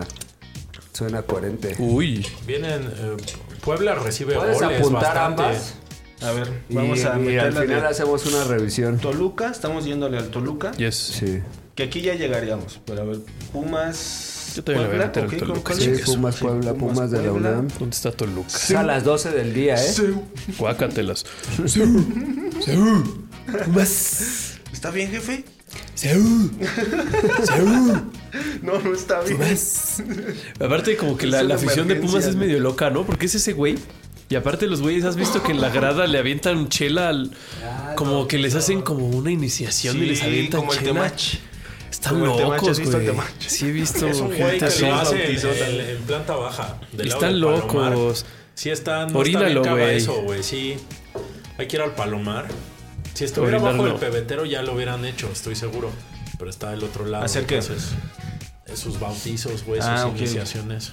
suena coherente. Uy. Vienen. eh, Puebla recibe ¿Puedes goles. apuntar bastante. ambas? A ver, Y, vamos a y meter al la final de hacemos una revisión. Toluca, estamos yéndole al Toluca, Yes. Sí, que aquí ya llegaríamos. Pero a ver, Pumas. Yo también le voy a Puebla, meter al ¿o qué? Toluca, ¿Cuál sí, es? Pumas Puebla, Pumas, de la Puebla. UNAM. ¿Dónde está Toluca? Es a las 12 del día, ¿eh? Guácatelas. ¿Está bien, jefe? No, no está bien. Aparte, como que la, Es una la afición de Pumas emergencia, es ¿no? medio loca, ¿no? Porque es ese güey. Y aparte los güeyes, ¿has visto que en la grada le avientan chela al... como que les hacen como una iniciación y les avientan como el chela? temach. Están Como el temach, locos, ¿has visto el güey. temach? Sí he visto Es un güey gente que así. lo hace en, bautizó el- también. en planta baja. del lado Están del Palomar. locos. Sí están... No Orínalo, está bien cava güey. eso, güey. Sí. Hay que ir al Palomar. Si estuviera Orínalo. bajo el pebetero ya lo hubieran hecho, estoy seguro. Pero está del otro lado. ¿Hacer qué? entonces, Esos bautizos, güey, sus Ah, ok. iniciaciones.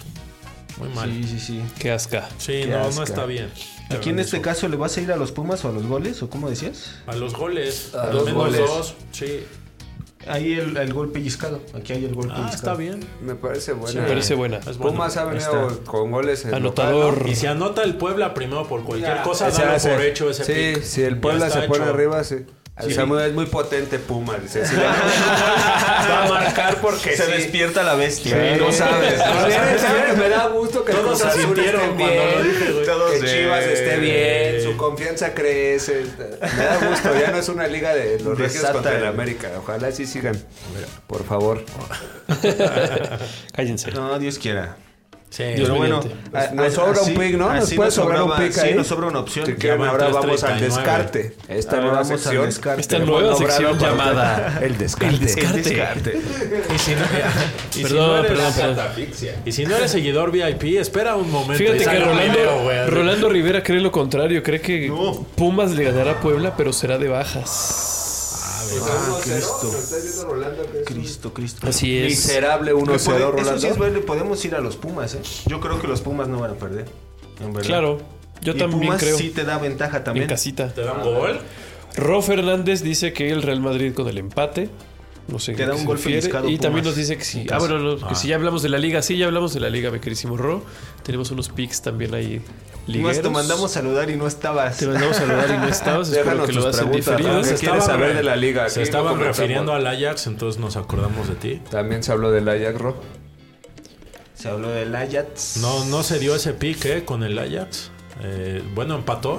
Muy mal. Sí, sí, sí. Qué asca. Sí, Qué no, asco. no está bien. Aquí en este caso, ¿le vas a ir a los Pumas o a los goles? ¿O cómo decías? A los goles. A A los los menos goles. dos. Sí. Ahí el, el gol pellizcado. Aquí hay el gol pellizcado. Ah, está bien. Me parece buena. Me parece buena. Es bueno. Pumas ha Ahí venido está. con goles. en Anotador. local, Y si anota el Puebla primero por cualquier Ya, cosa, ¿no? Se dalo hace. por hecho ese Sí, pick. si el Ya Puebla está se pone hecho. arriba, sí. O sea, muy- es muy potente Puma. dice, sí, va a pues, marcar porque Se sí. despierta la bestia. Sí, no sabes. No sabes. Me da gusto que Todos Cruz Azul asintieron esté cuando bien, lo dije, güey. Que Sí. Chivas esté bien, su confianza crece. Me da gusto, ya no es una liga de los regios Desata contra el- el América. Ojalá así sigan. Por favor. Cállense. No, Dios quiera. Sí. Dios Pero bueno, mediante. a- Nos a- sobra un así- pick, ¿no? Nos así puede sobrar un sobraba- pick sí, ahí. nos sobra una opción. Si quieren, Ya van ahora tres vamos al 39. descarte. Esta Ahora nueva Ah, vamos al sección. descarte. Esta nueva Hemos sección logrado llamada... El descarte. El descarte. Y si no, y si Perdón, no eres, perdón, perdón. Y si no eres seguidor VIP, espera un momento. Fíjate y pues, que saca un Rolando, video, güey, así. Rolando Rivera cree lo contrario. Cree que No. Pumas le ganará a Puebla, pero será de bajas. Ah, Cristo. Cristo. Cristo, Cristo. Así es. Miserable Que 1-0, puede- Rolando. eso sí es bueno, podemos ir a los Pumas, ¿eh? Yo creo que los Pumas no van a perder. en verdad. Claro, yo Y también Pumas creo. sí te da ventaja en también. casita. ¿Te dan gol? Ro Fernández dice que el Real Madrid con el empate. No sé. Te a da qué un se gol refiere. pellizcado, Y Pumas. también nos dice que sí. Ah, bueno, no, que Ah. si ya hablamos de la liga. Sí, ya hablamos de la liga, mi queridísimo Ro. Tenemos unos picks también ahí. Más Ligueros. te mandamos a saludar y no estabas. Te mandamos a saludar y no estabas. Espero Déjanos que lo tus hagas en preguntas, diferido. ¿no? ¿Qué quieres estaban- saber de la liga? Se Aquí estaban lo comentamos. refiriendo al Ajax, entonces nos acordamos de ti. También se habló del Ajax, Ro. Se habló del Ajax. No, no se dio ese pick, ¿eh? Con el Ajax. Eh, bueno, empató.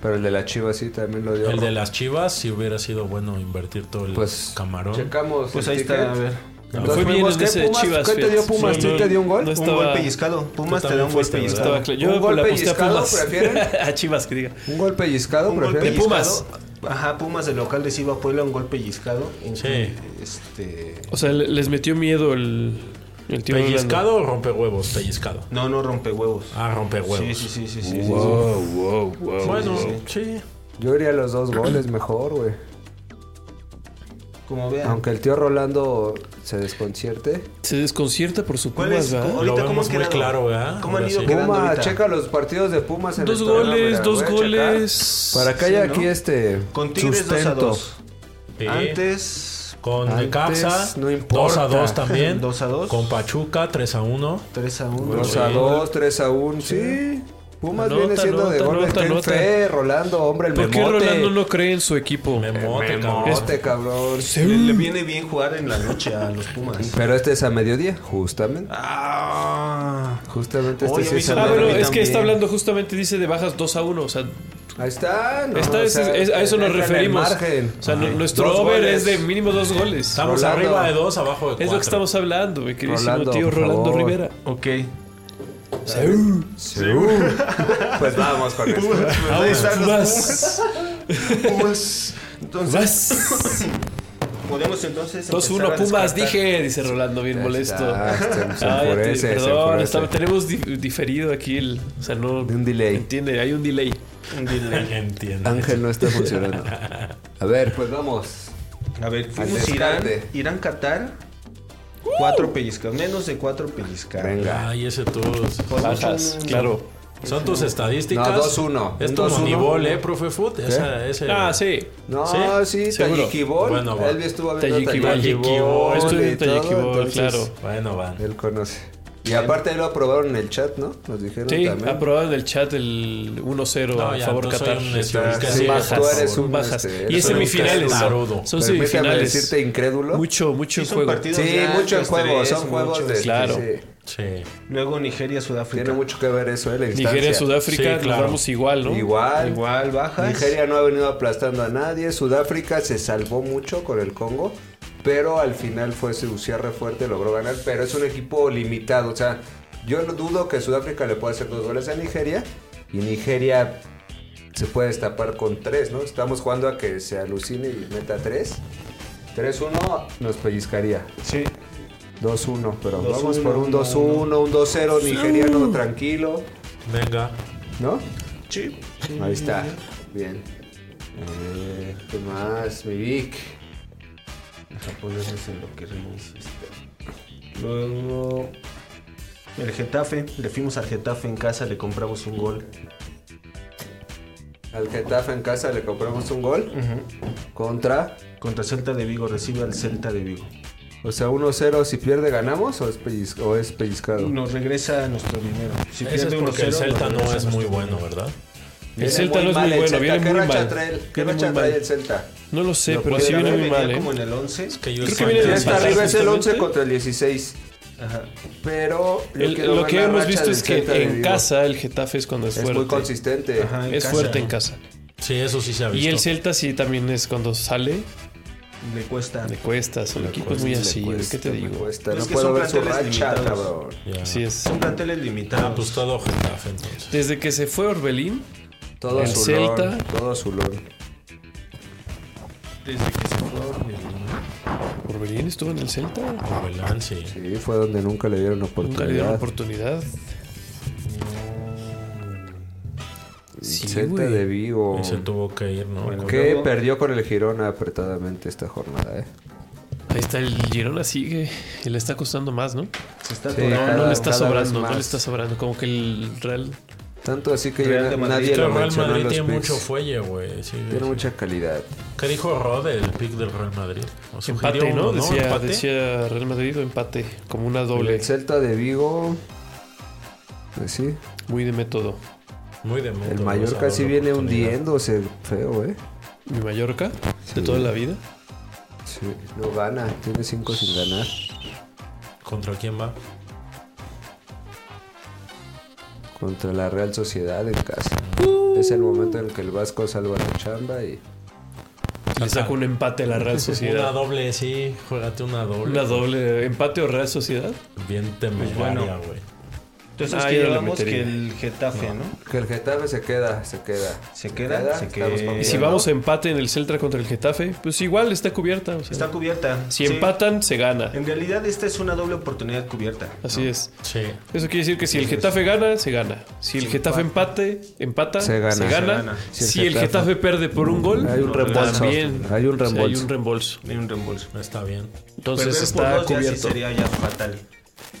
Pero el de la Chivas sí también lo dio. El Ro. de las Chivas, si hubiera sido bueno invertir todo el Pues, camarón. Checamos. Pues el ahí ticket. está, a ver. Entonces, Fue bien fuimos, en ¿qué, ese de Pumas? Chivas, ¿Qué te dio fíjate. Pumas? Sí, ¿Sí no, te dio un gol? no Un gol Estaba- pellizcado. Pumas tú te da también un gol fuiste, ¿verdad? Estaba pellizcado. claro. Yo ¿Un gol le aposté a pellizcado Pumas. prefieren? a Chivas, que diga. ¿Un gol pellizcado? Un gol prefiero? De Pumas. pellizcado. Ajá, Pumas de local les iba a Puebla un gol pellizcado. Sí. Este. O sea, le- les metió miedo el, el tío Rolando. ¿Pellizcado o rompehuevos? Pellizcado. No, no rompe huevos. Ah, rompehuevos. sí, sí, sí, sí, sí, sí, sí. Wow, wow, wow. Bueno, sí. Yo iría a los dos goles mejor, güey. Como vean. Aunque el tío Rolando se desconcierte. Se desconcierta por su ¿Cuál Pumas, es? ¿verdad? ¿Cómo- Lo Ahorita, ¿cómo vemos han muy quedado? claro, ¿verdad? ¿Cómo han Ahora ido sí. quedando Puma, ahorita? checa los partidos de Pumas en Dos el programa, goles, mira, dos voy a checar. goles. Para que haya Sí, ¿no? aquí este Con Tigres 2 a sustento. 2. Sí. Antes Con Antes, Necaxa, no importa. 2 a 2 también. 2 a 2. Con Pachuca, 3 a 1. 3 a 1. Dos a 2, 3 a 1. Sí. Pumas Anota, viene siendo de anota, goles. anota, Ten anota. fe, Rolando, hombre, el ¿Por qué memote. Rolando no cree en su equipo? Memote, cabrón. Memote, cabrón. Le, le viene bien jugar en la noche a los Pumas. Pero este es a mediodía, justamente. Ah. Justamente este Oye, sí me es hizo a Ah, Pero bueno, a es mí mediodía. que también. está hablando justamente, dice de bajas 2 a 1. O sea, Ahí está. ¿no? está, O es- sea, es- a eso nos entra en el referimos. margen. O sea, no- Ay, nuestro dos over goles. es de mínimo dos goles. Estamos Rolando. arriba de 2, abajo de 4. es lo que estamos hablando, mi queridísimo Rolando, tío por Rolando favor. Rivera. Ok. Sí. Pues vamos con esto. Ahí están los Vas, Pumas. Entonces, vas. podemos entonces. 2-1 empezar a Pumas, descartar. dije, dice Rolando, bien molesto. Está, se- se Ah, ya te- enfurece, se perdón, enfurece. está- tenemos di- diferido aquí el. O sea, no. De un delay. Entiende, hay un delay. Un delay. Entiendo. Ángel no está funcionando. A ver, pues vamos. A ver, fuimos Irán, descarte. Irán, Qatar. 4 pellizcados. Menos de 4 pellizcados. Venga. Ay, ese tus. Bajas, claro. Son tus estadísticas. No, 2-1. Es Un tu 2-1. monibol, ¿eh, profe Foot? Esa, ese. Ah, sí. No, sí, ¿Sí? Seguro. Tayikibol. Bueno, va. Él estuvo viendo Tayikibol. Tayikibol. Estoy en y todo, Tayikibol, entonces, claro. Bueno, van. Él conoce. Y aparte ahí lo aprobaron en el chat, ¿no? Nos dijeron Sí, también. aprobaron en el chat el 1-0 No, a ya, favor tú soy Qatar. un Son necio, que sí, sí, bajas, tú eres un bajas. este, Y eres es un semifinales. tarudo. Son Permíteme semifinales. decirte incrédulo. Mucho, mucho Sí, en son juego. partidos Sí, de mucho en alto juego. estrés, Son juegos mucho de... este, Claro. sí, Sí. Luego Nigeria, Tiene Sudáfrica. mucho que ver eso, ¿eh? La instancia. Nigeria, Sudáfrica, Sí, claro. nos vamos igual, ¿no? Igual. Igual bajas. Nigeria no ha venido aplastando a nadie. Sudáfrica se salvó mucho con el Congo. Pero al final fue su cierre fuerte, logró ganar. Pero es un equipo limitado. O sea, yo no dudo que Sudáfrica le pueda hacer dos goles a Nigeria. Y Nigeria se puede destapar con tres, ¿no? Estamos jugando a que se alucine y meta tres. 3-1 nos pellizcaría. Sí. 2-1, pero 2-1, vamos por un no, 2-1, un 2-0 nigeriano tranquilo, Venga. ¿no? Sí. Ahí está. Bien. Eh, ¿Qué más, mi Vic? Apoyarnos en lo que reinicia este. Luego. El Getafe. Le fuimos al Getafe en casa, le compramos un gol. Al Getafe en casa le compramos un gol contra, Contra Celta de Vigo, recibe al Celta de Vigo. o sea, 1-0 si pierde ganamos o es, pelliz- o es pellizcado. Nos regresa nuestro dinero. Si Ese es pierde porque el 1-0, Celta nos no regresa es nuestro muy dinero. bueno, ¿verdad? El Celta no es muy bueno, viene ¿Qué muy racha mal. trae el, ¿qué Viene racha muy mal. trae el Celta? No lo sé, Lo pero que sí Ya viene ven, muy mal, venía ¿eh? como en el 11. Creo que viene Ya de está empatar, arriba, es el 11 justamente. contra el 16. Ajá. Pero yo El- quiero lo ver que la hemos racha visto del es que Celta de en Vigo. casa el Getafe es cuando es, es fuerte. muy consistente. Ajá, en es casa. fuerte en casa. Sí, eso sí se ha visto. Y el Celta sí también es cuando sale, Le cuesta. le cuesta, su Le equipo es cuesta, muy le así, güey, Pues cuesta, ¿qué te le digo? cuesta. Pero No es que puedo son ver su racha, planteles limitados. cabrón. Ya. Así es. Son planteles Ah, limitados. pues todo Getafe, entonces. Desde que se fue Orbelín, Todo El su Celta. lor, todo su lor. Desde que se fue Orbelín. Orbelín estuvo en el Celta, Orbelán, sí. Sí, fue donde nunca le dieron nunca le dieron oportunidad. oportunidad. El Sí, Celta güey. de Vigo. Y se tuvo que ir, ¿no? Bueno. Que Luego- perdió con el Girona apretadamente esta jornada, eh. Ahí está el Girona sigue y le está costando más, ¿no? Se está Sí, No, atorando. no cada- le está cada vez sobrando, no más. le está sobrando, como que el Real Tanto así que Real ya de Madrid. nadie Es que lo el Real mencionó en Madrid los tiene picks. mucho fuelle, güey. Sí, Tiene sí. mucha calidad. ¿Qué dijo Rode, el pick del Real Madrid? O sugirió empate, ¿no? uno, Decía, ¿Empate? decía Real Madrid o empate, como una doble, El Celta de Vigo. pues sí. muy de método. Muy de moda, El ¿no? Mallorca Esa casi doble viene ¿eh? oportunidad. hundiéndose feo, eh. Mi Mallorca Sí. de toda la vida. Sí, no gana, tiene 5 sin ganar. ¿Contra quién va? Contra la Real Sociedad en casa. Es el momento en el que el Vasco salva la chamba y. Le saca un empate a la Real Una Sociedad. doble, sí. Juégate una doble. Una doble, empate o Real Sociedad. Bien Bueno. temeraria, güey. Entonces, Ah, ¿qué yo le llevamos? metería. Que el Getafe, ¿no? Que el Getafe se queda, se queda. Se queda, se queda. estamos con Y si miedo. vamos a empate en el Celta contra el Getafe, pues igual está cubierta. o sea, Está cubierta. si Sí. empatan, se gana. En realidad, esta es una doble oportunidad cubierta. Así es. Sí. Eso quiere decir que si el Getafe gana, se gana. Si el Getafe empate, empata, Se gana. se Se gana. Si, el, Getafe, pierde por un gol, pues, Hay un reembolso. también. Hay un O sea, reembolso. hay un reembolso. Hay un reembolso. Está bien. Entonces Perder está por dos ya sí cubierto. sería ya fatal.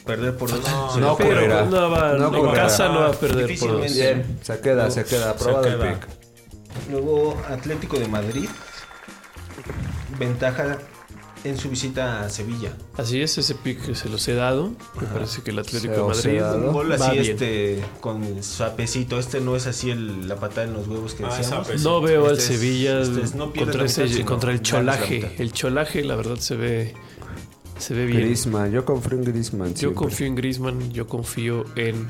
Perder por dos. No, se no lo Pero pues, juro. ocurrirá. no va, No en ocurrirá. casa no va a perder por dos. Difícilmente. Bien, se queda, se queda. Aprobado el queda. pick. Luego Atlético de Madrid. Ventaja en su visita a Sevilla. Así es, ese pick se los he dado. Me parece que el Atlético Se de los he Madrid dado. Un gol va así bien. este con sapecito. Este no es así el- la patada en los huevos que Ah, decíamos. sape. Este No veo al pues, Ustedes- Sevilla ustedes no pierden contra, la mitad, ese- sino contra el ganas la cholaje. mitad. El cholaje, la verdad, se ve, se ve bien. Griezmann, yo confío en Griezmann. Yo siempre. confío en Griezmann, yo confío en...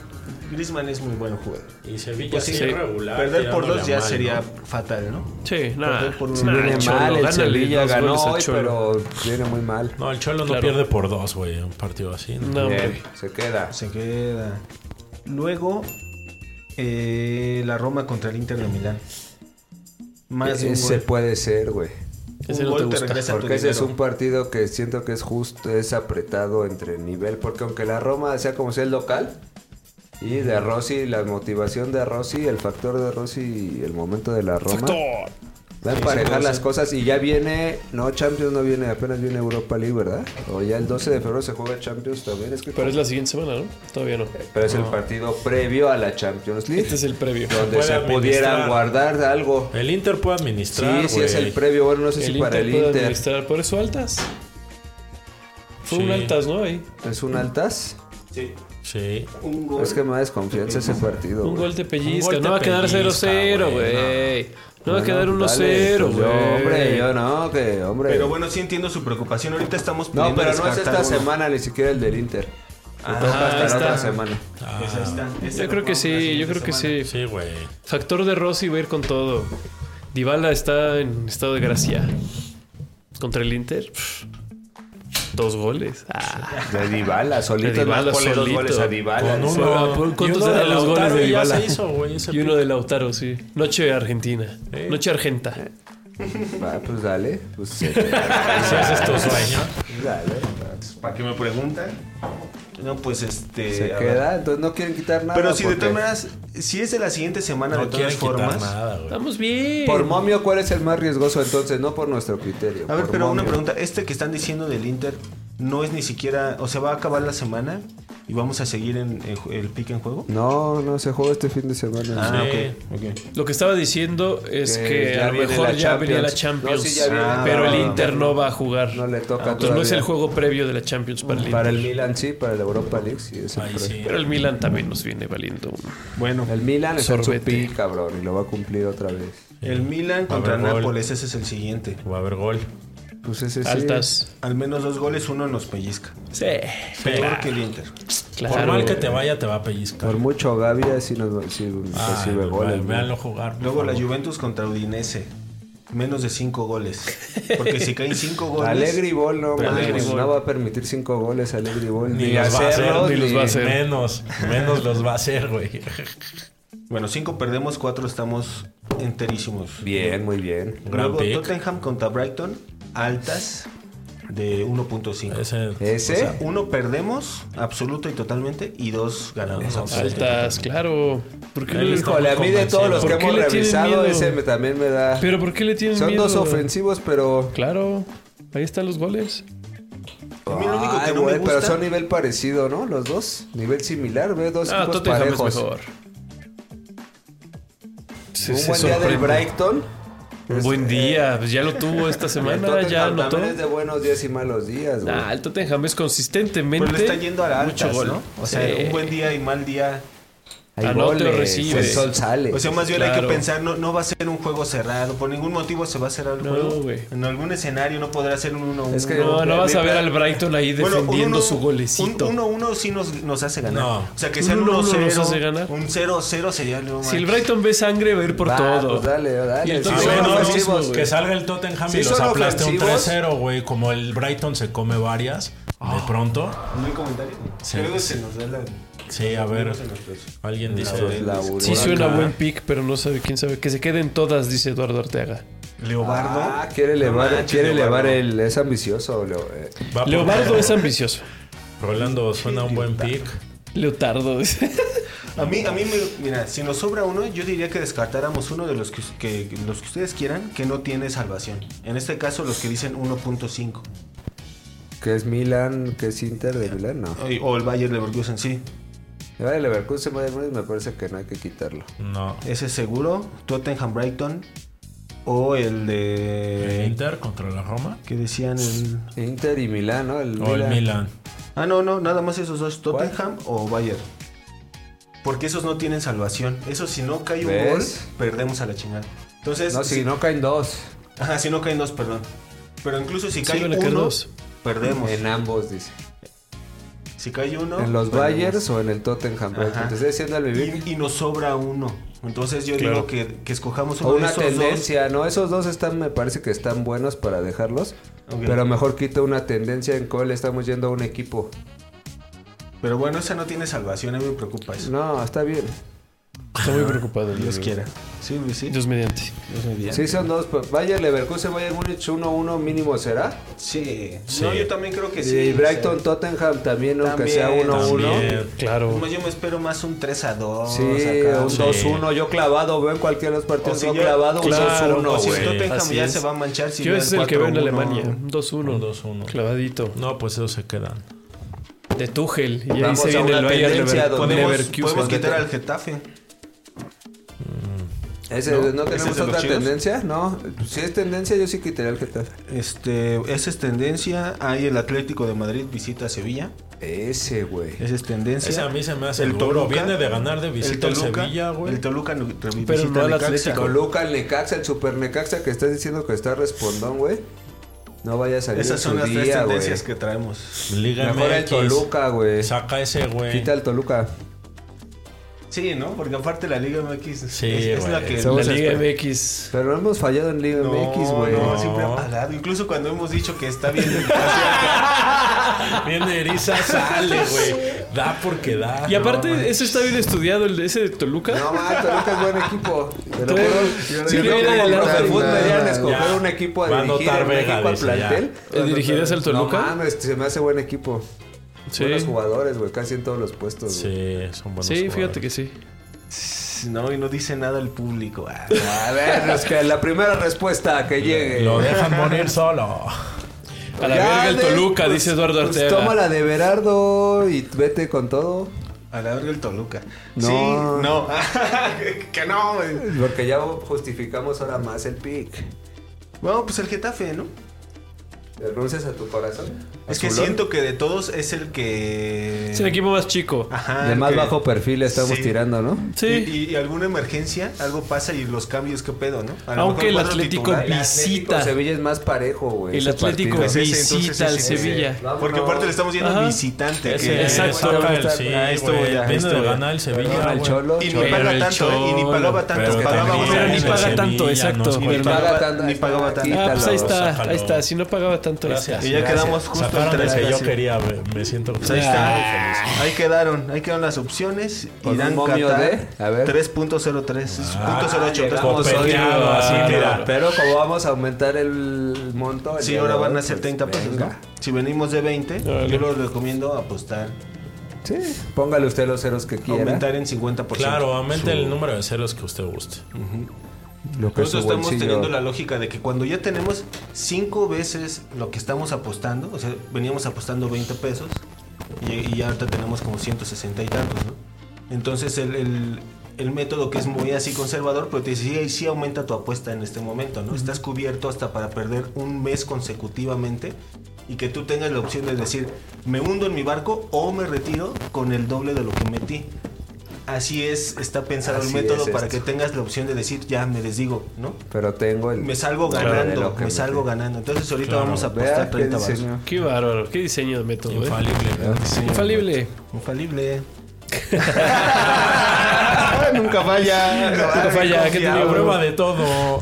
Griezmann es muy buen jugador. Y Sevilla Pues sí, sí, regular. perder por tirándole dos a ya mal, sería ¿no? fatal, ¿no? Sí, nada. Por- por un- Si viene mal, el Sevilla ganó hoy, Pero... pero viene muy mal. No, el Cholo no Claro. pierde por dos, güey. Un partido así. ¿no? No, Bien, hombre. se queda. Se queda. Luego, eh, la Roma contra el Inter de Milán. Más de un Ese gol. puede ser, güey. Ese Un no gol te te gusta. regresa. tu Porque ese es dinero. un partido que siento que es justo, es apretado entre nivel. Porque aunque la Roma sea como sea el local, y de Rossi, la motivación de Rossi, el factor de Rossi y el momento de la Roma, va a emparejar las cosas. Y ya viene, no, Champions no viene, apenas viene Europa League, ¿verdad? O ya el 12 de febrero se juega Champions también. Es que Pero es la siguiente semana, ¿no? Todavía no. Pero es el partido previo a la Champions League. Este es el previo. donde Puede se administrar. pudieran guardar algo. El Inter puede administrar. sí, sí es güey. el previo. Bueno, no sé El si para Inter el puede Inter. administrar. Por eso altas. Fue un Sí. altas, ¿no? Ahí. ¿Es un altas? Sí, Sí. un gol. Es que me da desconfianza ese partido. Un güey. gol te Un pellizca. gol No te va a quedar pellizca, 0-0, güey, güey. No va a Bueno, quedar dale, 1-0, pues yo, güey. Hombre, yo no, que hombre. Pero bueno, sí entiendo su preocupación. Ahorita estamos no, pudiendo pero no es descartar esta uno. semana ni siquiera el del Inter. Le Ah, toca hasta ahí la otra está. semana. Ah, Pues ahí está. Este Yo creo lo que jugamos la sí, yo siguiente creo que semana. sí. sí, güey. Factor de Rossi va a ir con todo. Dybala está en estado de gracia. Contra el Inter. pff, Dos goles. Ah. De Dybala, solito. De Dybala, ponle dos solito. goles a Dybala. Con Sí. uno. ¿Cuántos Y uno eran de los goles Lautaro de ya Dybala? se hizo, güey. ese Y uno pico. de Lautaro, sí. Noche Argentina. Sí. Noche Argenta. Va, pues dale. Pues, sí. ¿Se hace estos sueños? dale. va, pues, ¿Para qué me preguntan? No, pues este. Se a ver. queda, entonces no quieren quitar nada. Pero si de porque- todas maneras, si es de la siguiente semana, No de quieren todas quitar formas. nada, güey. Estamos bien. Por momio, ¿cuál es el más riesgoso entonces? No por nuestro criterio. A ver, por pero una momio. pregunta. Este que están diciendo del Inter no es ni siquiera. O sea, va a acabar la semana y vamos a seguir en, en ju- el pique en juego. No, no, se juega este fin de semana. Ah, Sí. ok. ok. Lo que estaba diciendo es Que que ya a lo viene mejor la ya venía la Champions. Champions. No, sí, ya viene. Ah, pero el no, no, Inter no, va a jugar. No le toca Entonces Ah, pues no es todavía. el juego previo de la Champions para el Para Inter. el Milan sí, para la Europa League sí. es el Ahí pre- sí. Pero el Milan también nos viene valiendo. un- Bueno, El Milan es en su Sorbete. pick, cabrón, y lo va a cumplir otra vez. el Milan contra A ver, gol. Nápoles, ese es el siguiente. Va a haber gol. Pues ese sí. Altas. Al menos dos goles, uno nos pellizca. Sí. Peor Claro. que el Inter. Claro. Por mal que te vaya, te va a pellizcar. Por mucho Gavia sí nos pues sí Ah, recibe goles. ¿no? Veanlo jugar. por Luego la favor. Juventus contra Udinese. Menos de cinco goles. Porque si caen cinco goles. Alegri Ball no, Pero mames, Alegri Ball. no va a permitir cinco goles Alegri Ball. Ni los va a hacer, hacerlos, ni los va a hacer. Menos, menos los va a hacer, güey. Bueno, cinco perdemos, cuatro estamos enterísimos. Bien, muy bien. Gran Luego pick. Tottenham contra Brighton, altas de 1.5. Ese. Ese, O sea, uno perdemos absoluto y totalmente y dos ganamos. Ganamos. absoluto. Altas, claro. ¿Por qué Ahí le- está. híjole, a mí de todos los ¿Por que qué hemos le tienen revisado, miedo? ese me- también me da. Pero ¿por qué le tienen Son miedo? dos ofensivos, pero. Claro. Ahí están los goles. A mí lo único que Ay, no me güey, pero gusta- son nivel parecido, ¿no? Los dos. Nivel similar, ve dos Ah, equipos Tottenham parejos. es mejor. Se- Un se buen día del sorprende. Brighton. Un buen día, pues ya lo tuvo esta El semana, Tottenham ya anotó. también es de Pues buenos días y malos días, güey. Nah, el Tottenham es consistentemente. Pero pues, le está yendo a la mucho altas, gol. ¿no? O sea, Sí. un buen día y mal día. Hay anota o goles, recibe. Pues El sol sale. O sea, más bien hay que Claro. pensar, no, no va a ser un juego cerrado. Por ningún motivo se va a cerrar el No, juego. güey. En algún escenario no podrá ser un 1-1. Es que- eh, No, no vas a ver al Brighton ahí Bueno, defendiendo un uno- su golecito. Un 1-1 sí nos, nos hace ganar. No. O sea, que Un sea un 1-1 nos 1-0. hace ganar. Un 0-0 sería lo más. si el Brighton ve sangre, va a ir por Va, todo. pues dale, dale. Y el Sí, Ah, Tottenham son no, lo bueno, no, mismo, ofensivos, güey. que salga el Tottenham Sí, y los son aplaste un ofensivos. 3-0, güey. Como el Brighton se come varias de pronto. No hay comentario. Sí. Luego se nos da la. Sí, a ver. luego se nos da. Alguien Los dice. laburos. Sí Por suena acá. buen pick, pero no sabe quién sabe. Que se queden todas, dice Eduardo Ortega. Leobardo. Ah, quiere elevar, No manches, quiere elevar Leobardo. el. Es ambicioso, Leo. eh. va por- Leobardo es ambicioso. Rolando, suena un buen pick. Leotardo. dice. A mí, a mí me- mira, si nos sobra uno, yo diría que descartáramos uno de los que, que- los que ustedes quieran que no tiene salvación. En este caso, los que dicen 1.5. Que es Milan, que es Inter de Milán, no. O- O el Bayer Leverkusen, sí. El Bayer Leverkusen me parece que no hay que quitarlo. No. Ese es seguro. Tottenham Brighton. O el ¿El de. Eh, Inter contra la Roma? Que decían el. Inter y Milán, ¿no? El O el Milan. Ah, no, no, nada más esos dos, Tottenham o Bayern. Porque esos no tienen salvación. Eso si no cae un ¿Ves? gol, perdemos a la chingada. Entonces, No, si no caen dos. Ajá, si no caen dos, perdón. Pero incluso si Sí, cae van a uno, caer dos. perdemos. En ambos, dice. Si cae uno, en los perdemos. Bayers o en el Tottenham. pues. Ajá. Brighton. Te estoy diciendo al vivir. Y, y nos sobra uno. Entonces yo Claro. digo que, que escojamos uno O una de esos tendencia, ¿no? Esos dos están, me parece que están buenos para dejarlos. Ok. Pero mejor quita una tendencia en cuál estamos yendo a un equipo. dos. Pero bueno, esa no tiene salvación, a mí me preocupa eso. No, está bien. Está muy preocupado. el Dios Diego. quiera. Sí, Luis, sí. Dios mediante. Dios me diga. Sí, son dos. pues, Bayern Leverkusen, Bayern Múnich 1-1 mínimo será. Sí. Sí. No, yo también creo que sí. y Brighton o sea, Tottenham también, aunque También, sea 1-1. También. Claro. Yo me espero más un 3 a 2. Sí, acá, un un- Sí. 2-1. Yo clavado, veo en cualquiera de los partidos. O si pues yo ya- clavado, claro, un o 2-1, si güey. el Tottenham así ya es. se va a manchar si Yo ve es el que veo en 4-1. Alemania. Un Un 2-1. 2-1. Clavadito. No, pues esos se quedan. De Tuchel. Y ahí Vamos se a viene una el Bayern tendencia Lever- donde Podemos, Leverkusen. podemos donde quitar te- al Getafe. Ese, ¿No? ¿No, ¿Ese tenemos es de los otra chinos? tendencia? No. Si es tendencia, yo sí quitaría el Getafe. Este, esa es tendencia. Ahí el Atlético de Madrid visita a Sevilla. Ese, güey. Esa es tendencia. Ese a mí se me hace el duro. Viene de ganar de visita al Sevilla, güey. El Toluca no- re- visita Pero no al al Necaxa. Atlético. Toluca, el Necaxa, el Super Necaxa que estás diciendo que está respondón, güey. No vaya a salir Esas en son su las tres día, güey. tendencias que traemos. Liga Mejor el MX. Toluca, güey. Saca ese, güey. Quita el Toluca. Sí, ¿no? Porque aparte la Liga MX es, Sí, es- es la güey. que... La Somos Liga exper- MX. Pero hemos fallado en Liga MX, güey. No, siempre han pagado. Incluso cuando hemos dicho que está bien. la Viene eriza, sale, güey. Da porque da. Y aparte, No, man. eso está bien estudiado, el de ese de Toluca. No, man, Toluca es buen equipo. Pero Tres. Si hubiera ganado el fútbol, fútbol, deberían ya. escoger un equipo Va a a dirigir, anotar un Vega, equipo al dice, ya. plantel. ¿Eh, dirigirías al Toluca? No, mames, se me hace buen equipo. sí, Buenos jugadores, güey, casi en todos los puestos. güey. Sí, son buenos. sí fíjate que jugadores. sí. canción. no, y no dice nada el público. Ah, A ver, es que la primera respuesta que llegue. Lo dejan morir solo. A la Ya, verga el de- Toluca, pues- dice Eduardo pues Arteaga. tómala de Berardo y vete con todo. A la verga el Toluca. No. Sí, no. que, que no. güey. Porque ya justificamos ahora más el pick. Bueno, pues el Getafe, ¿no? Renuncias a tu corazón. Es que Azulón. siento que de todos es el que... Es el equipo más chico. Ajá, De el más que- bajo perfil estamos Sí. tirando, ¿no? Sí. Y, y alguna emergencia, algo pasa y los cambios, qué pedo, ¿no? A lo Aunque mejor el cuadro Atlético titular. vi- Visita. Sevilla es más parejo, güey. el ese Atlético partido. Es Pues visita ese, entonces, al ese, ese. Sevilla. Porque aparte le estamos yendo Ajá. visitante. Ese, que- exacto. Toca el- está- sí, ah, esto güey, ya, viene esto de ya. ganar el Sevilla. Perdón, al güey. Cholo. Y ni Cholo. Pero el paga tanto, ¿eh? Y ni Cholo. pagaba tanto. Pero que pagaba tenía un- Pero ni en el paga tanto, Sevilla, exacto, nos ni faltaba. paga tanto, Ni pagaba está tanto. aquí. Ah, pues ahí Sácalo, está, sácalo. ahí está. Si no pagaba tanto, ahí está. Gracias. Y ya gracias. quedamos justo Sacaron en el tres, que yo casi. quería, güey. Me siento Pues ahí muy feliz. está. Ahí quedaron. Ahí quedaron las opciones. Con Irán un momio Qatar de- a ver. 3.03. Ah, punto 08, Llegamos hoy, Copeteado, güey, así, pero- mira. Pero como vamos a aumentar el monto. el Sí, día ahora de van hoy, a ser pues, 30 pesos. venga. ¿no? Si venimos de 20, Órale. yo les recomiendo apostar. Sí, póngale usted los ceros que quiera. Aumentar en 50%. Claro, aumente el número de ceros que usted guste. Lo que su Nosotros estamos bolsillo- teniendo la lógica de que cuando ya tenemos cinco veces lo que estamos apostando, o sea, veníamos apostando 20 pesos y, y ahorita tenemos como 160 y tantos, ¿no? Entonces el, el- el método que es muy así conservador, pero te dice, sí, sí aumenta tu apuesta en este momento, ¿no? Estás cubierto hasta para perder un mes consecutivamente y que tú tengas la opción de decir, me hundo en mi barco o me retiro con el doble de lo que metí. Así es, está pensado Así el método es para esto. que tengas la opción de decir, ya me desdigo, ¿no? Pero tengo el. Me salgo Claro, de ganando, lo que me salgo ganando. Entonces ahorita Claro. vamos a Vea apostar qué 30 baros. diseño. Qué bárbaro, qué diseño de método, ¿eh? Infalible. Infalible. Infalible. Nunca falla. Nunca falla, ¿qué te La digo? prueba de todo.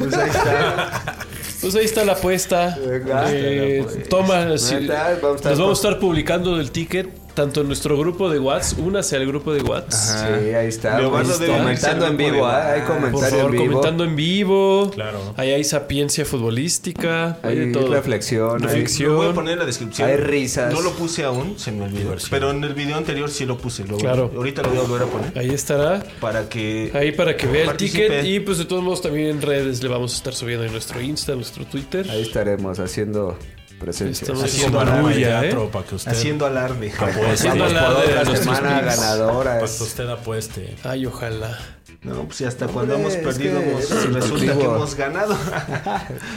Pues ahí está la apuesta. Venga. Eh, Está la apuesta. toma, si- Ahí está, vamos a estar les por- vamos a estar publicando el ticket tanto en nuestro grupo de WhatsApp, únase al grupo de WhatsApp. Sí, ahí está. Leobardo pues, debe comentando irse en al grupo vivo, de ¿ah? Hay Por Por comentario favor, en vivo. comentando en vivo. Claro. Ahí hay sapiencia futbolística. Hay de Hay todo. reflexión. hay- Reflexión. Lo voy a poner en la descripción. Hay risas. No lo puse aún, se me olvidó. Diversión. Pero en el video anterior sí lo puse. Lo Claro. Ahorita lo voy a volver a poner. Ahí estará. Para que. Ahí para que vea el Participe. ticket. Y pues de todos modos también en redes le vamos a estar subiendo en nuestro Insta, en nuestro Twitter. Ahí estaremos haciendo presencia. Estamos Haciendo Haciendo aroma y bulla, teatro ¿eh? para que usted. Haciendo alarde. apueste. Haciendo Vamos la por de otra los tres semana picks. ganadora. Para pues es- que usted apueste. Ay, ojalá. No, pues y hasta cuando hemos Hombre, es perdido, que hemos- eres resulta que intuitivo. hemos ganado.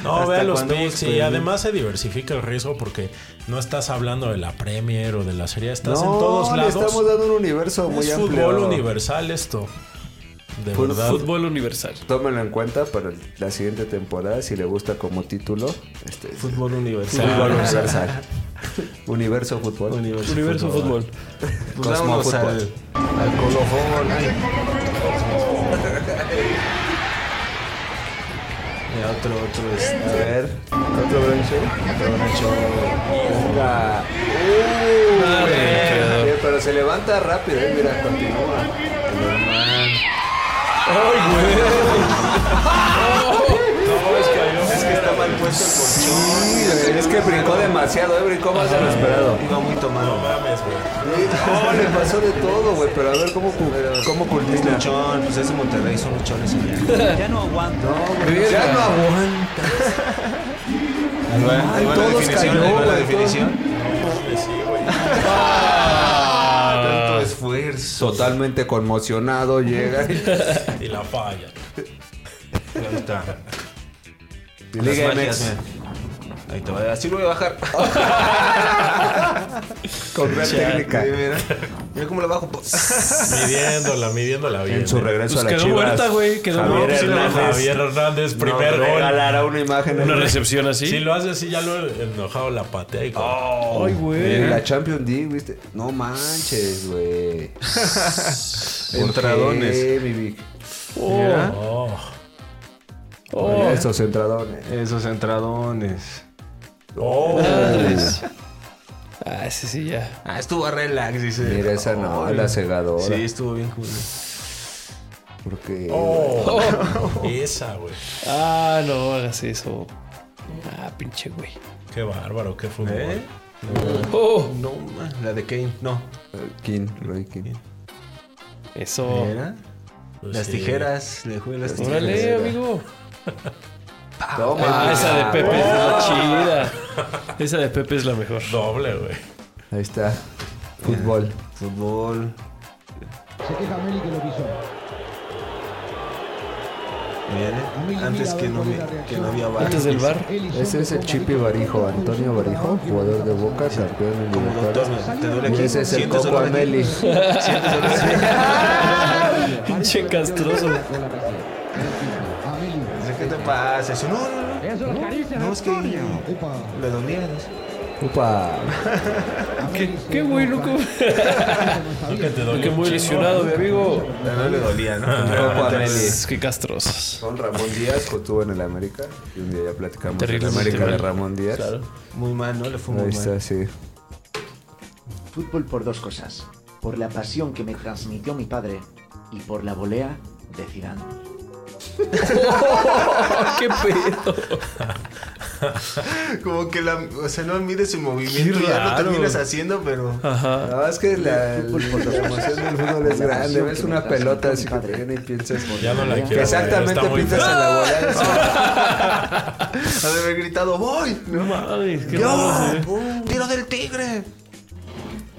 No, Hasta vea los cuando pues, hemos picks y perdido. además se diversifica el riesgo porque no estás hablando de la Premier o de la serie, estás no, en todos le lados. estamos dando un universo muy es amplio. fútbol universal esto. De Fut- verdad. Fútbol universal. Tómenlo en cuenta para la siguiente temporada, si le gusta como título. Este, es Fútbol universal. Fútbol universal. universo fútbol. Universo fútbol. Pues Cosmo vámonos fútbol. al- Al colofón. Eh, otro, otro este, A ver, otro broncho. Otro broncho. Venga. Ah, Bien, bien. bien, pero se levanta rápido, eh, mira, continúa. Es que está mal puesto el colchón. Es que brincó demasiado, eh, brincó más de lo esperado. Iba muy No tomado. mames, güey. No, le pasó de todo, güey, pero a ver cómo, cu- cómo Es culmina. luchón, pues es de Monterrey, son luchones allá. Ya no aguanta. Ahí va la todos definición, cayó, ahí va la güey, definición. Ah, Tanto esfuerzo. Totalmente conmocionado llega. Y la falla. Ahí está. Liga Las magias, MX. mira. Ah, Ahí te va. Así lo voy a bajar. Con gran técnica. De veras. Mira cómo la bajo. pues. po. Midiéndola, midiéndola bien. En su ¿eh? pues, regreso Pues a la quedó Chivas. muerta, güey, quedó Javier muerta, sí, la Hernández. Javier Hernández, primer nos gol. regalará una imagen. Una en- recepción así. Si lo hace así, ya lo he enojado la patea y gol. Ay, güey. En la Champions League, ¿viste? No manches, güey. ¿Por Entradones. qué, mi Vic? Oh, Oh, oh. Esos entradones. Esos entradones. oh. Madres. Ah, ese sí ya. Ah, estuvo relax, dice. Mira esa no, la cegadora. Sí, estuvo bien cool. Porque. Oh. Esa, güey. Ah, no hagas eso. Ah, pinche güey. Qué bárbaro, qué fútbol. ¿Eh? Oh, No, man, la de Kane. No. King, Roy King. eso. Mira. Pues Las sí. tijeras. Le jugué las este tijeras. Oh. Órale, amigo. Toma. Oh. Ah, esa de Pepe es la chida. Esa de Pepe es la mejor. Doble, güey. Ahí está. Fútbol. Fútbol. Se queja Meli que lo pisó. Mira, antes que no, me, que no había bar. Antes del bar. Él hizo Ese es el Chipi Barijo, Antonio Barijo, jugador de Boca, campeón en Como doctor, Libertadores. te duele Y aquí. ese es el Sientes Coco olor aquí. Ameli. Sientes olor aquí. Pinche castroso. con la presión. A Meli. Dice, ¿Qué te pasa? Eso, no, no, no. Eso lo acaricia. No, es que Epa. le dolía. ¿no? Upa. Qué, qué güey, loco. Nunca te dolió Qué un muy chingo. lesionado, mi amigo. No le dolía, Ah, ¿no? Coco Ameli. Es que castrosos. Con Ramón Díaz, que estuvo en el América. Y un día ya platicamos de la Terriblemente América de mal. Ramón Díaz. Claro. Muy mal, ¿no? Le fue Ahí muy está, mal. sí. Fútbol por dos cosas, por la pasión que me transmitió mi padre y por la volea de Zidane. Ah, Qué pedo. Como que la. O sea, no mires su movimiento. Qué Ya lo raro. Ah. terminas haciendo, pero. Ajá. No, es que la, la emoción del fútbol es La grande. pasión Ves que me una transmitió pelota mi así que padre. te viene y piensas. Ya no la Que quiero. Que güey. Está exactamente muy piensas en fea. la bola. eso. Ha de haber gritado, ¡voy! No mames, qué raro se ¡Yo! ve. ¡Tiro del tigre!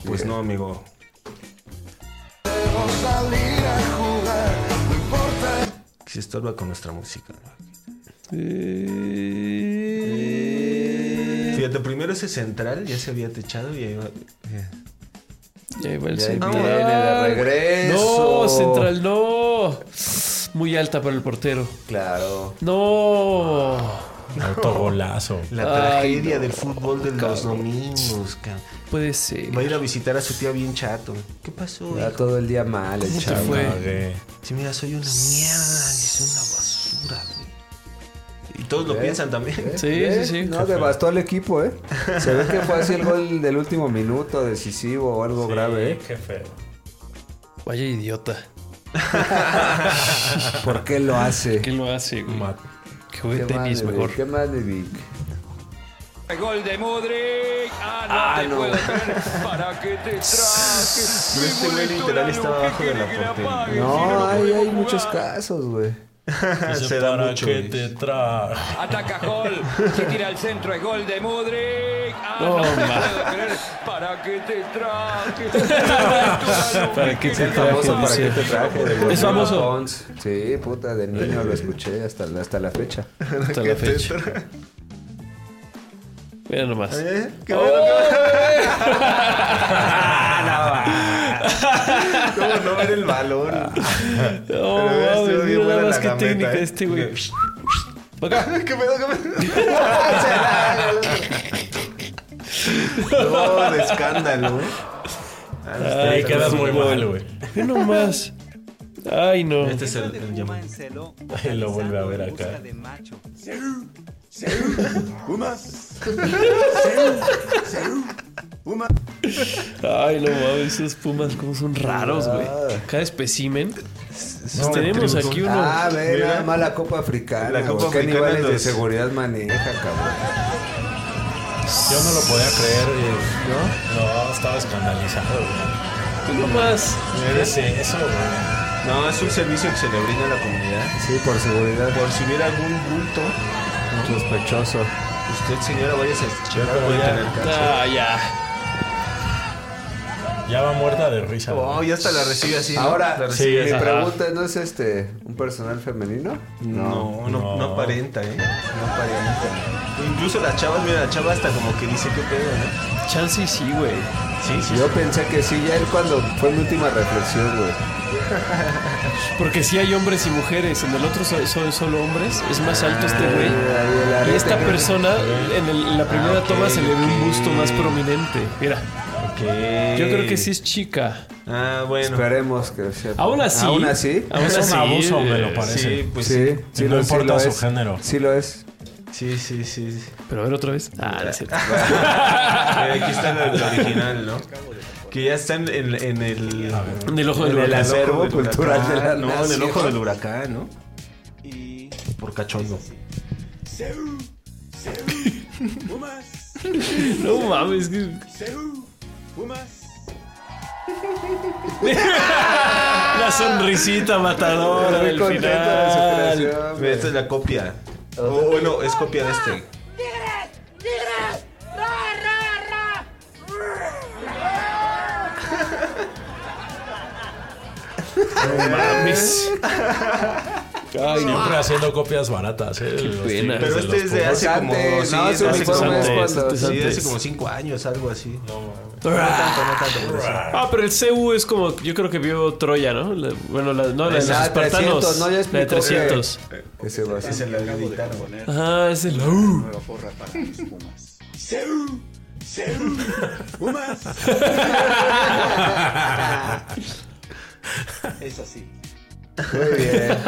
Pues no, amigo. Se estorba con nuestra música. ¿eh? Fíjate, primero ese central ya se había techado y ahí va. eh, Ya iba el Ya central. viene de regreso. No, central, no. Muy alta para el portero. Claro. No. Autogolazo. La Ay, tragedia del fútbol de los domingos, cabrón. Puede ser. Va a ir a visitar a su tía bien chato. ¿Qué pasó? Ya hijo? todo el día mal, el Se chavo. fue. Cagué. Sí, mira, soy una mierda, soy una basura, güey. Y todos lo piensan también. Sí, ¿Eh? sí, sí. No, devastó al equipo, ¿eh? Se ve que fue así el gol del último minuto, decisivo o algo grave, ¿eh? Sí, Qué feo. Vaya idiota. ¿Por qué lo hace? ¿Qué lo hace, güey? Mat- Que juegue ¿Qué tenis de Vic? mejor. ¿Qué más de Vic? Gol de Modric. Ah, no te puedo creer. ¿Para qué te traje? Pero este Mi güey boleto literal era estaba lo que abajo de la quería que le portería. apague, si no, No, no hay, podemos hay jugar. muchos casos, güey. Dice, Se da ¿Para mucho, qué güey. te traje? Ataca Hall, se tira al centro, es gol de Modric. Ah, no, No, te ma. puedo creer. ¿Para qué te traje? ¿Para qué te El traje? Famoso para dice. qué te traje. de Guardiola famoso. Pons. Sí, puta, de niño lo escuché hasta, hasta la fecha. Hasta la fecha. Mira nomás. ¿Eh? ¿Qué Oh, bueno, güey. ¿Cómo no ver el balón? No, Pero hubiera sido mames, bien Oh, mira buena nada más la qué gameta, técnica ¿eh? este, güey. Pa' acá. ¿Qué pedo, qué pedo? No, de escándalo. Ahí quedas muy fútbol. mal, güey. Mira nomás. Ay, no. Este es el, el llamado. Y lo vuelve a ver acá. Ay, no mames, esos pumas como son raros, güey. Ah. Cada especimen. tenemos aquí uno. Ah, ve, Mira. nada más la Copa Africana. La güey. Copa ¿Qué Africana niveles de los- seguridad maneja, cabrón? Yo no lo podía creer. ¿No? No, estaba escandalizado, güey. pues uno más. ¿Qué es eso, güey? No, es un servicio que se le brinda a la comunidad. Sí, por seguridad. Por si hubiera algún bulto, Sospechoso. usted, señora, vaya a pero puede ya- tener caso. Ah, ya. Ya va muerta de risa. Oh, ya hasta la recibe así. ¿no? Ahora, La Sí, recibe mi ajá. pregunta no es este, ¿un personal femenino? No, no, No. no, aparenta, ¿eh? No aparenta. Incluso las chavas, mira, la chava hasta como que dice qué pedo, ¿no? Chance y sí, güey. Sí, sí. Yo pensé que sí, ya él cuando fue mi última reflexión, güey. Porque si hay hombres y mujeres, en el otro so- son solo hombres, es más alto Ah, este güey. Ahí el Y arete esta que- persona, en, el- en la Ah, primera toma, se le ve un busto más prominente. Mira, Ok. yo creo que sí es chica. Ah, bueno. Esperemos que sea. Aún así. Ah, Aún así. aún Es un así, abuso, me lo eh, parece. Sí, pues sí. sí, sí, no lo, sí importa lo su es. género. Sí lo es. Sí, sí, sí. sí. Pero a ver otra vez. Ah, no es cierto. Eh, aquí está el, el original, ¿no? Que ya está en, en- en el. En el ojo del en el huracán. acervo Ojo del cultural huracán. de la No, nación. en el ojo del huracán, ¿no? Y. Por cachondo. No mames, que. La sonrisita matadora Muy del contento de su final. creación. güey. Esta es la copia. O bueno, es copia de este. ¡Tigres! ¡Tigres! ¡Ra, ra, ra! Mames. Siempre haciendo copias baratas, ¿eh? Los pena. tigres Pero de este los es de pobres. hace como. Antes, sí, no, de su hace uniforme como- es antes, cuando. este es Sí, hace antes. como 5 años, algo así. No, no tanto, pero sí. Ah, pero el CU es como. Yo creo que vio Troya, ¿no? La- bueno, la, no, la de los Ah, 300, espartanos. ¿no? Ya la de explicó que- 300. Ese va a ser. Se la editaron. Ajá, es el. Uh. Muy bien.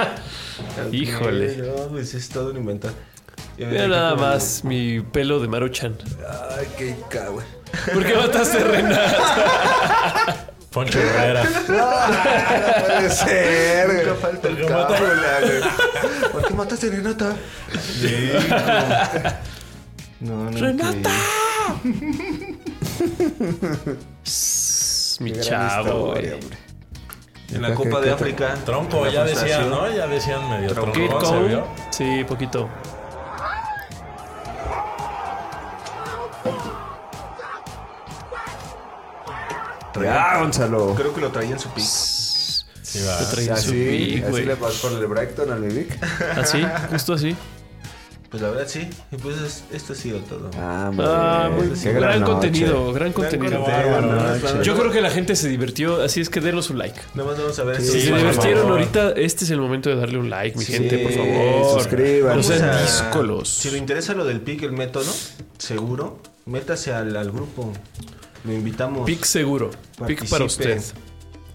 Híjole. No, pues es todo un Eh, invento. Mira nada más mi pelo de Maruchan. Ay, qué cagüey. ¿Por qué mataste a Renata? Poncho Herrera. No puede ser. güey. Cábula, güey. ¿Por qué mataste a Renata? No, no. ¡Renata! mi Gran chavo, historia, güey. hombre. En la Copa de África. Tronco, ya decían, ¿no? Ya decían medio ¿Qué tronco. ¿Se con? vio? Sí, poquito. Ya, Gonzalo. Creo que lo traía en su pico. Sí, va. Te traía su Así, pick, así güey. le pasó por el Brighton al Vivic. Así, justo así. Pues la verdad sí. Y pues es- esto ha sido todo. Ah, Ah, muy, Qué gran, noche. contenido, gran Gran contenido. contenido, Bárbaro, nada más, nada más. Yo creo que la gente se divirtió, así es que denos su like. Nada más vamos a ver Si si se por divirtieron favor. ahorita, este es el momento de darle un like, mi Sí, gente, por favor. suscríbanse. No sean Vamos a- díscolos. Si le interesa lo del pick, el método, seguro, métase al, al grupo. Lo invitamos. Pick seguro. Pick para Participe. usted.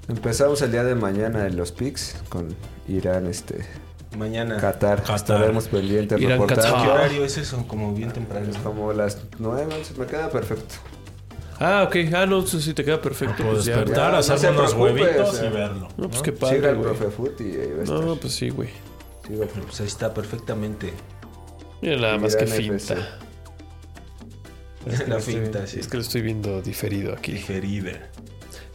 Empezamos el día de mañana en los picks con Irán, este, Mañana. Qatar. Qatar. Estaremos pendientes Irán, reportaje. ¿Qué Qatar. horario es eso? Como bien temprano. Es como las nueve, se me queda perfecto. Ah, ok. Ah, no, eso sí te queda perfecto. Puedo pues ya, despertar, Ya, no se hacer unos preocupe, huevitos o sea. y verlo. No, pues qué Siga padre, el güey. profe este. Foot y ahí va a estar. No, pues sí, güey. Siga el Pues ahí está perfectamente. Mira nada más que Irán finta. La finta, sí. Es que lo estoy viendo diferido aquí. Diferida.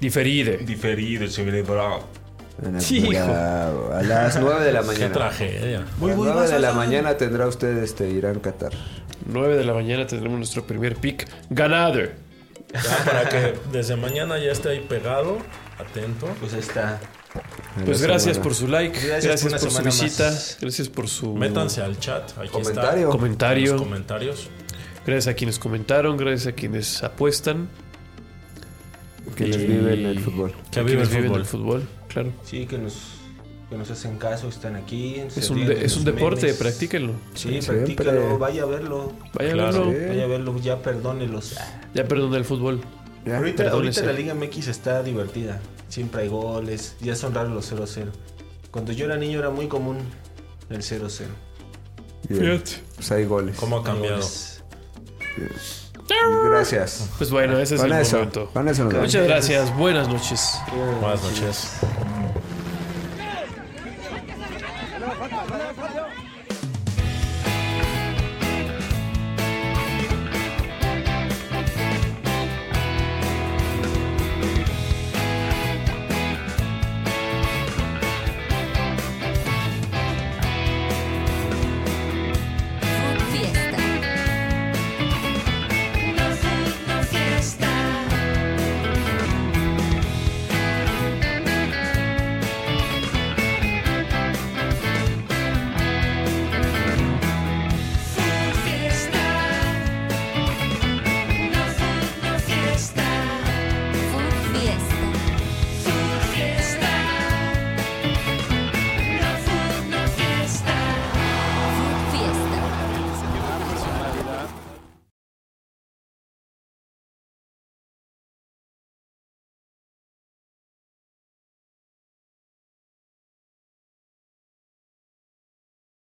Diferide. Diferido, cerebro. En el Sí, hijo. Bravo. A las 9 de la Qué mañana. tragedia. a las 9 de la mañana tendrá usted este Irán Qatar. 9 de la mañana tendremos nuestro primer pick. Ganado. Ya, para que desde mañana ya esté ahí pegado, atento. Pues ahí está. En Pues la gracias semana. por su like, Gracias gracias, por una por, su semana más. visita, gracias por su Métanse al chat. Aquí comentario. está. en Uh. comentario, Los comentarios. gracias a quienes comentaron, gracias a quienes apuestan, Que les Y- viven el fútbol. Que a vive el quienes viven fútbol. del fútbol, claro. Sí, que nos, que nos hacen caso, están aquí. Es un, de- es un deporte, practíquenlo. Sí, Siempre. practícalo, vaya a verlo. Vaya Claro. a verlo. Sí. Vaya a verlo, ya perdónelos. Ya perdona el fútbol. Ya. Ahorita, ahorita perdónese. la Liga MX está divertida. Siempre hay goles, ya son raros los 0-0. Cuando yo era niño era muy común el 0-0. Bien. Pues hay goles. ¿Cómo ha cambiado? Goles. Gracias. Pues bueno, ese es Con el eso. momento. Con eso nos vamos. Muchas gracias, buenas noches. Buenas noches.